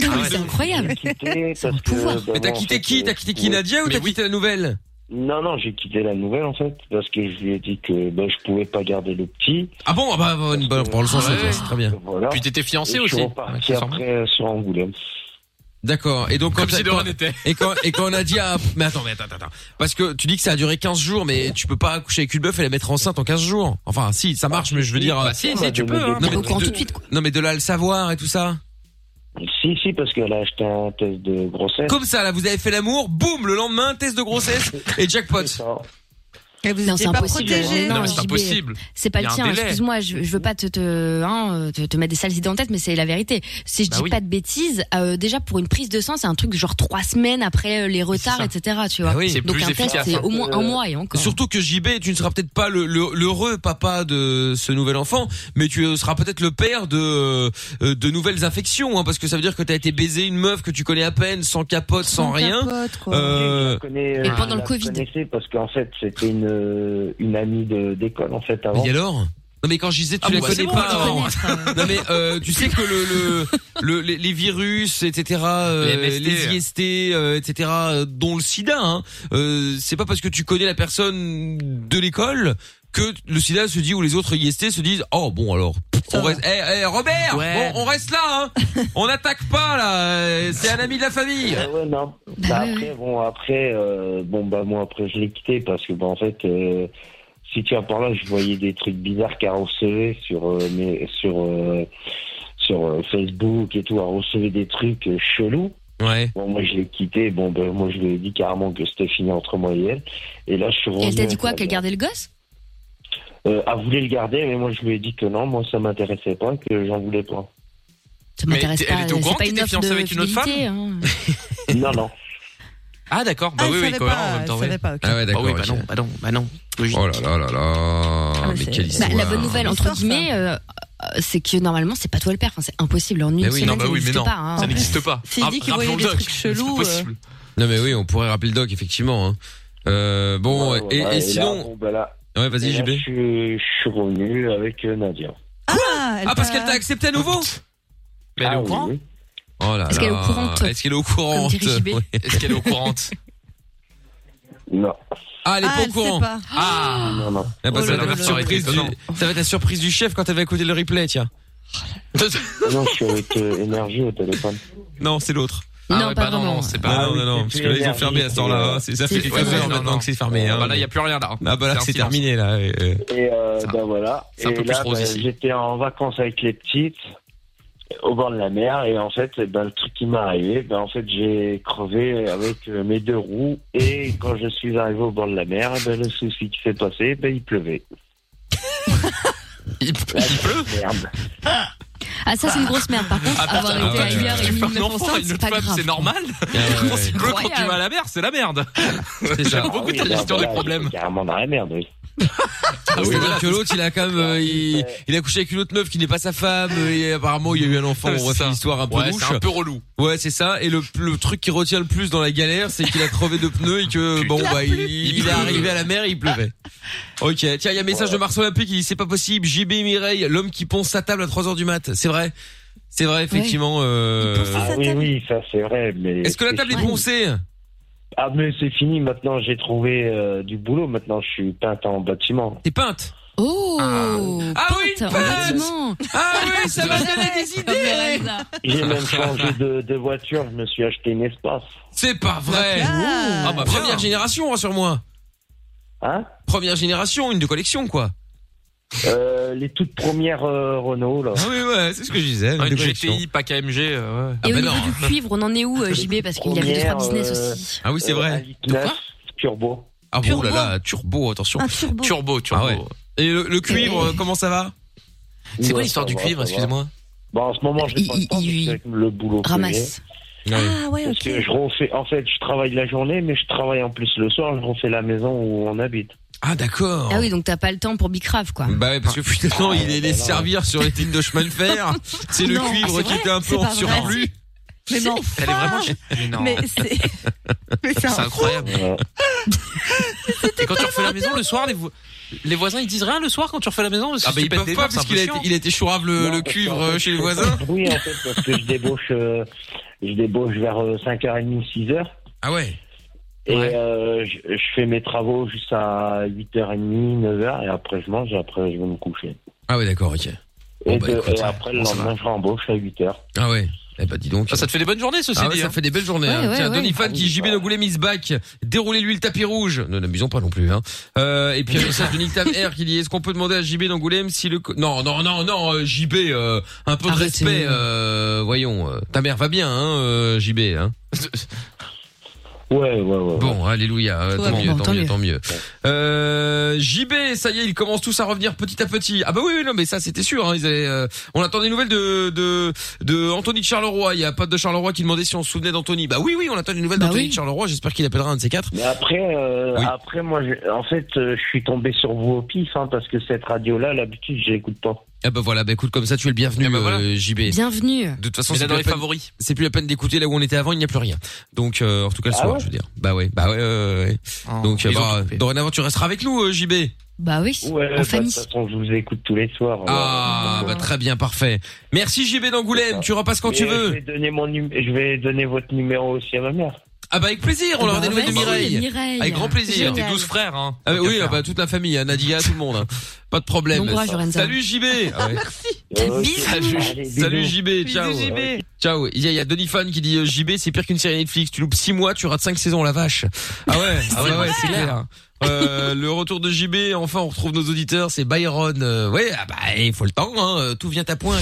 Non,
Ah
mais
ouais.
c'est incroyable.
Mais t'as quitté qui T'as quitté qui Nadia ou t'as quitté la nouvelle
Non, non, j'ai quitté la nouvelle en fait, parce que je lui ai dit que bah, je pouvais pas garder le petit.
Ah bon Ah bah, bah, bah, pour le sens, c'est c'est très bien. Ah, bah,
Voilà.
Puis t'étais fiancé
Et
aussi.
Je suis reparti après euh, sur Angoulême.
D'accord. Et donc quand
Comme si
t'as-
de
quand-
rien n'était.
Et quand et quand Nadia a- mais attends mais attends attends attends. parce que tu dis que ça a duré 15 jours mais tu peux pas accoucher avec une bœuf et la mettre enceinte en 15 jours. Enfin si ça marche mais je veux dire
Bah,
euh,
si, si, tu peux, hein.
Non, mais
Au courant
de-
tout de suite,
Non mais de là à le savoir et tout ça.
Si, si, parce qu'elle a acheté un test de grossesse.
Comme ça là vous avez fait l'amour, boum le lendemain test de grossesse et jackpot.
Non, c'est
pas
impossible.
protégé.
Non,
Non, mais c'est
JB,
impossible.
C'est pas
Il y
le
a un
tien.
délai.
Excuse-moi, je, je veux pas te te, hein, euh, te te mettre des sales idées en tête, mais c'est la vérité. Si je
Bah
dis
oui.
pas de bêtises, euh, déjà pour une prise de sang, c'est un truc genre trois semaines après euh, les retards, etc. Tu vois.
Ah oui. C'est
Donc
plus
un test,
efficace,
c'est
hein.
au moins un mois et encore.
Surtout que JB, tu ne seras peut-être pas le- le- l'heureux papa de ce nouvel enfant, mais tu seras peut-être le père de euh, de nouvelles infections, hein, parce que ça veut dire que t'as été baiser une meuf que tu connais à peine, sans capote, sans, rien. Euh,
Et pendant le Covid. parce qu'en fait, c'était une, euh, une amie de- d'école en fait avant.
Et alors Non mais quand je disais tu
Ah
la
bon, bah,
connais
c'est bon,
pas
on va
avant. non mais euh, tu sais que le, le, le- les, les virus etc euh,
Les
les,
MST,
IST euh, etc euh, dont le sida hein, euh, c'est pas parce que tu connais la personne de l'école que le sida se dit ou les autres IST se disent oh bon alors on reste Eh, eh, Robert
Ouais.
bon, on reste là hein. on n'attaque pas là euh, c'est un ami de la famille
Ouais, ouais, non. Bah, après, bon, après, euh, bon, bah, moi, après, je l'ai quitté parce que, bah, en fait, euh, si tu vas par là, je voyais des trucs bizarres qu'elle recevait sur, euh, mes, sur, euh, sur euh, Facebook et tout. Elle recevait des trucs euh, chelous.
Ouais.
Bon, moi, je l'ai quitté. Bon, bah, moi, je lui ai dit carrément que c'était fini entre moi et elle. Et là, je suis
Et
revenu.
elle t'a dit quoi
avec
Qu'elle
la-
gardait le gosse
Euh, Elle voulait le garder, mais moi, je lui ai dit que non, moi, ça m'intéressait pas, que j'en voulais pas.
Ça
Mais
m'intéresse
t'es-
pas.
elle était au
Bah, c'est
courant
pas
que
une
t'étais
offre
fiancée
de
avec une autre femme
fidélité, hein.
Non, non.
Ah d'accord, bah
Ah,
oui,
elle
oui,
savait
cohérent
pas,
en même
elle
temps. oui.
savait pas, ok.
Ah ouais, d'accord. Bah, oui, bah non, bah non, bah non.
oh là là là là Ah, mais quelle
Bah,
histoire
la bonne nouvelle entre guillemets, euh, euh, c'est que normalement c'est pas toi le père. Enfin, c'est impossible
Eh
en une
Mais oui,
semaine.
non, bah
ça
oui, mais
n'existe
non.
pas. hein.
Ça n'existe pas.
S'il dit qu'il
Rappelons
voyait des
le doc.
trucs
euh.
chelous. euh.
C'est pas possible. Non mais oui, on pourrait rappeler le doc effectivement. hein. Euh, bon
Ouais,
et, et
voilà, là,
sinon,
bon, bah, là-
ouais vas-y
et là,
JB.
Je, suis- je suis revenu avec euh, Nadia.
Ah,
ah parce qu'elle t'a accepté à nouveau.
Mais elle
Ah
est au courant
Oh là
Est-ce qu'elle est au
là.
courante
Est-ce qu'elle est au courant
Comme dirait JB. Est-ce qu'elle est au courant
Non.
Ah elle est
Ah,
pas au
elle
courant.
sait pas.
Ah.
Non, non.
Ah, bah,
Oh
ça,
là
va
là
être la
là
surprise
là.
du- ça va être la surprise du chef quand elle va écouter le replay tiens.
non, je suis avec euh, énergie au téléphone.
Non, c'est l'autre.
Ah ouais, bah non, non, c'est pas.
Ah non, non, non, parce que là, ils ont fermé à ce temps-là. hein. C'est- Ça fait quelques heures maintenant que c'est fermé. hein.
Bah là, il n'y a plus rien là.
Ah bah là,
un
c'est
silence.
terminé là. et, euh,
Et euh, ben voilà.
c'est un
Et
peu plus
là,
rose
ben,
ici.
j'étais en vacances avec les petites au bord de la mer et en fait eh ben, le truc qui m'est arrivé ben en fait j'ai crevé avec euh, mes deux roues et quand je suis arrivé au bord de la mer eh ben, le souci qui s'est passé ben il pleuvait
il,
pleut merde
Ah, ça, c'est une grosse merde. Par contre,
Ah,
Ah,
avoir été ailleurs et
tu fais
une
un enfant à une
c'est
autre
pas
femme,
grave. Ah
c'est normal. Quand il pleut, quand tu vas à la mer, c'est la merde. J'aime beaucoup ta gestion des problèmes.
carrément dans la merde oui
C'est-à-dire Ah que l'autre, il a quand même, euh, il, il a couché avec une autre meuf qui n'est pas sa femme, euh, et apparemment, il y a eu un enfant,
Ouais,
on
c'est
refait
ça.
l'histoire un peu
Ouais,
louche.
c'est un peu relou.
Ouais, c'est ça. Et le, le truc qui retient le plus dans la galère, c'est qu'il a crevé de pneus et que, bon,
La
bah, il,
pluie.
il
Il
est
pleut.
arrivé à la mer et il pleuvait. Ok, tiens, il y a un message de Marceau Lapé qui dit c'est pas possible, JB Mireille, l'homme qui ponce sa table à 3h du mat. C'est vrai. C'est vrai, effectivement, euh,
ah oui oui ça c'est vrai mais
Est-ce que la
c'est
table est
fini.
poncée?
ah mais c'est fini maintenant j'ai trouvé euh, du boulot maintenant je suis peintre en bâtiment
t'es peinte
Oh
Ah oui, une
peinte
Ah oui, ça m'a donné des idées
J'ai même changé de, de voiture, je me suis acheté une espace.
C'est pas vrai. Ah bah première génération hein, sur moi.
Hein
Première génération, une de collection quoi.
Euh, les toutes premières euh, Renault là.
Ah oui ouais, c'est ce que je disais.
Une
Ah, de collection.
GTI, pas KMG. euh,
Ah,
ouais.
bah
Et au niveau du cuivre, on en est où, euh, JB Parce qu'il y avait deux, trois business
euh,
aussi.
Ah oui, c'est vrai.
De quoi euh, Turbo.
Ah bon, oh là
Turbo.
là, turbo, attention.
Un turbo.
Turbo, turbo.
Et le, le cuivre,
Et-
euh, comment ça va
Ouais,
C'est quoi l'histoire
ça
du
va,
cuivre,
ça va.
excusez-moi
Bon, en ce moment, je vais pas le temps parce que avec le boulot. que
Ramasse.
j'ai.
Ah
ouais, Parce que je refais, en fait, je travaille la journée, mais je travaille en plus le soir, je refais la maison où on habite.
Ah d'accord.
Ah oui, donc t'as pas le temps pour Bicrave, quoi.
Bah ouais, parce que finalement, il
Ah, bah,
est les servir sur les tignes de chemin de fer. C'est le
Non,
cuivre
c'est
qui
vrai,
était un
c'est
peu en
pas vrai.
surplus.
Mais bon,
Elle est vraiment. Mais non.
Mais c'est. Mais
C'est
un
incroyable. Et quand tu refais la maison le soir, les, vo- les voisins ils disent rien le soir quand tu refais la maison parce que
Ah bah
tu
ils
pètes
peuvent
des
pas
verres, c'est
parce qu'il a
un peu
été,
chiant.
il a été chourave le, le cuivre euh, chez les voisins.
Oui, en fait, parce que je débauche, euh, je débauche vers euh, 5h30, 6h.
Ah ouais
Et euh, je, je fais mes travaux jusqu'à 8h30, 9h, et après je mange, et après je vais me coucher.
Ah ouais d'accord, ok.
Et,
bah,
de-
écoute,
et après, le
bon, ça
lendemain, je rembauche à 8h.
Ah ouais. Eh bah dis donc.
Ça te fait des bonnes journées, ceci
Ah ouais,
dit.
ça
hein.
fait des belles journées. hein. Tiens, Donny Fan qui JB Nogoulé mise back. Déroulez-lui le tapis rouge. Ne n'abusons pas non plus. Hein. Euh, et puis un message de Nick Tam R qui dit Est-ce qu'on peut demander à JB D'Angoulême si le co- non non non non euh, JB euh, un peu de
Arrêtez.
respect. euh, voyons, euh, ta mère va bien, hein, euh, JB. Hein
Ouais, ouais, ouais.
Bon, alléluia. euh,
Tout va
tant,
bien,
mieux,
tant
tant mieux,
mieux.
tant mieux. Euh, JB, ça y est, ils commencent tous à revenir petit à petit. Ah bah oui, oui, non, mais ça c'était sûr. hein, ils allaient, euh, on attend des nouvelles de de de Anthony de Charleroi. Il y a pas de Charleroi qui demandait si on se souvenait d'Anthony. Bah oui, oui, on attend des nouvelles d'Anthony de Charleroi. J'espère qu'il appellera un de ces quatre.
Mais après, euh, après moi, je- en fait, euh, je suis tombé sur vous au pif, hein, parce que cette radio-là, l'habitude, je l'écoute pas.
Ah bah voilà, bah écoute, comme ça tu es le bienvenu, euh, JB.
Bienvenue.
De toute façon,
Mais
c'est
là,
plus
dans
la
les
peine-
favoris.
C'est plus la peine d'écouter là où on était avant, il n'y a plus rien. Donc, euh, en tout cas, le
Ah
soir,
ouais
je veux dire. Bah ouais, bah ouais. ouais, ouais. Donc,
ils
euh,
ont
bah,
tout coupé.
dorénavant, tu resteras avec nous, euh, JB.
Bah oui,
Ouais, bah, de toute façon, je vous écoute tous les soirs.
Ah, bah très bien, parfait. Merci JB d'Angoulême, tu repasses quand
Mais
tu
Je
veux.
vais, donner mon num- je vais donner votre numéro aussi à ma mère.
Ah bah avec plaisir, on
Bah,
leur a des nouvelles de
vas-y,
Mireille.
Mireille.
Avec grand plaisir.
Génial. Tes douze
frères, hein.
Ah, bah, oui, ah bah, toute la famille, hein, Nadia, tout le monde. hein. Pas de problème.
Bon courage, Lorenzo.
Salut JB. Merci.
Bisous.
Salut,
Ah, Allez, bisous.
salut JB,
Bisous,
ciao.
JB.
Ciao. Il y a, il y a Denis Fan qui dit euh, JB, c'est pire qu'une série Netflix. Tu loupes 6 mois, tu rates 5 saisons, la vache. Ah ouais, ah ouais, ouais, c'est clair. Euh, le retour de JB, enfin on retrouve nos auditeurs, c'est Byron. Euh, ouais, ah bah il faut le temps, hein, euh, tout vient à point.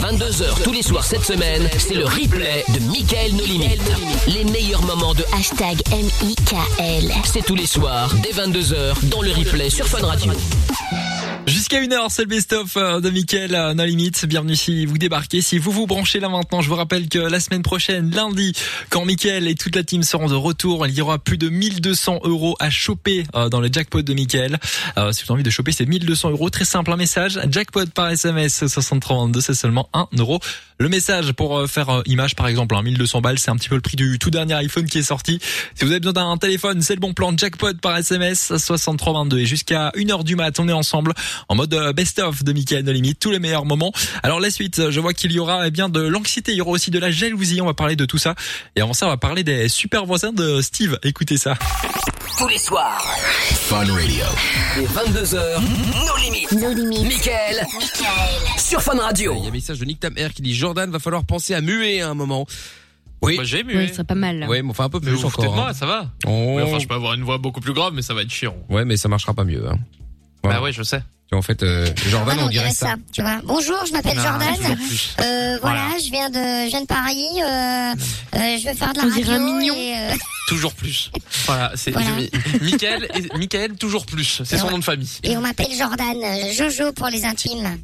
22h tous les soirs cette semaine, c'est le replay de Michael No Limit. Les meilleurs moments de hashtag MIKL. C'est tous les soirs, dès 22h, dans le replay sur Fun Radio.
Jusqu'à une heure, c'est le best-of euh, de Mickaël euh, No Limit. Bienvenue si vous débarquez. Si vous vous branchez là maintenant, je vous rappelle que la semaine prochaine, lundi, quand Mickaël et toute la team seront de retour, il y aura plus de 1200 euros à choper euh, dans le jackpot de Mickaël. Euh, si vous avez envie de choper ces 1200 euros, très simple, un message, jackpot par SMS 632, c'est seulement 1 euro. Le message pour euh, faire euh, image, par exemple, hein, 1200 balles, c'est un petit peu le prix du tout dernier iPhone qui est sorti. Si vous avez besoin d'un téléphone, c'est le bon plan, jackpot par SMS 6322. Et jusqu'à 1h du mat, on est ensemble en mode euh, best-of de Michael No Limit, tous les meilleurs moments. Alors la suite, euh, je vois qu'il y aura eh bien de l'anxiété, il y aura aussi de la jalousie, on va parler de tout ça. Et avant ça, on va parler des super voisins de Steve. Écoutez ça.
Tous les soirs. Fun Radio. Dès 22h, nos limites. Nos limites. Michael. Sur Fun Radio.
Il y a un message de Nick Tamer qui dit Jordan, va falloir penser à muer à un moment. Oui.
j'ai
Oui, ce serait pas mal.
Oui, mais enfin un peu
Mais
plus
vous foutez de
encore.
moi,
hein.
ça va.
Oh.
Oui, enfin, je peux avoir une voix beaucoup plus grave, mais ça va être chiant.
Ouais, mais ça marchera pas mieux. Hein. Voilà.
Bah ouais, je sais.
Tu vois, En fait, euh, Jordan,
Ah,
Jordan,
on dirait ça.
tu vois. Bonjour, je m'appelle
Non,
Jordan.
toujours plus.
Euh, voilà,
Voilà.
je viens de, je viens de Paris. Euh, euh, je veux faire de la
On
radio.
dirait un mignon.
et, euh,
Toujours plus. Voilà, c'est
Voilà.
Michael, et- Michael toujours plus. C'est son nom de famille.
et on m'appelle Jordan, euh, Jojo pour les intimes.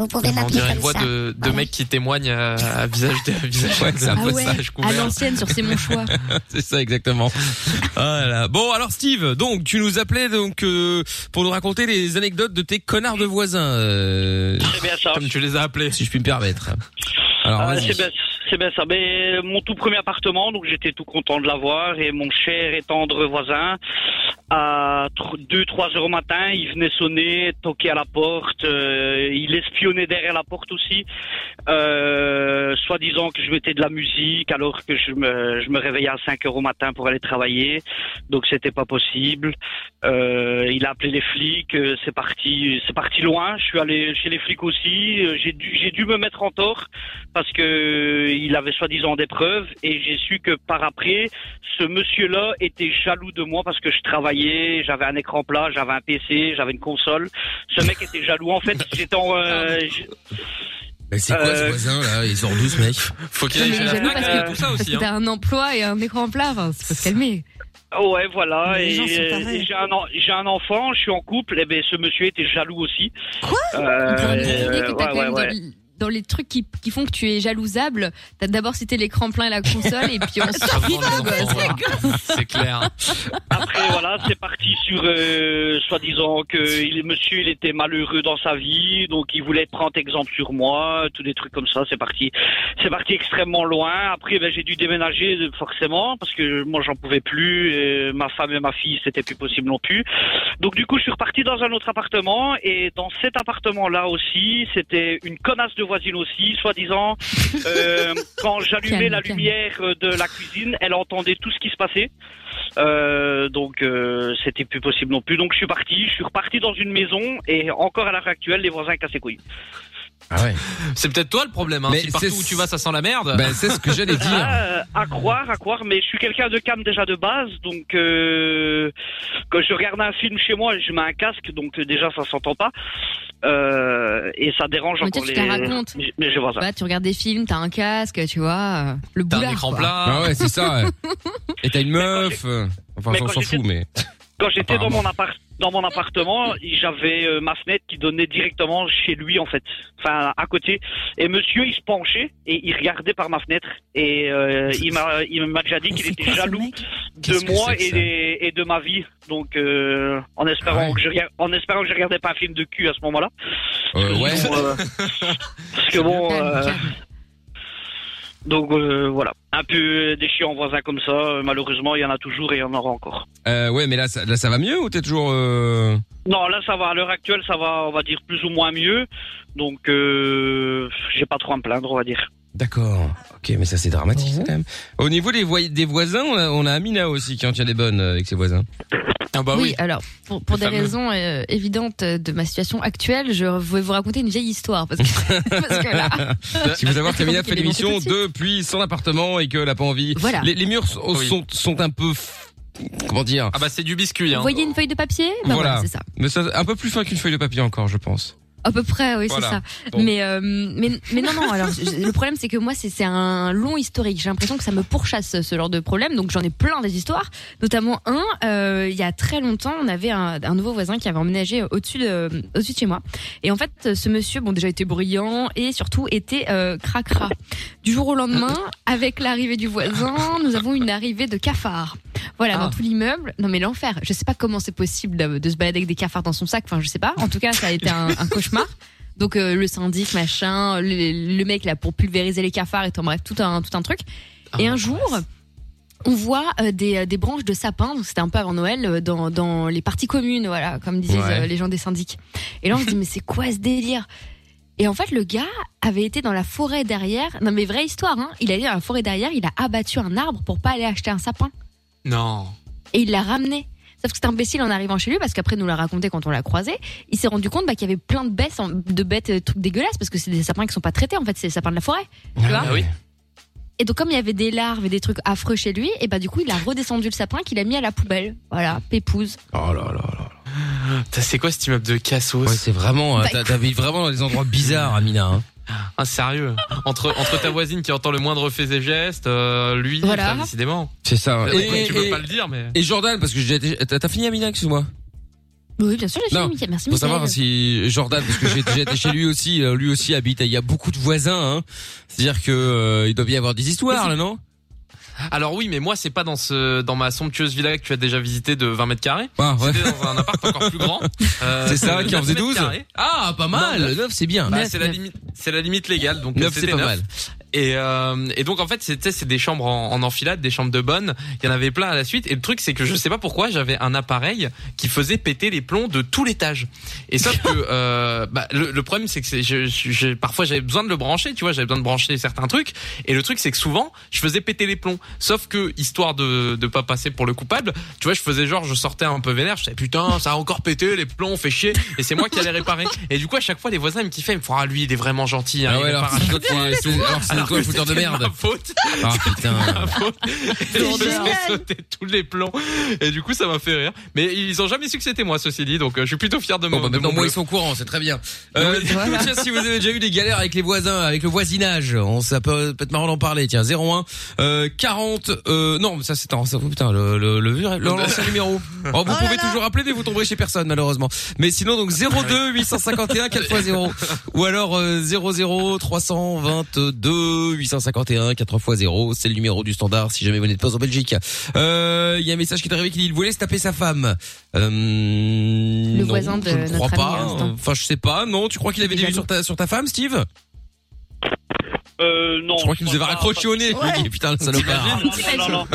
Vous pouvez
On
m'appeler
dirait une
comme
voix
ça.
de, de mec qui témoigne à, à visage de à visage.
Ouais, c'est un peu ça.
Ah à l'ancienne sur C'est mon choix.
c'est ça exactement. Voilà. Bon alors Steve, donc tu nous appelais donc euh, pour nous raconter les anecdotes de tes connards de voisins. euh,
Comme tu les as appelés,
si je puis me permettre. Alors
Ah,
vas-y.
c'est bien, c'est bien ça. Mais euh, mon tout premier appartement, donc j'étais tout content de l'avoir et mon cher et tendre voisin, à 2-3 heures au matin, il venait sonner, toquer à la porte, euh, il espionnait derrière la porte aussi, euh, soi-disant que je mettais de la musique alors que je me, je me réveillais à 5 heures au matin pour aller travailler, donc c'était pas possible. Euh, il a appelé les flics, euh, c'est parti, c'est parti loin. Je suis allé chez les flics aussi. euh, J'ai dû, j'ai dû me mettre en tort parce que euh, il avait soi-disant des preuves et j'ai su que par après, ce monsieur-là était jaloux de moi parce que je travaillais, j'avais un écran plat, j'avais un PC, j'avais une console. Ce mec était jaloux en fait. J'étais en, euh, j-
Mais c'est quoi ce
Euh,
voisin là Il sort d'où ce mec
Faut
Non, mais jaloux parce
euh,
que, parce
hein.
que t'as un emploi et un écran plat, enfin, c'est pas se calmer.
Ah Ouais, voilà.
Les
et
gens sont tarés.
et j'ai un, en- j'ai un enfant, je suis en couple. Et ben, ce monsieur était jaloux aussi.
Quoi
Euh,
On pourrait
euh,
imaginer que t'as
ouais,
quand même
ouais,
dans,
ouais.
l- dans les trucs qui, qui font que tu es jalousable, t'as d'abord cité l'écran plein et la console, et puis ensuite...
c'est clair.
Après, voilà, c'est parti sur euh, soi-disant que il, monsieur, il était malheureux dans sa vie, donc il voulait prendre exemple sur moi, tous des trucs comme ça. C'est parti, c'est parti extrêmement loin. Après, ben, j'ai dû déménager euh, forcément parce que moi, j'en pouvais plus. et ma femme et ma fille, c'était plus possible non plus. Donc du coup, je suis reparti dans un autre appartement et dans cet appartement-là aussi, c'était une connasse de voisine aussi, soi-disant. Euh, quand j'allumais
Calme,
la
calme.
lumière euh, de la cuisine, elle entendait tout ce qui se passait. Euh, donc euh, c'était plus possible non plus. Donc je suis parti, je suis reparti dans une maison et encore à l'heure actuelle, les voisins cassent les couilles.
C'est peut-être toi le problème. Hein.
Ah Mais
Si partout
c'est-
où tu vas, ça sent la merde.
Ben, c'est ce que j'allais
Ah, euh, à croire, à croire, mais je suis quelqu'un de calme déjà de base, donc euh, quand je regarde un film chez moi, je mets un casque, donc euh, déjà ça s'entend pas, euh, et ça dérange
Mais tu
encore
sais,
les.
tu la racontes.
Mais, mais je vois ça.
Bah, tu regardes des films, t'as un casque, tu vois, euh, le boulard. quoi.
Ah ouais, c'est ça. ouais. Et t'as une meuf. euh, Enfin,
mais
on
quand
s'en fout, mais.
Quand j'étais dans mon
Apparemment.
appart, dans mon appartement, j'avais euh, ma fenêtre qui donnait directement chez lui en fait, enfin à côté. Et monsieur, il se penchait et il regardait par ma fenêtre et euh, il m'a, il m'a déjà dit qu'il était jaloux
Qu'est-ce
de
que
moi
c'est que
et,
ça
des- et de ma vie. Donc euh, en espérant
Ah ouais.
que je regarde- en espérant que je regardais pas un film de cul à ce moment-là.
Euh, ouais.
Bon, euh, parce que bon. euh, donc euh, voilà, un peu des chiens voisins comme ça, euh, malheureusement il y en a toujours et il y en aura encore.
Euh, ouais, mais là, ça, là, ça va mieux ou t'es toujours. euh,
Non, là ça va. À l'heure actuelle, ça va, on va dire plus ou moins mieux. Donc, euh, j'ai pas trop à me plaindre, on va dire.
D'accord. Ok, mais ça c'est dramatique quand même. Au niveau des, voi- des voisins, on a, on a Amina aussi qui en tient des bonnes euh, avec ses voisins. Ah bah
oui. alors pour, pour
Le
des
fameux.
raisons euh, évidentes de ma situation actuelle, je vais vous raconter une vieille histoire parce que, parce que là,
si vous savoir qu'Amina fait
Elle est montée
l'émission
tout de suite.
depuis son appartement et qu'elle a pas envie.
Voilà.
Les, les murs sont,
Oui.
sont, sont un peu. f- Comment dire
Ah bah c'est du biscuit.
vous
Hein.
voyez une feuille de papier, bah voilà, c'est ça.
Mais ça, un peu plus fin qu'une feuille de papier encore, je pense.
À peu près, oui,
Voilà.
c'est ça.
Bon.
Mais, euh, mais mais non non. Alors je- le problème c'est que moi c'est c'est un long historique. J'ai l'impression que ça me pourchasse ce genre de problème. Donc j'en ai plein des histoires. Notamment un. euh, il y a très longtemps, on avait un, un nouveau voisin qui avait emménagé au-dessus de au-dessus de chez moi. Et en fait, ce monsieur, bon déjà était bruyant et surtout était euh, cracra. Du jour au lendemain, avec l'arrivée du voisin, nous avons une arrivée de cafards. Voilà, dans tout l'immeuble. Non mais l'enfer. Je sais pas comment c'est possible de, de se balader avec des cafards dans son sac. Enfin, je sais pas. En tout cas, ça a été un, un cauchemar. Donc euh, le syndic, machin, le, le mec là pour pulvériser les cafards et tout, bref, tout un tout un truc. et un jour. On voit euh, des, des branches de sapin, donc c'était un peu avant Noël, euh, dans, dans les parties communes, voilà, comme disent
Ouais.
euh, les gens des syndics. Et là, on se dit, mais c'est quoi ce délire et en fait, le gars avait été dans la forêt derrière. Non, mais vraie histoire, hein. Il est allé dans la forêt derrière, il a abattu un arbre pour pas aller acheter un sapin.
Non.
Et il l'a ramené. Sauf que cet imbécile, en arrivant chez lui, parce qu'après il nous l'a raconté quand on l'a croisé, il s'est rendu compte bah, qu'il y avait plein de bêtes, de bêtes, euh, trucs dégueulasses, parce que c'est des sapins qui sont pas traités, en fait, c'est des sapins de la forêt. Tu vois
Ah
Ah
oui.
Et donc comme il y avait des larves et des trucs affreux chez lui, et bah du coup il a redescendu le sapin qu'il a mis à la poubelle. Voilà, pépouze.
Oh là là là.
Putain, C'est quoi cet immeuble de cassos
Ouais, c'est vraiment. euh,
Bah,
t'as- T'habites vraiment dans des endroits bizarres, Amina. hein.
Ah, sérieux entre, entre ta voisine qui entend le moindre fait et geste, euh, lui, ça,
Voilà.
décidément.
C'est ça.
Bah, écoute, tu peux pas le dire, mais-
Et Jordan, parce que j'ai été- t'as t'as fini Amina, excuse-moi.
Oui, bien sûr, j'ai
Non,
fini, Mickaël. Merci,
Faut
Mickaël.
savoir hein, si Jordan, parce que j'ai j'ai été chez lui aussi, euh, lui aussi habite. et Il y a beaucoup de voisins. Hein. C'est-à-dire que euh, il doit bien y avoir des histoires là, non
Alors oui, mais moi c'est pas dans ce dans ma somptueuse villa que tu as déjà visitée de 20 mètres carrés.
Ah, ouais.
C'était dans un appart encore plus grand. Euh,
C'est ça,
de
qui en
9
faisait
mètres
12?
carrés.
Ah, pas mal,
Non, neuf.
neuf, c'est bien.
Bah,
Neuf,
c'est la
neuf.
limite, c'est la limite légale. Donc
Neuf,
c'était
c'est pas
neuf.
mal.
Et euh, et donc en fait c'était c'est des chambres en, en enfilade, des chambres de bonne. Il y en avait plein à la suite. Et le truc c'est que je sais pas pourquoi j'avais un appareil qui faisait péter les plombs de tout l'étage. Et sauf que euh, bah, le, le problème c'est que c'est- je, je- je- parfois j'avais besoin de le brancher, tu vois, j'avais besoin de brancher certains trucs. Et le truc c'est que souvent je faisais péter les plombs. Sauf que histoire de de pas passer pour le coupable, tu vois, je faisais genre je sortais un peu vénère, je disais putain ça a encore pété les plombs, on fait chier. Et c'est moi qui allais réparer. Et du coup à chaque fois les voisins ils me kiffaient, ils me font ah lui il est vraiment gentil. hein,
Ah
il
ouais, alors
répare à
c'est
chaque
toi qui-
fois et
c'est-
tout.
alors c'est
Alors
toi
que
le fouteur de
c'était
merde.
ma faute.
Ah putain.
Et je me fais sauter tous les plans. Et du coup, ça m'a fait rire. Mais ils ont jamais su que c'était moi, ceci dit. Donc, euh, je suis plutôt fier de mon. de
bah, maintenant,
mon
moi,
bluff.
ils sont au courant, c'est très bien. Euh, du coup,
Voilà.
tiens, si vous avez déjà eu des galères avec les voisins, avec le voisinage, on, ça peut, peut être marrant d'en parler. Tiens, 01 euh, 40. Euh, non, mais ça c'est un, ça, putain, le le le, vieux- le- l'ancien numéro. Oh, vous pouvez toujours appeler, mais vous tomberez chez personne malheureusement. Mais sinon, donc 02 851 4x0 ou alors euh, 00 322 851 4x0. C'est le numéro du standard. Si jamais vous n'êtes pas en Belgique, Euh, il y a un message qui est arrivé qui dit il voulait se taper sa femme. Euh, le
voisin de
je ne
notre
crois
ami à
pas.
l'instant.
Enfin, je sais pas. Non, tu crois qu'il avait des vues sur ta sur ta femme, Steve
Euh, non.
Je crois qu'il nous avait raccroché au nez. Je me dis, putain, le salopard.
Non, non, non.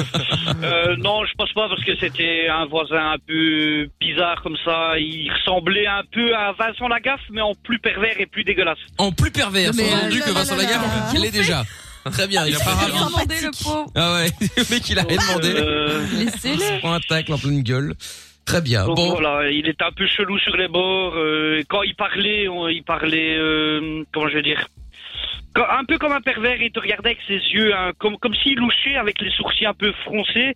Euh, non, je pense pas parce que c'était un voisin un peu bizarre comme ça. Il ressemblait un peu à Vincent Lagaffe, mais en plus pervers et plus dégueulasse.
En plus pervers,
Non, mais,
sous-entendu
euh,
que
là,
Vincent
là, là,
Lagaffe,
là.
il l'est déjà. Très bien, il a pas
Il a
raison.
demandé le pot.
Ah ouais, le mec il a rien demandé.
Laissez-le.
Il se prend un tacle en pleine gueule. Très bien.
Donc
Ah, bon.
voilà, il était un peu chelou sur les bords. euh, et quand il parlait, on- il parlait, euh, comment je vais dire, quand- un peu comme un pervers. Il te regardait avec ses yeux, hein, comme comme s'il louchait avec les sourcils un peu froncés,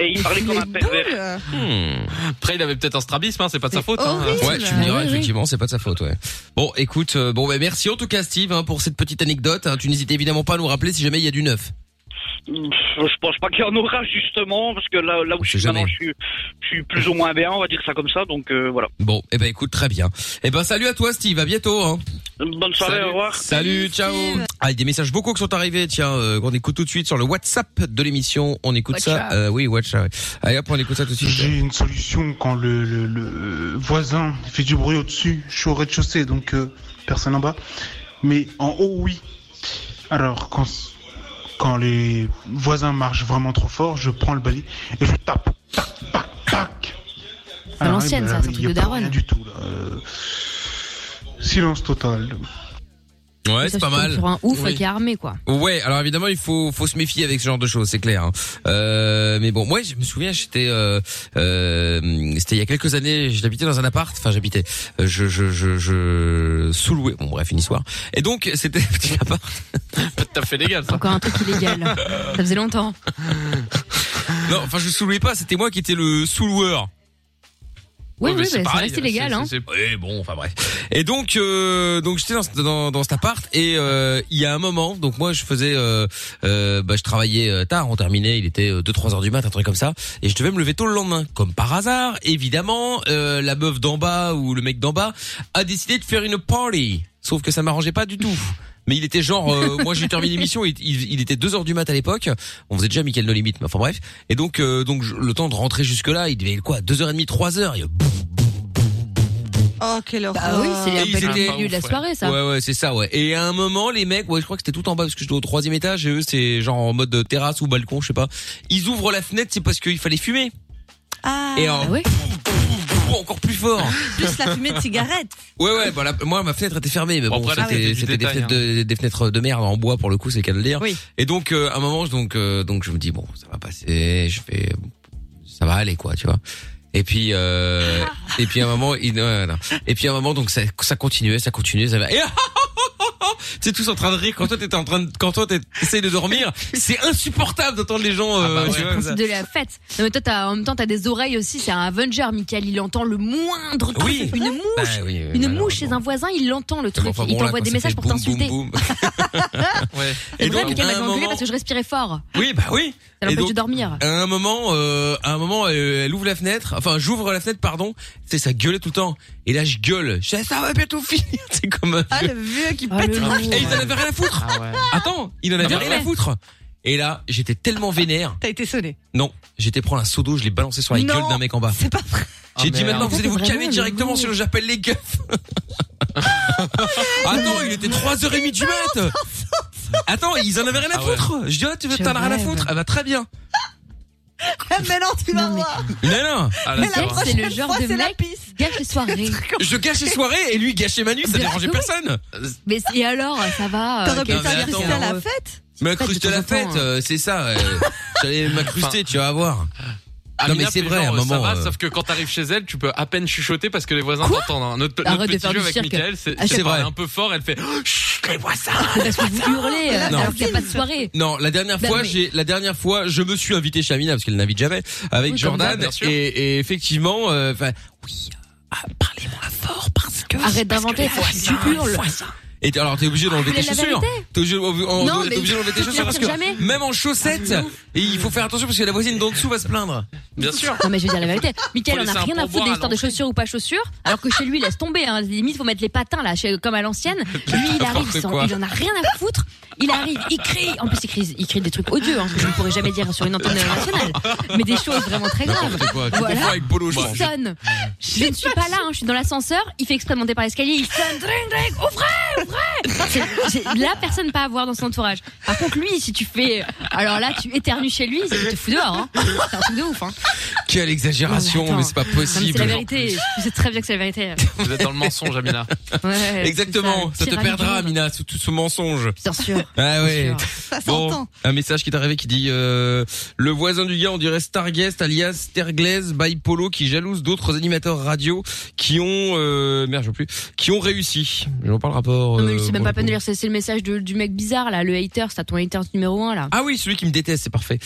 et il parlait comme un pervers.
Hmm. Après, il avait peut-être un strabisme, hein, c'est pas de sa faute. hein.
Ouais, tu me diras, effectivement, c'est pas de sa faute, ouais. Bon, écoute, euh, bon, bah, merci en tout cas, Steve, hein, pour cette petite anecdote. hein. Tu n'hésites évidemment pas à nous rappeler si jamais il y a du neuf.
Pff, Je pense pas qu'il y en aura justement, parce que là, là où je suis maintenant, je suis, je suis plus ou moins bien, on va dire ça comme ça. Donc euh, voilà.
Bon, eh ben, écoute, très bien. Eh ben, salut à toi, Steve, à bientôt, hein.
Bonne soirée,
Salut.
au revoir.
Salut, ciao. Ah, il y a des messages beaucoup qui sont arrivés, tiens, euh, qu'on écoute tout de suite sur le WhatsApp de l'émission. On écoute ça.
WhatsApp.
euh, oui, WhatsApp. ouais. Allez hop, on écoute ça tout de suite. hein.
J'ai une solution quand le, le- le voisin fait du bruit au-dessus. Je suis au rez-de-chaussée, donc euh, personne en bas. Mais en haut, oui. Alors, quand, quand les voisins marchent vraiment trop fort, je prends le balai et je tape. Tac, tac, tac.
À
Alors,
l'ancienne,
eh ben,
ça, c'est un
oui,
truc
y a
de
pas
daronne.
rien du tout, là. Euh, Silence total.
Ouais,
Ça,
c'est pas
tu tombes
mal.
Sur un ouf
Oui.
qui est armé, quoi.
Ouais, alors évidemment il faut faut se méfier avec ce genre de choses, c'est clair. hein. Euh, mais bon, moi je me souviens, j'étais euh, euh, c'était il y a quelques années, j'habitais dans un appart, enfin j'habitais, euh, je je je je sous-louais. Bon bref, une histoire. Et donc c'était un petit appart.
T'as fait légal ça.
Encore un truc illégal. ça faisait longtemps.
Non, enfin je sous-louais pas, c'était moi qui étais le sous-loueur.
Oui,
Ouais, mais
oui,
c'est
bah, ça
pareil,
reste illégal,
c'est-
hein.
c'est- c'est- ouais, bon, enfin bref. Et donc, euh, donc j'étais dans, ce- dans, dans cet appart et euh, il y a un moment, donc moi je faisais, euh, euh, bah, je travaillais euh, tard, on terminait, il était 2-3 heures du mat, un truc comme ça, et je devais me lever tôt le lendemain, comme par hasard. Évidemment, euh, la meuf d'en bas ou le mec d'en bas a décidé de faire une party, sauf que ça m'arrangeait pas du tout. Mais il était genre, euh, moi j'ai terminé l'émission, il, il, il était 2 heures du mat à l'époque. On faisait déjà Michael No Limit, mais enfin bref. Et donc, euh, donc je- le temps de rentrer jusque là, il devait quoi, 2 heures et demie, 3 heures. Et
Oh, quelle horreur.
Ah oui, c'est
et
un
Euh, ils
peu le
étaient-
milieu de la soirée, ça.
Ouais, ouais, c'est ça, ouais. Et à un moment, les mecs, ouais, je crois que c'était tout en bas parce que j'étais au troisième étage et eux, c'est genre en mode terrasse ou balcon, je sais pas. Ils ouvrent la fenêtre, c'est parce qu'il fallait fumer. et alors, pouf, pouf, pouf, encore plus fort.
Ah. Plus la fumée de cigarette.
Ouais, ouais, bah, la- moi, ma fenêtre était fermée, mais bon,
après, là,
c'était
c'était du
c'était des,
détail,
fenêtres de, des fenêtres de merde en bois pour le coup, c'est le cas de le dire. Et donc, euh, à un moment, je- donc, euh, donc, je me dis, bon, ça va passer, je vais, ça va aller, quoi, tu vois. Et puis, euh, et puis à un moment, il, ouais, non. et puis à un moment, donc ça, ça continuait, ça continuait, ça va. Et c'est tous en train de rire quand toi t'étais en train de, quand toi t'essayes de dormir, c'est insupportable d'entendre les gens. euh, tu vois, ça.
de la fête. Non, mais toi, t'as- en même temps, t'as des oreilles aussi. C'est un Avenger, Michael. Il entend le moindre truc.
Oui.
Une mouche.
Bah oui, oui,
une mouche chez un voisin, il l'entend le truc.
enfin,
il
bon, là,
t'envoie
quand
des
ça
messages
fait
pour
boum,
t'insulter.
boum,
C'est
Et
vrai,
donc,
Michael
à
m'a
un
engueulé
moment-
parce que je respirais fort.
Oui, bah oui.
Ça l'a
Et
empêché
donc,
de dormir.
à un moment, euh, à un moment, euh, elle ouvre la fenêtre. Enfin, j'ouvre la fenêtre, pardon. C'est ça gueulait tout le temps. Et là, je gueule. Je dis, ça va bientôt finir. C'est comme un
Ah,
vieux.
le vieux qui
Ah,
pète
le vieux. Et ils en avaient rien à foutre. Attends, il en avait
Ah bah
rien
ouais.
à foutre. Et là, j'étais tellement vénère.
T'as été sonné.
Non, j'étais prendre un seau d'eau, je l'ai balancé sur la
Non,
gueule d'un mec en bas.
C'est pas vrai.
J'ai
Ah,
dit
merde.
maintenant, vous allez vous
Vraiment,
calmer
le
directement,
lourd.
sinon j'appelle les gueux. Attends, il était 3h30 du mat. Attends, ils en avaient rien à foutre. Je dis, ah, tu veux,
Je
t'en as rien à
rêve.
foutre. Ah bah, très bien.
mais non, tu vas voir.
Non, non. Ah, là,
Mais
ça
la
va.
prochaine C'est le genre fois, de c'est la mec Gâche les soirées.
Je gâchais soirée et lui gâchait Manu, ça
Bien
dérangeait
sûr.
personne.
Mais et alors, ça va.
T'aurais
euh,
pu
quel-
faire
quel-
Christelle à la
euh,
fête
Ma cruste à la
hein.
fête, euh, c'est ça. euh, J'allais m'incruster, tu vas voir. Non mais
Amina,
c'est
plus
vrai, à
genre,
un moment.
Ça va,
euh,
sauf que quand t'arrives chez elle, tu peux à peine chuchoter parce que les voisins t'entendent. hein. Notre, notre
Arrête de
petit
faire
jeu
du
avec
cirque.
Michael, c'est
Ah,
je
c'est
parle
vrai.
un peu fort, elle fait Oh, Chut, les voisins
C'est parce que vous hurlez euh,
Non.
alors qu'il n'y a pas de soirée.
Non, la dernière
Non,
fois,
mais-
j'ai la dernière fois, je me suis invité chez Amina parce qu'elle n'invite jamais avec
Oui, comme d'hab,
Jordan
bien sûr.
et, et effectivement, euh, enfin,
Arrête d'inventer, faut que tu hurles.
et t'es- alors t'es obligé d'enlever
voulez
tes
la
chaussures.
vérité
T'es obligé, on-
Non,
t'es
mais
obligé d'enlever tes
tu
chaussures parce que
tires jamais. Ah,
même en chaussettes, et il faut faire attention parce que la voisine d'en dessous va se plaindre.
Bien sûr.
Non mais je veux dire la vérité. Michael,
Faut
on n'a
laisser
rien
un
à foutre
pourboire
des
à
histoires de chaussures ou pas chaussures, alors que chez lui, laisse tomber. Hein. Limite, faut mettre les patins là, chez- comme à l'ancienne. Lui, il arrive,
N'importe
sans-
quoi.
il en a rien à foutre. Il arrive, il crie. En plus, il crie, il crie des trucs odieux, hein, que je ne pourrais jamais dire sur une antenne nationale. Mais des choses vraiment très graves.
N'importe quoi, tu confonds avec Bolo, je
il
pense.
sonne. Je ne suis pas là, hein, je suis dans l'ascenseur. Il fait exprès de monter par l'escalier. Il sonne, dring, dring, ouvrez, ouvrez. C'est- c'est La personne pas à voir dans son entourage. Par contre, lui, si tu fais, alors là, tu éternues chez lui, il te fout dehors. Hein. C'est un truc de ouf. Hein.
Quelle exagération, mais, c'est pas
Non, mais
possible.
C'est la vérité. Je sais très bien que c'est la vérité.
Vous êtes dans le mensonge, Amina.
Ouais,
Exactement,
c'est
ça, te
tyrannique.
perdra, Amina, ce- tout ce mensonge.
Bien sûr.
Ah ouais.
Ça
Bon, un message qui est arrivé qui dit euh, le voisin du gars, on dirait Starguest alias Terglaise by Polo qui jalouse d'autres animateurs radio qui ont euh, merde, je veux plus, qui ont réussi. Je vois pas le rapport.
Non, mais
euh,
c'est même
pour
pas
le
la peine
coup.
de lire, c'est c'est le message de- du mec bizarre là, le hater, c'est à ton hater numéro 1 là.
Ah oui, celui qui me déteste, c'est parfait.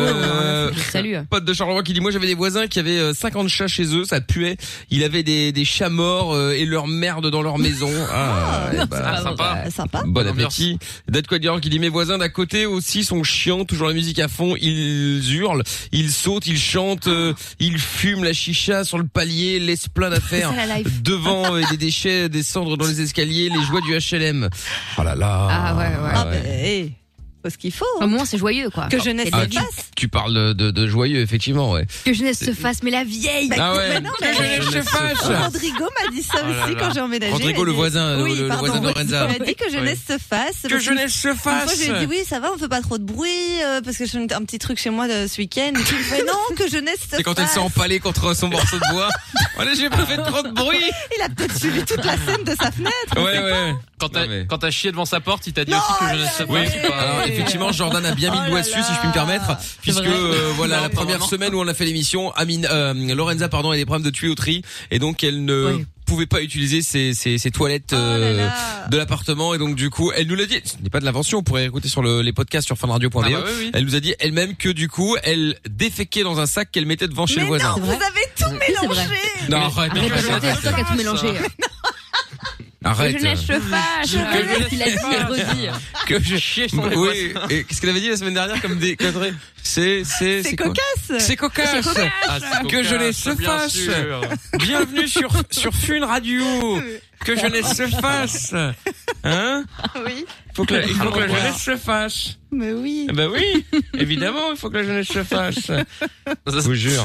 Euh,
Salut.
Pote de Charleroi qui dit moi j'avais des voisins qui avaient euh, 50 chats chez eux, ça puait. Il avait des, des chats morts euh, et leur merde dans leur maison. Ah, eh bah,
Ah,
Euh, sympa.
Bon appétit. Dead Quadior qui dit mes voisins d'à côté aussi sont chiants, toujours la musique à fond, ils hurlent, ils sautent, ils chantent, euh, ils fument la chicha sur le palier, laissent plein d'affaires
C'est ça, la life.
devant et des déchets, des cendres dans les escaliers, les joies du HLM. Oh là là.
Ah ouais, ouais.
Ah ouais.
ce qu'il faut. Au moins, Eh, c'est joyeux quoi. Que jeunesse
Ah, tu, tu parles de, de, de joyeux effectivement ouais.
Que jeunesse se fasse, mais la vieille.
Ah ouais.
Mais non, mais
Que jeunesse se fasse.
Rodrigo m'a dit ça
Oh là
aussi
là.
quand j'ai emménagé.
Rodrigo,
Il a
le
dit-
voisin, le-
oui,
le
pardon,
voisin de Lorenza.
Il m'a dit que
Oui.
jeunesse se fasse.
Que
parce
jeunesse se
Une fois,
fasse.
je lui ai dit oui, ça va, on fait pas trop de bruit euh, parce que je fais un petit truc chez moi euh, ce week-end. Et puis, il me fait, non, que jeunesse se
C'est quand elle
fasse.
s'est empalée contre son morceau de bois. Allez, j'ai pas fait trop de bruit.
Il a peut-être suivi toute la scène de sa fenêtre. on sait pas.
Quand t'as quand t'as chié devant sa porte, il t'a dit aussi que je ne sais
Oui, alors, effectivement, Jordan a
Oh
bien mis le doigt dessus, si je puis me permettre, puisque euh, voilà la première semaine où on a fait l'émission, Amine, euh, Lorenza, pardon, elle a des problèmes de tuyauterie et donc elle ne pouvait pas utiliser ses, ses, ses
Oh
toilettes euh, de l'appartement et donc du coup, elle nous l'a dit. Ce n'est pas de l'invention, on pourrait écouter sur le, les podcasts sur fanradio.be.
Ah bah oui, oui.
E. Elle nous a dit elle-même que du coup, elle déféquait dans un sac qu'elle mettait devant chez le voisin.
Vous avez tout mélangé.
Non, arrête,
Arrête,
arrête,
arrête, c'est toi qui as tout mélangé.
arrête.
Que jeunesse se fasse.
Que
Il a dit et redit.
que je chiais
sur les
Oui, et qu'est-ce qu'elle avait dit la semaine dernière comme des conneries C'est c'est
C'est
quoi
cocasse.
C'est cocasse.
C'est cocasse.
Ah, c'est
Que
cocasse,
jeunesse se
bien
fasse.
sûr.
Bienvenue sur sur Fun Radio. Que jeunesse se fasse. Hein
Oui.
Faut que la, il faut que la
Voilà.
jeunesse se fasse.
Mais oui.
Eh ben oui, évidemment, il faut que la jeunesse se fasse.
Je
vous jure.